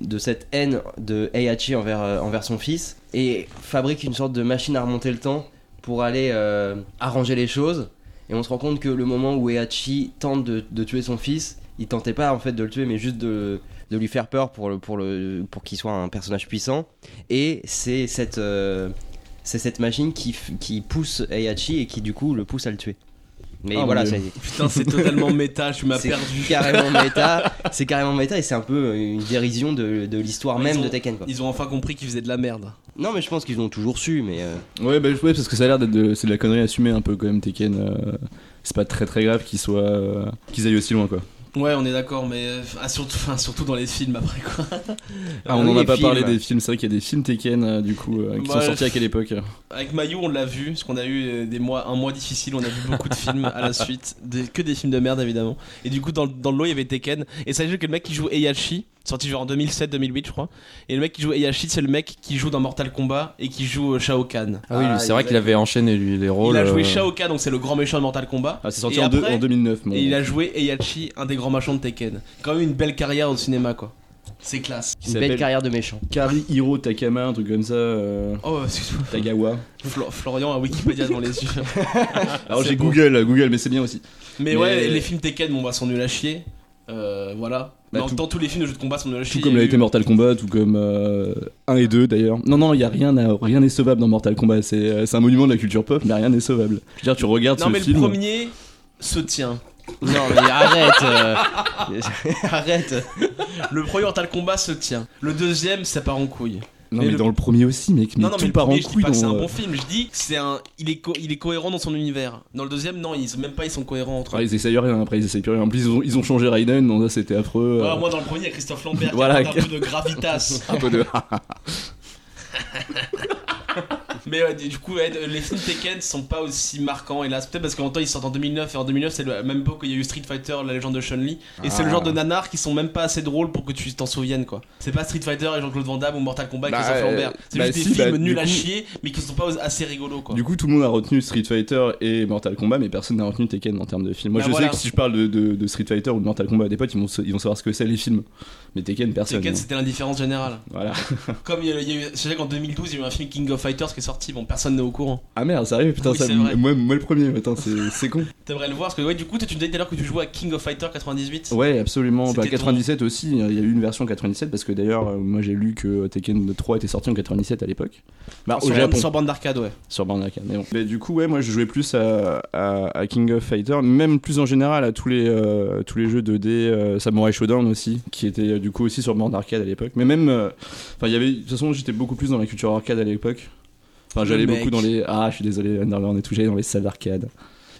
[SPEAKER 3] de cette haine de Heihachi envers, euh, envers son fils et fabrique une sorte de machine à remonter le temps pour aller euh, arranger les choses et on se rend compte que le moment où Heihachi tente de, de tuer son fils, il tentait pas en fait de le tuer, mais juste de, de lui faire peur pour, le, pour, le, pour qu'il soit un personnage puissant. Et c'est cette, euh, c'est cette machine qui, f- qui pousse Heihachi et qui du coup le pousse à le tuer. Mais
[SPEAKER 4] Ah,
[SPEAKER 3] voilà,
[SPEAKER 4] mon
[SPEAKER 3] ça-
[SPEAKER 2] Putain, c'est totalement méta, tu m'as
[SPEAKER 3] c'est
[SPEAKER 2] perdu.
[SPEAKER 3] *laughs* carrément méta, c'est carrément méta et c'est un peu euh, une dérision de, de l'histoire
[SPEAKER 2] Ils
[SPEAKER 3] même
[SPEAKER 2] ont-
[SPEAKER 3] de Tekken. Quoi.
[SPEAKER 2] Ils ont enfin compris qu'ils faisaient de la merde.
[SPEAKER 3] Non, mais je pense qu'ils l'ont toujours su, mais euh,
[SPEAKER 4] Ouais, bah, ouais, parce que ça a l'air d'être de, c'est de la connerie assumée un peu quand même Tekken. euh, c'est pas très très grave qu'ils soient euh, qu'ils aillent aussi loin quoi.
[SPEAKER 2] Ouais, on est d'accord, mais euh, ah, surtout, enfin, surtout dans les films après quoi.
[SPEAKER 4] Ah, on
[SPEAKER 3] oui,
[SPEAKER 4] en a
[SPEAKER 3] les
[SPEAKER 4] pas
[SPEAKER 3] films.
[SPEAKER 4] parlé des films, c'est vrai qu'il y a des films Tekken euh, du coup euh, qui
[SPEAKER 2] Bah,
[SPEAKER 4] sont sortis
[SPEAKER 2] je-
[SPEAKER 4] à quelle époque
[SPEAKER 2] Avec Mayou, on l'a vu, parce qu'on a eu euh, des mois, un mois difficile, on a vu beaucoup de films à *laughs* la suite, des- que des films de merde évidemment. Et du coup, dans, le- dans le lot, il y avait Tekken. Et ça, j'ai que le mec qui joue Heihachi, sorti genre en 2007-2008, je crois. Et le mec qui joue Heihachi, c'est le mec qui joue dans Mortal Kombat et qui joue euh, Shao Kahn.
[SPEAKER 5] Ah oui,
[SPEAKER 4] Ah,
[SPEAKER 5] c'est vrai
[SPEAKER 4] exact.
[SPEAKER 5] qu'il avait enchaîné lui les rôles.
[SPEAKER 2] il a joué
[SPEAKER 5] euh,
[SPEAKER 2] Shao Kahn, donc c'est le grand méchant de Mortal Kombat.
[SPEAKER 4] Oh Ah, c'est sorti
[SPEAKER 2] Et
[SPEAKER 4] en, deux-
[SPEAKER 2] après,
[SPEAKER 4] en 2009. bon.
[SPEAKER 2] Et il a joué Heihachi, un des grands machins de Tekken. Quand même une belle carrière au cinéma, quoi. C'est classe.
[SPEAKER 4] Qui
[SPEAKER 3] une
[SPEAKER 4] s'appelle
[SPEAKER 3] belle carrière
[SPEAKER 4] *laughs*
[SPEAKER 3] de méchant.
[SPEAKER 4] Hiro Takama, un truc comme ça, euh,
[SPEAKER 2] Oh, excuse-moi.
[SPEAKER 4] Tagawa.
[SPEAKER 2] Flo- Florian a Wikipédia devant
[SPEAKER 4] *laughs*
[SPEAKER 2] les yeux.
[SPEAKER 4] Alors
[SPEAKER 2] C'est
[SPEAKER 4] j'ai
[SPEAKER 2] beau.
[SPEAKER 4] Google, euh, Google, mais c'est bien aussi.
[SPEAKER 2] Mais,
[SPEAKER 4] Mais-
[SPEAKER 2] ouais, les films Tekken, bon, bah, sont nuls à chier. Euh, voilà.
[SPEAKER 4] Bah,
[SPEAKER 2] dans,
[SPEAKER 4] tout-
[SPEAKER 2] dans tous les films de jeux de combat sont nuls à
[SPEAKER 4] Tout
[SPEAKER 2] chier.
[SPEAKER 4] comme
[SPEAKER 2] Il y
[SPEAKER 4] l'a
[SPEAKER 2] a
[SPEAKER 4] été
[SPEAKER 2] eu-
[SPEAKER 4] Mortal Kombat, tout comme 1 et 2 d'ailleurs. Non, non, il y a rien, à- rien n'est sauvable dans Mortal Kombat. C'est euh, c'est un monument de la culture pop, mais rien n'est sauvable. Je veux dire, tu regardes
[SPEAKER 2] Non,
[SPEAKER 4] ce
[SPEAKER 2] mais
[SPEAKER 4] film.
[SPEAKER 2] le premier se tient. *laughs*
[SPEAKER 3] Non, mais arrête, euh, arrête.
[SPEAKER 2] *laughs* Le premier Mortal Kombat se tient. Le deuxième, ça part en couille.
[SPEAKER 4] Non,
[SPEAKER 2] mais
[SPEAKER 4] mais,
[SPEAKER 2] le-
[SPEAKER 4] dans le premier aussi, mec. Mais
[SPEAKER 2] non, non,
[SPEAKER 4] tout
[SPEAKER 2] mais le
[SPEAKER 4] part en
[SPEAKER 2] premier, je dis
[SPEAKER 4] couille
[SPEAKER 2] pas que c'est
[SPEAKER 4] dans,
[SPEAKER 2] un
[SPEAKER 4] euh,
[SPEAKER 2] bon film. Je dis que c'est un. Il est, co- il est cohérent dans son univers. Dans le deuxième, non, ils, même pas, ils sont cohérents entre eux.
[SPEAKER 4] Ah, ils essayent rien, après ils essayent plus rien. En plus, ils ont, ils ont changé Raiden, non, ça c'était affreux.
[SPEAKER 2] Ouais,
[SPEAKER 4] euh,
[SPEAKER 2] Ah, moi dans le premier, il y a Christophe Lambert qui
[SPEAKER 4] Voilà.
[SPEAKER 2] apporte un peu de gravitas.
[SPEAKER 4] *laughs* un peu de.
[SPEAKER 2] Mais ouais, du coup, ouais, les films Tekken sont pas aussi marquants, hélas. Peut-être parce qu'en même temps, ils sortent en 2009, et en 2009, c'est le même peu qu'il y a eu Street Fighter, la légende de Chun-Li. Et
[SPEAKER 4] Ah.
[SPEAKER 2] c'est le genre de nanars qui sont même pas assez drôles pour que tu t'en souviennes, quoi. C'est pas Street Fighter et Jean-Claude Van Damme ou Mortal Kombat et
[SPEAKER 4] Bah,
[SPEAKER 2] Christophe
[SPEAKER 4] euh,
[SPEAKER 2] Lambert. C'est
[SPEAKER 4] bah
[SPEAKER 2] juste des
[SPEAKER 4] si,
[SPEAKER 2] films
[SPEAKER 4] bah, du
[SPEAKER 2] nuls à
[SPEAKER 4] coup-
[SPEAKER 2] chier, mais qui sont pas assez rigolos, quoi.
[SPEAKER 4] Du coup, tout le monde a retenu Street Fighter et Mortal Kombat, mais personne n'a retenu Tekken en termes de films. Moi,
[SPEAKER 2] Bah
[SPEAKER 4] je
[SPEAKER 2] voilà.
[SPEAKER 4] sais que si je parle de, de- de Street Fighter ou de Mortal Kombat à des potes, ils vont, sa- ils vont savoir ce que c'est les films. Mais Tekken, personne.
[SPEAKER 2] Tekken,
[SPEAKER 4] hein.
[SPEAKER 2] c'était l'indifférence générale.
[SPEAKER 4] Voilà. *laughs*
[SPEAKER 2] Comme il y a, il y a eu. Je sais qu'en 2012, il y a eu un film King of Fighters qui est sorti, bon, personne n'est au courant.
[SPEAKER 4] Ah merde, sérieux, putain,
[SPEAKER 2] Oui,
[SPEAKER 4] ça,
[SPEAKER 2] c'est vrai.
[SPEAKER 4] moi, moi le premier, attends, c'est c'est con.
[SPEAKER 2] T'aimerais le voir, parce que ouais, du coup, toi, tu me disais tout à l'heure que tu jouais à King of Fighter 98.
[SPEAKER 4] Ouais, absolument. Bah,
[SPEAKER 2] C'était ton-
[SPEAKER 4] 97 aussi, il y a eu une version 97 parce que d'ailleurs, euh, moi j'ai lu que Tekken 3 était sorti en 97 à l'époque. Bah, au
[SPEAKER 2] sur,
[SPEAKER 4] Japon.
[SPEAKER 2] sur bande d'arcade, ouais.
[SPEAKER 4] sur borne d'arcade, mais bon. Mais du coup, ouais, moi je jouais plus à, à- à King of Fighter, même plus en général à tous les, euh, tous les jeux 2D, euh, Samurai Shodown aussi, qui était euh, du coup aussi sur borne d'arcade à l'époque. Mais même, euh, enfin, il y avait, de toute façon, j'étais beaucoup plus dans la culture arcade à l'époque. Enfin,
[SPEAKER 2] Le
[SPEAKER 4] j'allais
[SPEAKER 2] mec.
[SPEAKER 4] beaucoup dans les. Ah, je suis désolé, Underland et tout, j'allais dans les salles d'arcade.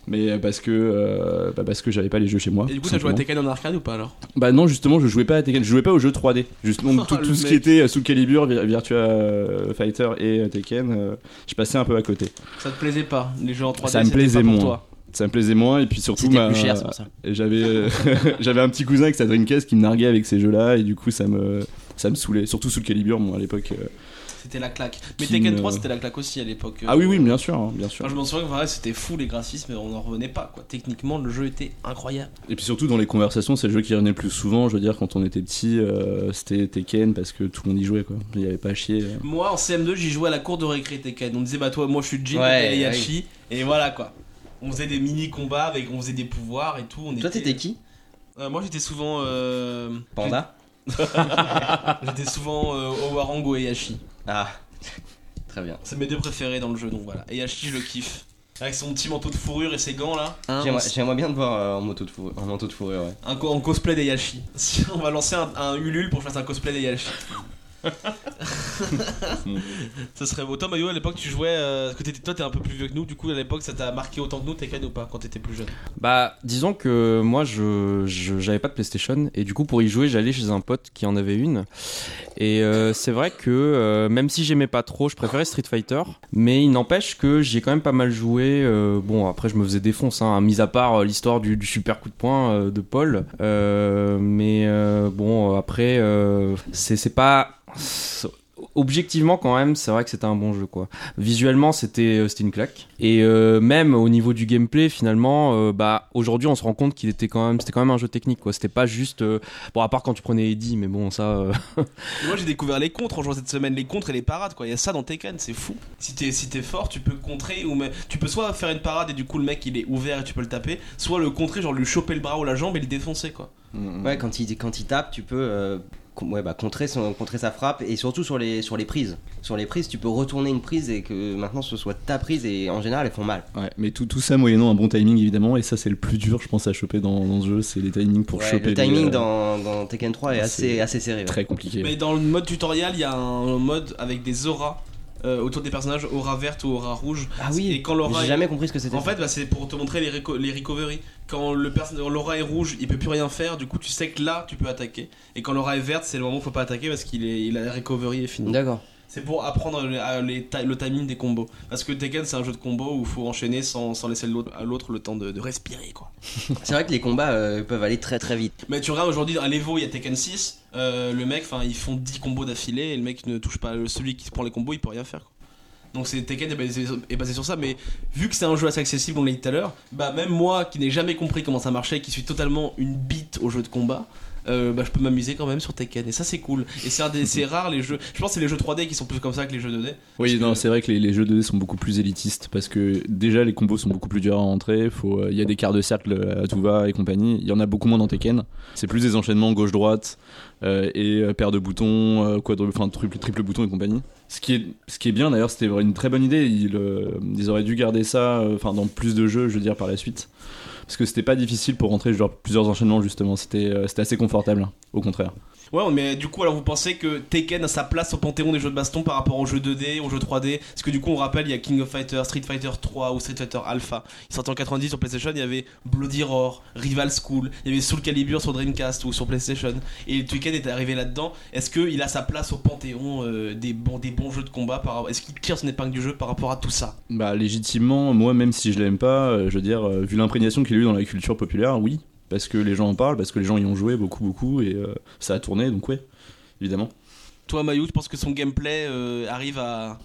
[SPEAKER 4] Mais euh, parce que, euh, bah, parce que j'avais pas les jeux chez moi.
[SPEAKER 2] Et du coup,
[SPEAKER 4] tout
[SPEAKER 2] t'as joué à
[SPEAKER 4] simplement.
[SPEAKER 2] Tekken en arcade ou pas alors
[SPEAKER 4] Bah non, justement, je jouais pas à Tekken, je jouais pas aux jeux 3D.
[SPEAKER 2] *laughs*
[SPEAKER 4] Juste, donc, tout,
[SPEAKER 2] Oh, le
[SPEAKER 4] tout ce qui
[SPEAKER 2] mec.
[SPEAKER 4] était euh, Soul Calibur, Vi- Virtua euh, Fighter et euh, Tekken, euh, je passais un peu à côté.
[SPEAKER 2] Ça te plaisait pas, les jeux en 3D
[SPEAKER 4] Ça me
[SPEAKER 2] c'était
[SPEAKER 4] plaisait
[SPEAKER 2] pas pour
[SPEAKER 4] moins.
[SPEAKER 2] toi.
[SPEAKER 4] Ça me plaisait moins et puis surtout
[SPEAKER 3] C'était
[SPEAKER 4] ma-
[SPEAKER 3] plus cher, c'est pour ça.
[SPEAKER 4] et j'avais *laughs* euh, j'avais un petit cousin avec sa Dreamcast qui me narguait avec ces jeux-là et du coup ça me ça me saoulait surtout sous le calibre moi à l'époque. euh.
[SPEAKER 2] C'était la claque. Mais
[SPEAKER 4] Qui
[SPEAKER 2] Tekken
[SPEAKER 4] me-
[SPEAKER 2] 3, c'était la claque aussi à l'époque.
[SPEAKER 4] euh,
[SPEAKER 2] euh.
[SPEAKER 4] Ah oui oui, bien sûr, hein, bien sûr.
[SPEAKER 2] Enfin, je m'en souviens que ouais, c'était fou les graphismes, on n'en revenait pas quoi. Techniquement, le jeu était incroyable.
[SPEAKER 4] Et puis surtout dans les conversations, c'est le jeu qui revenait le plus souvent, je veux dire quand on était petit, euh, c'était Tekken parce que tout le monde y jouait quoi. Il y avait pas à chier. euh.
[SPEAKER 2] Moi en CM2, j'y jouais à la cour de récré Tekken. On me disait, bah toi, moi je suis Jin,
[SPEAKER 3] Ouais,
[SPEAKER 2] et Yashi, et voilà quoi. On faisait des mini combats avec, on faisait des pouvoirs et tout. On
[SPEAKER 3] *laughs* Toi,
[SPEAKER 2] était-
[SPEAKER 3] t'étais qui
[SPEAKER 2] Euh, Moi j'étais souvent. euh, *laughs*
[SPEAKER 3] Panda
[SPEAKER 2] J'étais souvent euh, Owarango et Yashi.
[SPEAKER 3] Ah, très bien.
[SPEAKER 2] C'est mes deux préférés dans le jeu, donc voilà. Et Yashi, je le kiffe. Avec son petit manteau de fourrure et ses gants là. Hein,
[SPEAKER 3] J'aimerais- J'aimerais bien te voir euh, en, moto de fourrure, en manteau de fourrure, ouais.
[SPEAKER 2] un co- en cosplay des Yalchi. *laughs* Si on va lancer un, un Ulule pour faire un cosplay des *laughs* Yalchi. ça serait beau. Toi, Mayo, à l'époque, tu jouais. euh, parce que t'étais- toi, t'es un peu plus vieux que nous. Du coup, à l'époque, ça t'a marqué autant que nous, Tekken ou pas, quand t'étais plus jeune
[SPEAKER 5] Bah, disons que moi, je je- j'avais pas de PlayStation et du coup, pour y jouer, j'allais chez un pote qui en avait une. Et euh, c'est vrai que euh, même si j'aimais pas trop, je préférais Street Fighter. Mais il n'empêche que j'y ai quand même pas mal joué. euh, bon, après, je me faisais défonce, hein, mis à part euh, l'histoire du, du super coup de poing euh, de Paul. Euh, mais euh, bon, euh, après, euh, c'est c'est pas. Objectivement, quand même, c'est vrai que c'était un bon jeu, quoi. Visuellement, c'était euh, c'était une claque. Et euh, même au niveau du gameplay, finalement, euh, bah aujourd'hui, on se rend compte qu'il était quand même, c'était quand même un jeu technique, quoi. C'était pas juste, euh, bon, à part quand tu prenais Eddie, mais bon, ça. euh, *laughs*
[SPEAKER 2] Moi j'ai découvert les contres en jouant cette semaine, les contres et les parades quoi. Il y a ça dans Tekken, c'est fou. Si t'es si t'es fort, tu peux contrer ou mais tu peux soit faire une parade et du coup le mec il est ouvert et tu peux le taper, soit le contrer genre lui choper le bras ou la jambe et le défoncer quoi.
[SPEAKER 4] euh. Mm.
[SPEAKER 3] Ouais, quand il, quand il tape, tu peux euh, con- ouais, bah, contrer, son, contrer sa frappe et surtout sur les, sur les prises. Sur les prises, tu peux retourner une prise et que maintenant ce soit ta prise et en général elles font mal.
[SPEAKER 4] Ouais, mais tout, tout ça moyennant un bon timing évidemment, et ça c'est le plus dur je pense à choper dans, dans ce jeu, c'est les timings pour
[SPEAKER 3] Ouais,
[SPEAKER 4] choper.
[SPEAKER 3] le
[SPEAKER 4] les,
[SPEAKER 3] timing
[SPEAKER 4] euh,
[SPEAKER 3] dans, dans Tekken 3 est
[SPEAKER 4] c'est
[SPEAKER 3] assez, assez serré. ouais.
[SPEAKER 4] Très compliqué.
[SPEAKER 2] Mais dans le mode tutoriel, il y a un mode avec des auras euh, autour des personnages, aura verte ou aura rouge.
[SPEAKER 3] Ah oui,
[SPEAKER 2] Et quand l'aura
[SPEAKER 3] J'ai
[SPEAKER 2] est-
[SPEAKER 3] jamais compris ce que c'était.
[SPEAKER 2] En fait, bah, c'est pour te montrer les, reco- les recovery. Quand le perso- l'aura est rouge, il peut plus rien faire, du coup tu sais que là tu peux attaquer. Et quand l'aura est verte, c'est le moment où faut pas attaquer parce qu'il est il a la recovery est finie.
[SPEAKER 3] D'accord.
[SPEAKER 2] C'est pour apprendre le, à- les ti- le timing des combos. Parce que Tekken, c'est un jeu de combo où il faut enchaîner sans, sans laisser l'autre- à l'autre le temps de, de respirer. quoi.
[SPEAKER 3] C'est vrai que les combats euh, peuvent aller très très vite.
[SPEAKER 2] Mais tu regardes aujourd'hui, à l'Evo, il y a Tekken 6. euh, le mec, enfin, ils font 10 combos d'affilée et le mec ne touche pas. Celui qui prend les combos, il peut rien faire. quoi. Donc c'est Tekken est basé, est basé sur ça, mais vu que c'est un jeu assez accessible, on l'a dit tout à l'heure, bah même moi qui n'ai jamais compris comment ça marchait, qui suis totalement une bite au jeu de combat, euh, bah je peux m'amuser quand même sur Tekken et ça c'est cool. Et c'est un des- c'est rare les jeux. Je pense que c'est les jeux 3D qui sont plus comme ça que les jeux 2D.
[SPEAKER 4] Oui,
[SPEAKER 2] Parce
[SPEAKER 4] non,
[SPEAKER 2] que-
[SPEAKER 4] c'est vrai que les, les jeux 2D sont beaucoup plus élitistes parce que déjà les combos sont beaucoup plus durs à rentrer. Faut, euh, il y a des quarts de cercle euh, à tout va et compagnie. Il y en a beaucoup moins dans Tekken. C'est plus des enchaînements gauche-droite euh, et euh, paire de boutons, euh, quadruple, enfin triple, triple bouton et compagnie. Ce qui est, ce qui est bien d'ailleurs, c'était une très bonne idée. Ils, euh, ils auraient dû garder ça, euh, enfin dans plus de jeux, je veux dire par la suite, parce que c'était pas difficile pour rentrer genre plusieurs enchaînements justement. C'était, euh, c'était assez confortable, au contraire.
[SPEAKER 2] Ouais, mais du coup, alors vous pensez que Tekken a sa place au panthéon des jeux de baston par rapport aux jeux 2D, aux jeux 3D Parce que du coup, on rappelle, il y a King of Fighters, Street Fighter 3 ou Street Fighter Alpha. Ils sortaient en 90 sur PlayStation, il y avait Bloody Roar, Rival School, il y avait Soul Calibur sur Dreamcast ou sur PlayStation. Et Tekken est arrivé là-dedans. Est-ce qu'il a sa place au panthéon euh, des, bons, des bons jeux de combat par... Est-ce qu'il tire son épingle du jeu par rapport à tout ça
[SPEAKER 4] Bah légitimement, moi même si je l'aime pas, euh, je veux dire, euh, vu l'imprégnation qu'il a eu dans la culture populaire, oui, parce que les gens en parlent, parce que les gens y ont joué beaucoup beaucoup et euh, ça a tourné, donc ouais, évidemment.
[SPEAKER 2] Toi, Mayou, tu penses que son gameplay euh, arrive à,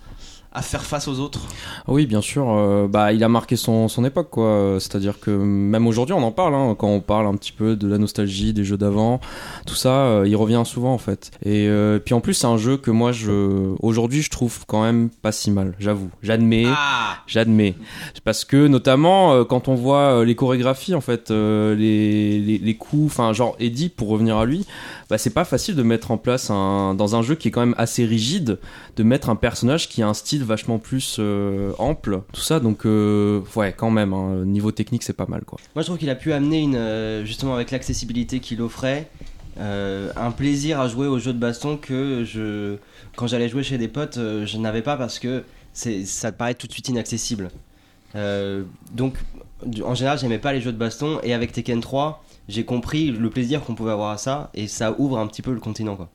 [SPEAKER 2] à faire face aux autres
[SPEAKER 5] Ah Oui, bien sûr. euh, bah, il a marqué son, son époque, quoi. Euh, C'est-à-dire que même aujourd'hui, on en parle. hein, quand on parle un petit peu de la nostalgie des jeux d'avant, tout ça, euh, il revient souvent en fait. Et euh, puis en plus, c'est un jeu que moi, je aujourd'hui, je trouve quand même pas si mal. J'avoue, j'admets.
[SPEAKER 2] Ah
[SPEAKER 5] J'admets. Parce que notamment euh, quand on voit euh, les chorégraphies, en fait, euh, les, les, les coups, enfin genre Eddie, pour revenir à lui, bah, c'est pas facile de mettre en place un, dans un jeu qui est quand même assez rigide, de mettre un personnage qui a un style vachement plus euh, ample, tout ça. Donc euh, ouais, quand même, hein, niveau technique, c'est pas mal quoi.
[SPEAKER 3] Moi je trouve qu'il a pu amener une, euh, justement avec l'accessibilité qu'il offrait, euh, un plaisir à jouer aux jeux de baston que je, quand j'allais jouer chez des potes, euh, je n'avais pas parce que c'est, ça paraît tout de suite inaccessible. Euh, donc du- en général j'aimais pas les jeux de baston et avec Tekken 3 j'ai compris le plaisir qu'on pouvait avoir à ça et ça ouvre un petit peu le continent quoi.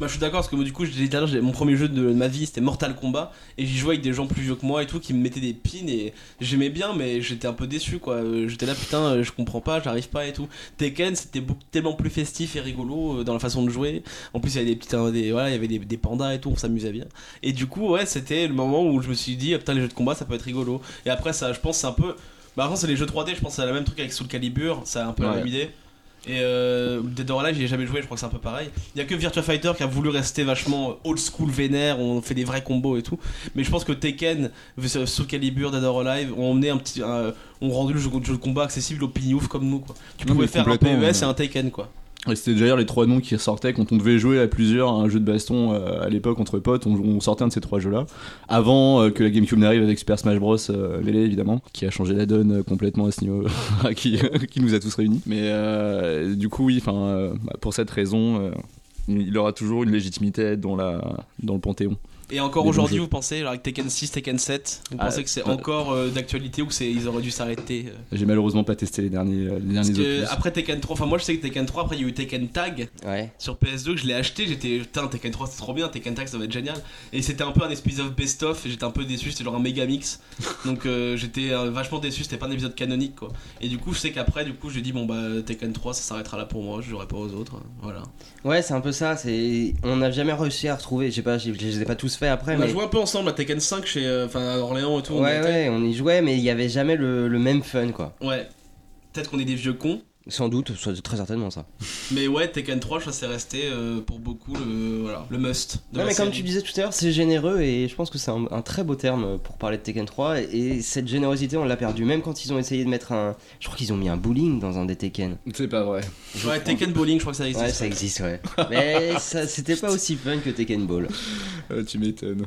[SPEAKER 2] Bah, je suis d'accord parce que moi, du coup, je disais tout à l'heure, j'ai- mon premier jeu de ma vie c'était Mortal Kombat et j'y jouais avec des gens plus vieux que moi et tout qui me mettaient des pins et j'aimais bien, mais j'étais un peu déçu quoi. Euh, J'étais là, putain, euh, je comprends pas, j'arrive pas et tout. Tekken c'était beaucoup- tellement plus festif et rigolo euh, dans la façon de jouer. En plus, il y avait des petites, euh, des, voilà, il y avait des, des pandas et tout, on s'amusait bien. Et du coup, ouais, c'était le moment où je me suis dit, ah, putain, les jeux de combat ça peut être rigolo. Et après, ça, je pense, c'est un peu. Bah, avant, c'est les jeux 3D, je pense, c'est le même truc avec Soul Calibur, c'est un peu la
[SPEAKER 4] Ouais.
[SPEAKER 2] même idée. Et euh, Dead or Alive, j'y ai jamais joué, je crois que c'est un peu pareil. Il y a que Virtua Fighter qui a voulu rester vachement old school vénère, on fait des vrais combos et tout. Mais je pense que Tekken, Soul Calibur, Dead or Alive ont emmené un petit, un- ont rendu le jeu, le jeu de combat accessible aux pignoufs comme nous quoi. Tu
[SPEAKER 4] Non,
[SPEAKER 2] pouvais
[SPEAKER 4] mais
[SPEAKER 2] faire un
[SPEAKER 4] complètement,
[SPEAKER 2] PES
[SPEAKER 4] ouais.
[SPEAKER 2] et un Tekken quoi.
[SPEAKER 4] Et c'était déjà les trois noms qui ressortaient quand on devait jouer à plusieurs à un jeu de baston euh, à l'époque entre potes, on, on sortait un de ces trois jeux-là. Avant euh, que la GameCube n'arrive avec Super Smash Bros. euh, Melee évidemment, qui a changé la donne euh, complètement à ce niveau, *laughs* qui, qui nous a tous réunis. Mais euh, du coup oui, enfin euh, bah, pour cette raison, euh, il aura toujours une légitimité à être dans la dans le panthéon.
[SPEAKER 2] Et encore
[SPEAKER 4] Des bons
[SPEAKER 2] aujourd'hui,
[SPEAKER 4] jeux.
[SPEAKER 2] vous pensez, alors, avec Tekken 6, Tekken 7, vous
[SPEAKER 4] Ah,
[SPEAKER 2] pensez que c'est
[SPEAKER 4] pas-
[SPEAKER 2] encore euh, d'actualité ou qu'ils auraient dû s'arrêter euh,
[SPEAKER 4] J'ai malheureusement pas testé les derniers euh, les
[SPEAKER 2] Parce
[SPEAKER 4] derniers
[SPEAKER 2] que
[SPEAKER 4] opus.
[SPEAKER 2] après Tekken 3, enfin moi je sais que Tekken 3, après il y a eu Tekken Tag
[SPEAKER 3] Ouais.
[SPEAKER 2] sur PS2 que je l'ai acheté, j'étais putain Tekken 3 c'est trop bien, Tekken Tag ça va être génial. Et c'était un peu un espèce of best-of et j'étais un peu déçu, c'était genre un méga
[SPEAKER 4] *laughs*
[SPEAKER 2] mix. Donc euh, j'étais euh, vachement déçu, c'était pas un épisode canonique quoi. Et du coup je sais qu'après du coup j'ai dit bon bah Tekken 3 ça s'arrêtera là pour moi, je jouerai pas aux autres. hein, Voilà.
[SPEAKER 3] Ouais, c'est un peu ça. C'est on n'a jamais réussi à retrouver. Je sais pas, j'ai- je les ai pas tous faits après.
[SPEAKER 2] On a
[SPEAKER 3] mais...
[SPEAKER 2] joué un peu ensemble à Tekken 5 chez, euh, enfin à Orléans et tout. on
[SPEAKER 3] Ouais,
[SPEAKER 2] était-
[SPEAKER 3] ouais, on y jouait, mais il y avait jamais le, le même fun, quoi.
[SPEAKER 2] ouais. Peut-être qu'on est des vieux cons.
[SPEAKER 3] Sans doute, soit- très certainement ça.
[SPEAKER 2] Mais ouais, Tekken 3, je crois que c'est resté euh, pour beaucoup le, voilà, le must. de
[SPEAKER 3] Non,
[SPEAKER 2] la
[SPEAKER 3] mais comme
[SPEAKER 2] série.
[SPEAKER 3] tu disais tout à l'heure, c'est généreux et je pense que c'est un, un très beau terme pour parler de Tekken 3. Et, et cette générosité, on l'a perdue, même quand ils ont essayé de mettre un. Je crois qu'ils ont mis un bowling dans un des Tekken.
[SPEAKER 4] C'est pas *laughs* vrai.
[SPEAKER 2] Ouais, Tekken Bowling, je crois que ça existe.
[SPEAKER 3] Ouais, ça existe, ouais. mais ça- c'était pas aussi fun que Tekken Ball.
[SPEAKER 4] Euh, tu m'étonnes.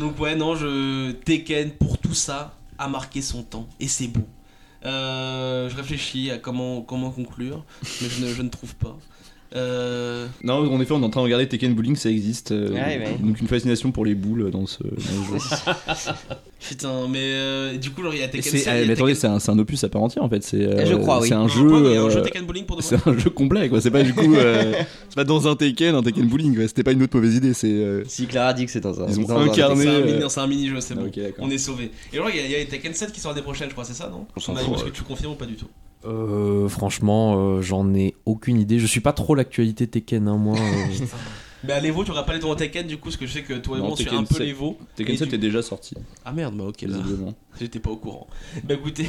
[SPEAKER 2] Donc ouais, non, je Tekken pour tout ça a marqué son temps et c'est beau. Euh, je réfléchis à comment comment conclure, mais je ne, je ne trouve pas. Euh,
[SPEAKER 4] Non, en effet, on est en train de regarder Tekken Bowling, ça existe. euh,
[SPEAKER 3] Ouais, ouais.
[SPEAKER 4] Donc une fascination pour les boules dans ce, dans le jeu.
[SPEAKER 2] putain, mais euh, du coup, genre, il y a
[SPEAKER 4] Et
[SPEAKER 2] Tekken.
[SPEAKER 4] c'est-
[SPEAKER 2] 7,
[SPEAKER 4] eh,
[SPEAKER 2] il y a
[SPEAKER 4] mais attendez,
[SPEAKER 2] Tekken-
[SPEAKER 4] c'est un, c'est un opus à part entière en fait. C'est,
[SPEAKER 3] Eh, je
[SPEAKER 4] euh,
[SPEAKER 3] crois, oui.
[SPEAKER 4] C'est un
[SPEAKER 2] Ah,
[SPEAKER 4] jeu.
[SPEAKER 2] ouais, il y a un jeu
[SPEAKER 4] euh,
[SPEAKER 2] Tekken Bowling pour de vrai.
[SPEAKER 4] c'est un jeu complet quoi. C'est pas du coup. euh,
[SPEAKER 2] *laughs*
[SPEAKER 4] c'est pas dans un Tekken, un Tekken Bowling. quoi. C'était pas une autre mauvaise idée. C'est. euh,
[SPEAKER 3] *laughs* Si Clara dit que c'est dans un.
[SPEAKER 4] Ils ont
[SPEAKER 3] dans un
[SPEAKER 4] incarné-
[SPEAKER 2] C'est
[SPEAKER 3] Tekken.
[SPEAKER 2] un
[SPEAKER 4] euh,
[SPEAKER 2] mini- c'est un mini-jeu, c'est bon.
[SPEAKER 4] ok, d'accord.
[SPEAKER 2] On est sauvé. Et genre, il y, a- il y a les Tekken 7 qui sort l'année prochaine, je crois, c'est ça, non
[SPEAKER 3] On s'en
[SPEAKER 2] Bah,
[SPEAKER 3] fout,
[SPEAKER 2] Est-ce
[SPEAKER 3] ouais.
[SPEAKER 2] que tu confirmes ou pas du tout
[SPEAKER 5] Euh, franchement, euh, j'en ai aucune idée. Je suis pas trop l'actualité Tekken, hein, moi. *laughs* euh.
[SPEAKER 2] Mais à l'Evo, tu auras pas les tours en Tekken, du coup, parce que je sais que toi et
[SPEAKER 4] Non,
[SPEAKER 2] moi, on suit
[SPEAKER 4] Tekken
[SPEAKER 2] un peu
[SPEAKER 4] 7.
[SPEAKER 2] l'Evo.
[SPEAKER 4] Tekken
[SPEAKER 2] Et
[SPEAKER 4] 7
[SPEAKER 2] du-
[SPEAKER 4] est déjà sorti.
[SPEAKER 2] Ah merde, bah ok, là.
[SPEAKER 4] visiblement.
[SPEAKER 2] J'étais pas au courant. Bah
[SPEAKER 4] *laughs*
[SPEAKER 2] écoutez,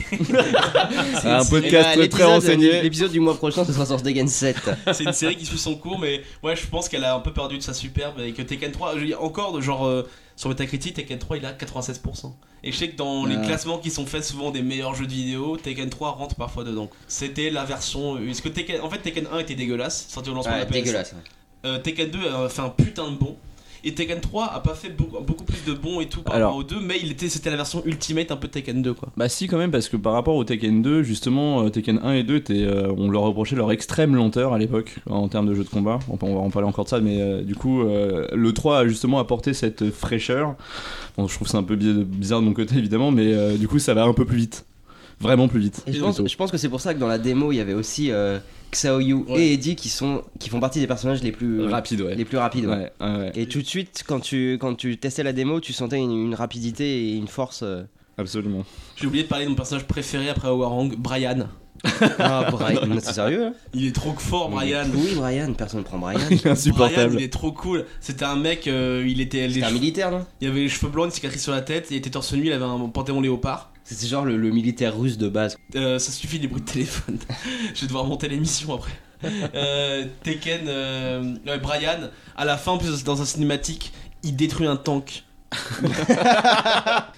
[SPEAKER 4] Ah, un
[SPEAKER 3] Eh
[SPEAKER 4] podcast
[SPEAKER 3] ben,
[SPEAKER 4] très
[SPEAKER 3] l'épisode-
[SPEAKER 4] renseigné.
[SPEAKER 3] L'épisode du mois prochain, ce sera sur Tekken 7.
[SPEAKER 2] c'est une série qui suit son cours, mais ouais, je pense qu'elle a un peu perdu de sa superbe et que Tekken 3, il y a encore de genre euh, sur Metacritic, Tekken 3 il a 96%. Et je sais que dans les
[SPEAKER 4] Ah.
[SPEAKER 2] classements qui sont faits souvent des meilleurs jeux de vidéo, Tekken 3 rentre parfois dedans. C'était la version. euh, Est-ce que Tekken, en fait, Tekken 1 était dégueulasse, sorti au lancement de
[SPEAKER 3] Ouais,
[SPEAKER 2] la PS.
[SPEAKER 3] dégueulasse.
[SPEAKER 2] Euh, Tekken 2 a fait un putain de bon. Et Tekken 3 a pas fait beaucoup, beaucoup plus de bons et tout par
[SPEAKER 4] Alors.
[SPEAKER 2] rapport aux deux, mais il était, c'était la version ultimate un peu de Tekken 2 quoi.
[SPEAKER 4] Bah si quand même parce que par rapport au Tekken 2 justement euh, Tekken 1 et 2 étaient, euh, on leur reprochait leur extrême lenteur à l'époque en termes de jeu de combat on, peut- on va en parler encore de ça mais euh, du coup euh, le 3 a justement apporté cette fraîcheur bon je trouve ça un peu bi- bizarre de mon côté évidemment mais euh, du coup ça va un peu plus vite vraiment plus vite
[SPEAKER 3] Et je,
[SPEAKER 2] Et
[SPEAKER 3] pense,
[SPEAKER 4] plutôt.
[SPEAKER 3] je pense que c'est pour ça que dans la démo, il y avait aussi euh, Xiaoyu
[SPEAKER 2] Ouais.
[SPEAKER 3] et Eddie qui, sont, qui font partie des personnages les plus,
[SPEAKER 4] rapide ouais,
[SPEAKER 3] les plus rapides. ouais.
[SPEAKER 4] Ouais, ouais, ouais.
[SPEAKER 3] Et tout de suite, quand tu, quand tu testais la démo, tu sentais une, une rapidité et une force. euh,
[SPEAKER 4] absolument
[SPEAKER 2] J'ai oublié de parler de mon personnage préféré après Awarang, Brian.
[SPEAKER 3] Ah, Brian, mais c'est sérieux hein
[SPEAKER 2] Il est trop fort, Oh, Brian.
[SPEAKER 3] Oui, Brian, personne ne prend *laughs* Brian.
[SPEAKER 2] Ah,
[SPEAKER 4] *laughs* il est
[SPEAKER 2] Brian,
[SPEAKER 4] insupportable
[SPEAKER 2] il est trop cool. C'était un mec, euh, il était. les
[SPEAKER 3] C'était un
[SPEAKER 2] cheveux-
[SPEAKER 3] militaire, non
[SPEAKER 2] il avait les cheveux blancs, une cicatrice sur la tête, il était torse nu, il avait un panthéon léopard.
[SPEAKER 3] C'est genre le, le militaire russe de base.
[SPEAKER 2] Euh, ça suffit les bruits de téléphone. *laughs* Je vais devoir monter l'émission après. Euh, Tekken, euh, ouais, Brian, à la fin, en plus dans sa cinématique, il détruit un
[SPEAKER 4] *laughs*
[SPEAKER 2] tank.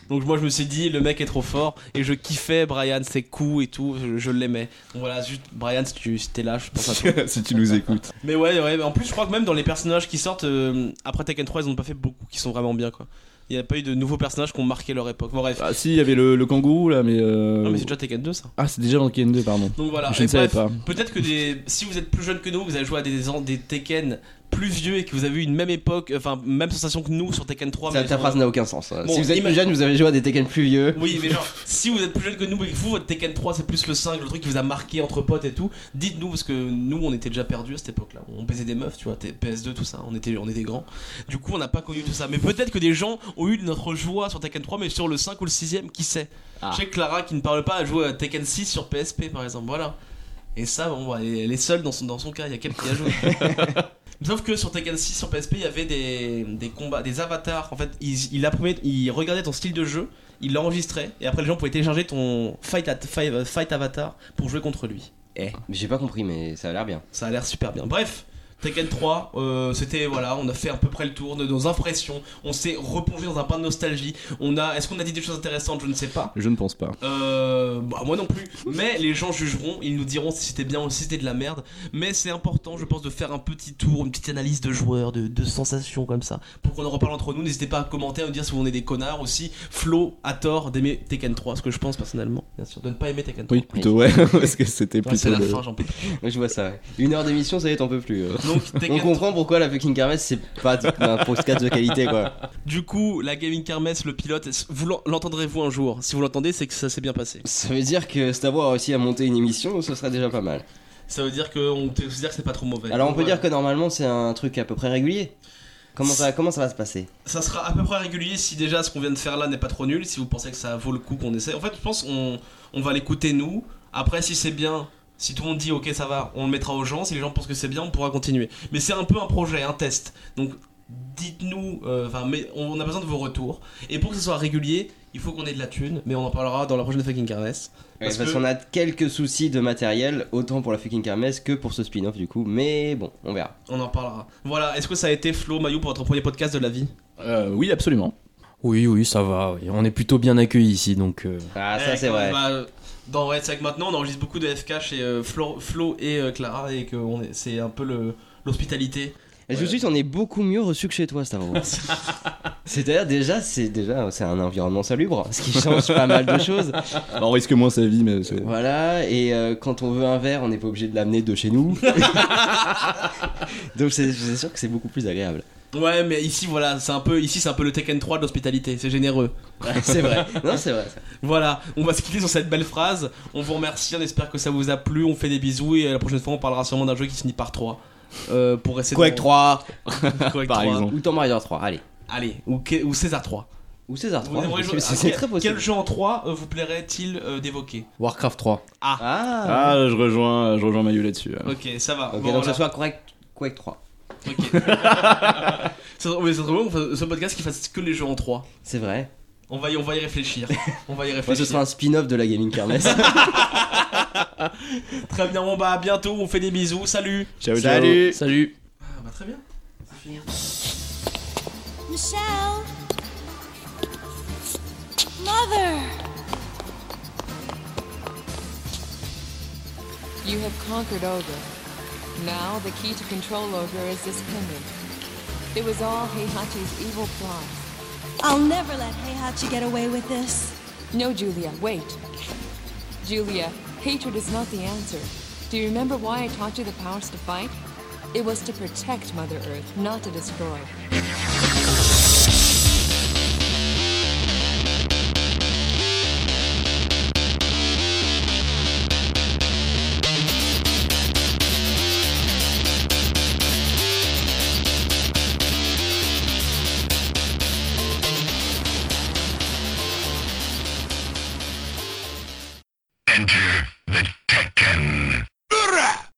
[SPEAKER 2] Donc moi je me suis dit le mec est trop fort et je kiffais Brian ses coups et tout je, je l'aimais donc voilà juste Brian si tu si t'es là je pense à toi
[SPEAKER 4] *laughs* si tu nous écoutes
[SPEAKER 2] Mais ouais, ouais, en plus, je crois que même dans les personnages qui sortent euh, après Tekken 3, ils ont pas fait beaucoup qui sont vraiment bien quoi. Il n'y a pas eu de nouveaux personnages qui ont marqué leur époque. Bon, bref,
[SPEAKER 4] ah si il y avait le, le kangourou là mais, euh,
[SPEAKER 2] non, mais c'est déjà Tekken 2 ça.
[SPEAKER 4] ah c'est déjà dans Tekken 2 pardon
[SPEAKER 2] Donc voilà,
[SPEAKER 4] je
[SPEAKER 2] Et
[SPEAKER 4] ne savais
[SPEAKER 2] bref,
[SPEAKER 4] pas
[SPEAKER 2] peut-être que des... si vous êtes plus jeune que nous, vous avez joué à des, des Tekken plus vieux et que vous avez eu une même époque, enfin, même sensation que nous sur Tekken 3.
[SPEAKER 3] Ça,
[SPEAKER 2] mais
[SPEAKER 3] ta
[SPEAKER 2] genre-
[SPEAKER 3] phrase n'a aucun sens. hein.
[SPEAKER 2] Bon,
[SPEAKER 3] si vous êtes
[SPEAKER 2] ima-
[SPEAKER 3] plus jeune, vous avez joué à des Tekken plus vieux.
[SPEAKER 2] Oui, mais genre, si vous êtes plus jeune que nous et que vous, votre Tekken 3, c'est plus le 5, le truc qui vous a marqué entre potes et tout, dites-nous, parce que nous, on était déjà perdus à cette époque-là. On baisait des meufs, tu vois, t- PS2, tout ça, on était, on était grands. Du coup, on n'a pas connu tout ça. Mais peut-être que des gens ont eu de notre joie sur Tekken 3, mais sur le 5 ou le 6ème, qui sait Je sais que Clara, qui ne parle pas, a joué à Tekken 6 sur PSP, par exemple, voilà. Et ça, bon, bah, elle est- elle est seule dans son, dans son cas, il y a quelqu'un qui a joué. Sauf que sur Tekken 6 sur PSP, il y avait des, des combats, des avatars. En fait, il, il apprenait- il regardait ton style de jeu, il l'enregistrait, et après les gens pouvaient télécharger ton fight, at- fight, fight avatar pour jouer contre lui.
[SPEAKER 3] Eh, J'ai pas compris, mais ça a l'air bien.
[SPEAKER 2] Ça a l'air super bien. Bref, Tekken 3, euh, c'était voilà, on a fait à peu près le tour de nos impressions. On s'est replongé dans un bain de nostalgie. On a, est-ce qu'on a dit des choses intéressantes Je ne sais pas.
[SPEAKER 4] Je ne pense pas.
[SPEAKER 2] Euh, bah, moi non plus. Mais les gens jugeront, ils nous diront si c'était bien ou si c'était de la merde. Mais c'est important, je pense, de faire un petit tour, une petite analyse de joueurs, de, de sensations comme ça, pour qu'on en reparle entre nous. N'hésitez pas à commenter, à nous dire si on est des connards aussi. Flo a tort d'aimer Tekken 3, ce que je pense personnellement, bien sûr, de ne pas aimer Tekken 3.
[SPEAKER 4] Oui, plutôt ouais, *laughs* parce que c'était
[SPEAKER 2] Ouais, c'est
[SPEAKER 4] plutôt.
[SPEAKER 2] la
[SPEAKER 4] le-
[SPEAKER 2] fin, j'en peux plus.
[SPEAKER 3] Je vois ça. ouais. Une heure d'émission, ça y est, t'en peux plus. euh.
[SPEAKER 2] *laughs* Donc
[SPEAKER 3] On
[SPEAKER 2] Tekken 3,
[SPEAKER 3] comprend pourquoi la fucking kermesse, c'est pas
[SPEAKER 2] *laughs*
[SPEAKER 3] un podcast de qualité, quoi.
[SPEAKER 2] Du coup, la Gaming Kermesse, le pilote, est-ce- vous l'en- l'entendrez-vous un jour Si vous l'entendez, c'est que ça s'est bien passé.
[SPEAKER 3] Ça veut dire que Stavo a réussi à monter une émission, ce serait déjà pas mal.
[SPEAKER 2] Ça veut dire qu'on peut se dire que c'est pas trop mauvais.
[SPEAKER 3] Alors on peut
[SPEAKER 2] Voilà.
[SPEAKER 3] dire que normalement c'est un truc à peu près régulier. Comment ça, comment ça va se passer
[SPEAKER 2] Ça sera à peu près régulier si déjà ce qu'on vient de faire là n'est pas trop nul, si vous pensez que ça vaut le coup qu'on essaie. En fait, je pense on, on va l'écouter nous. Après, si c'est bien, si tout le monde dit ok, ça va, on le mettra aux gens. Si les gens pensent que c'est bien, on pourra continuer. Mais c'est un peu un projet, un test. Donc dites-nous, euh, enfin, mais on a besoin de vos retours. Et pour que ce soit régulier, il faut qu'on ait de la thune, mais on en parlera dans la prochaine fucking Kermesse.
[SPEAKER 3] Parce,
[SPEAKER 2] Parce que-
[SPEAKER 3] qu'on a quelques soucis de matériel, autant pour la fucking kermesse que pour ce spin-off du coup. Mais bon, on verra.
[SPEAKER 2] On en parlera. Voilà, est-ce que ça a été Flo, Mayou pour votre premier podcast de la vie
[SPEAKER 4] Euh, oui, absolument.
[SPEAKER 5] Oui, oui, ça va. oui. On est plutôt bien accueillis ici, donc. euh,
[SPEAKER 3] Ah
[SPEAKER 2] Eh,
[SPEAKER 3] ça c'est
[SPEAKER 2] quand-
[SPEAKER 3] vrai.
[SPEAKER 2] bah, euh, dans Red Sac maintenant, on enregistre beaucoup de FK chez euh, Flo, Flo et euh, Clara et que on est- c'est un peu le- l'hospitalité.
[SPEAKER 3] Et Je vous dis, on est beaucoup mieux reçu que chez toi, Stavo.
[SPEAKER 2] *laughs*
[SPEAKER 3] C'est-à-dire déjà, c'est déjà c'est un environnement salubre, ce qui change pas mal de choses.
[SPEAKER 4] Alors, Bah, on risque moins sa vie, mais c'est-
[SPEAKER 3] Voilà, et euh, quand on veut un verre, on n'est pas obligé de l'amener de chez nous. Donc c'est c'est sûr que c'est beaucoup plus agréable.
[SPEAKER 2] Ouais, mais ici voilà, c'est un peu ici c'est un peu le Tekken 3 de l'hospitalité, c'est généreux.
[SPEAKER 3] c'est vrai. Non, c'est vrai.
[SPEAKER 2] *laughs* Voilà, on va se quitter sur cette belle phrase. On vous remercie, on espère que ça vous a plu, on fait des bisous et euh, la prochaine fois on parlera sûrement d'un jeu qui finit par 3. Euh, pour essayer
[SPEAKER 3] Quake 3
[SPEAKER 2] 3, Quake
[SPEAKER 4] par
[SPEAKER 2] 3.
[SPEAKER 4] exemple.
[SPEAKER 3] ou Tomb Raider 3, allez.
[SPEAKER 2] Allez, ou, Ke- ou César 3.
[SPEAKER 3] Ou César
[SPEAKER 2] Vous
[SPEAKER 3] 3. *laughs*
[SPEAKER 2] aimeriez jouer-
[SPEAKER 3] c'est
[SPEAKER 2] à
[SPEAKER 3] c'est
[SPEAKER 2] quel-
[SPEAKER 3] très possible.
[SPEAKER 2] Quel jeu en 3 euh, vous plairait-il euh, d'évoquer
[SPEAKER 5] Warcraft 3.
[SPEAKER 3] Ah,
[SPEAKER 4] Ah, je rejoins, je rejoins Mayu là-dessus. euh. ouais.
[SPEAKER 2] Ok, ça va.
[SPEAKER 3] Ok,
[SPEAKER 2] Bon,
[SPEAKER 3] donc
[SPEAKER 2] voilà.
[SPEAKER 3] ça soit correct. Quake 3. *laughs*
[SPEAKER 2] Ok. ça serait oui, ça serait bon qu'on fasse- ce podcast qui fasse que les jeux en 3.
[SPEAKER 3] C'est vrai.
[SPEAKER 2] On va y, on va y
[SPEAKER 3] *laughs*
[SPEAKER 2] réfléchir. On va y
[SPEAKER 3] Moi, ce
[SPEAKER 2] réfléchir.
[SPEAKER 3] sera un spin-off de la Gaming Kermesse.
[SPEAKER 2] Très bien, bon bah à bientôt, on fait des bisous, salut
[SPEAKER 4] *laughs* Ciao, ciao.
[SPEAKER 3] Salut
[SPEAKER 5] Salut.
[SPEAKER 2] Ah bah très bien.
[SPEAKER 6] Michelle. Mother.
[SPEAKER 7] You have conquered Ogre. Now the key to control Ogre is this pendant. It was all Heihachi's evil plot.
[SPEAKER 6] I'll never let Heihachi get away with this.
[SPEAKER 7] No, Julia, wait. Julia, hatred is not the answer. Do you remember why I taught you the powers to fight? It was to protect Mother Earth, not to destroy.
[SPEAKER 8] Enter the Tekken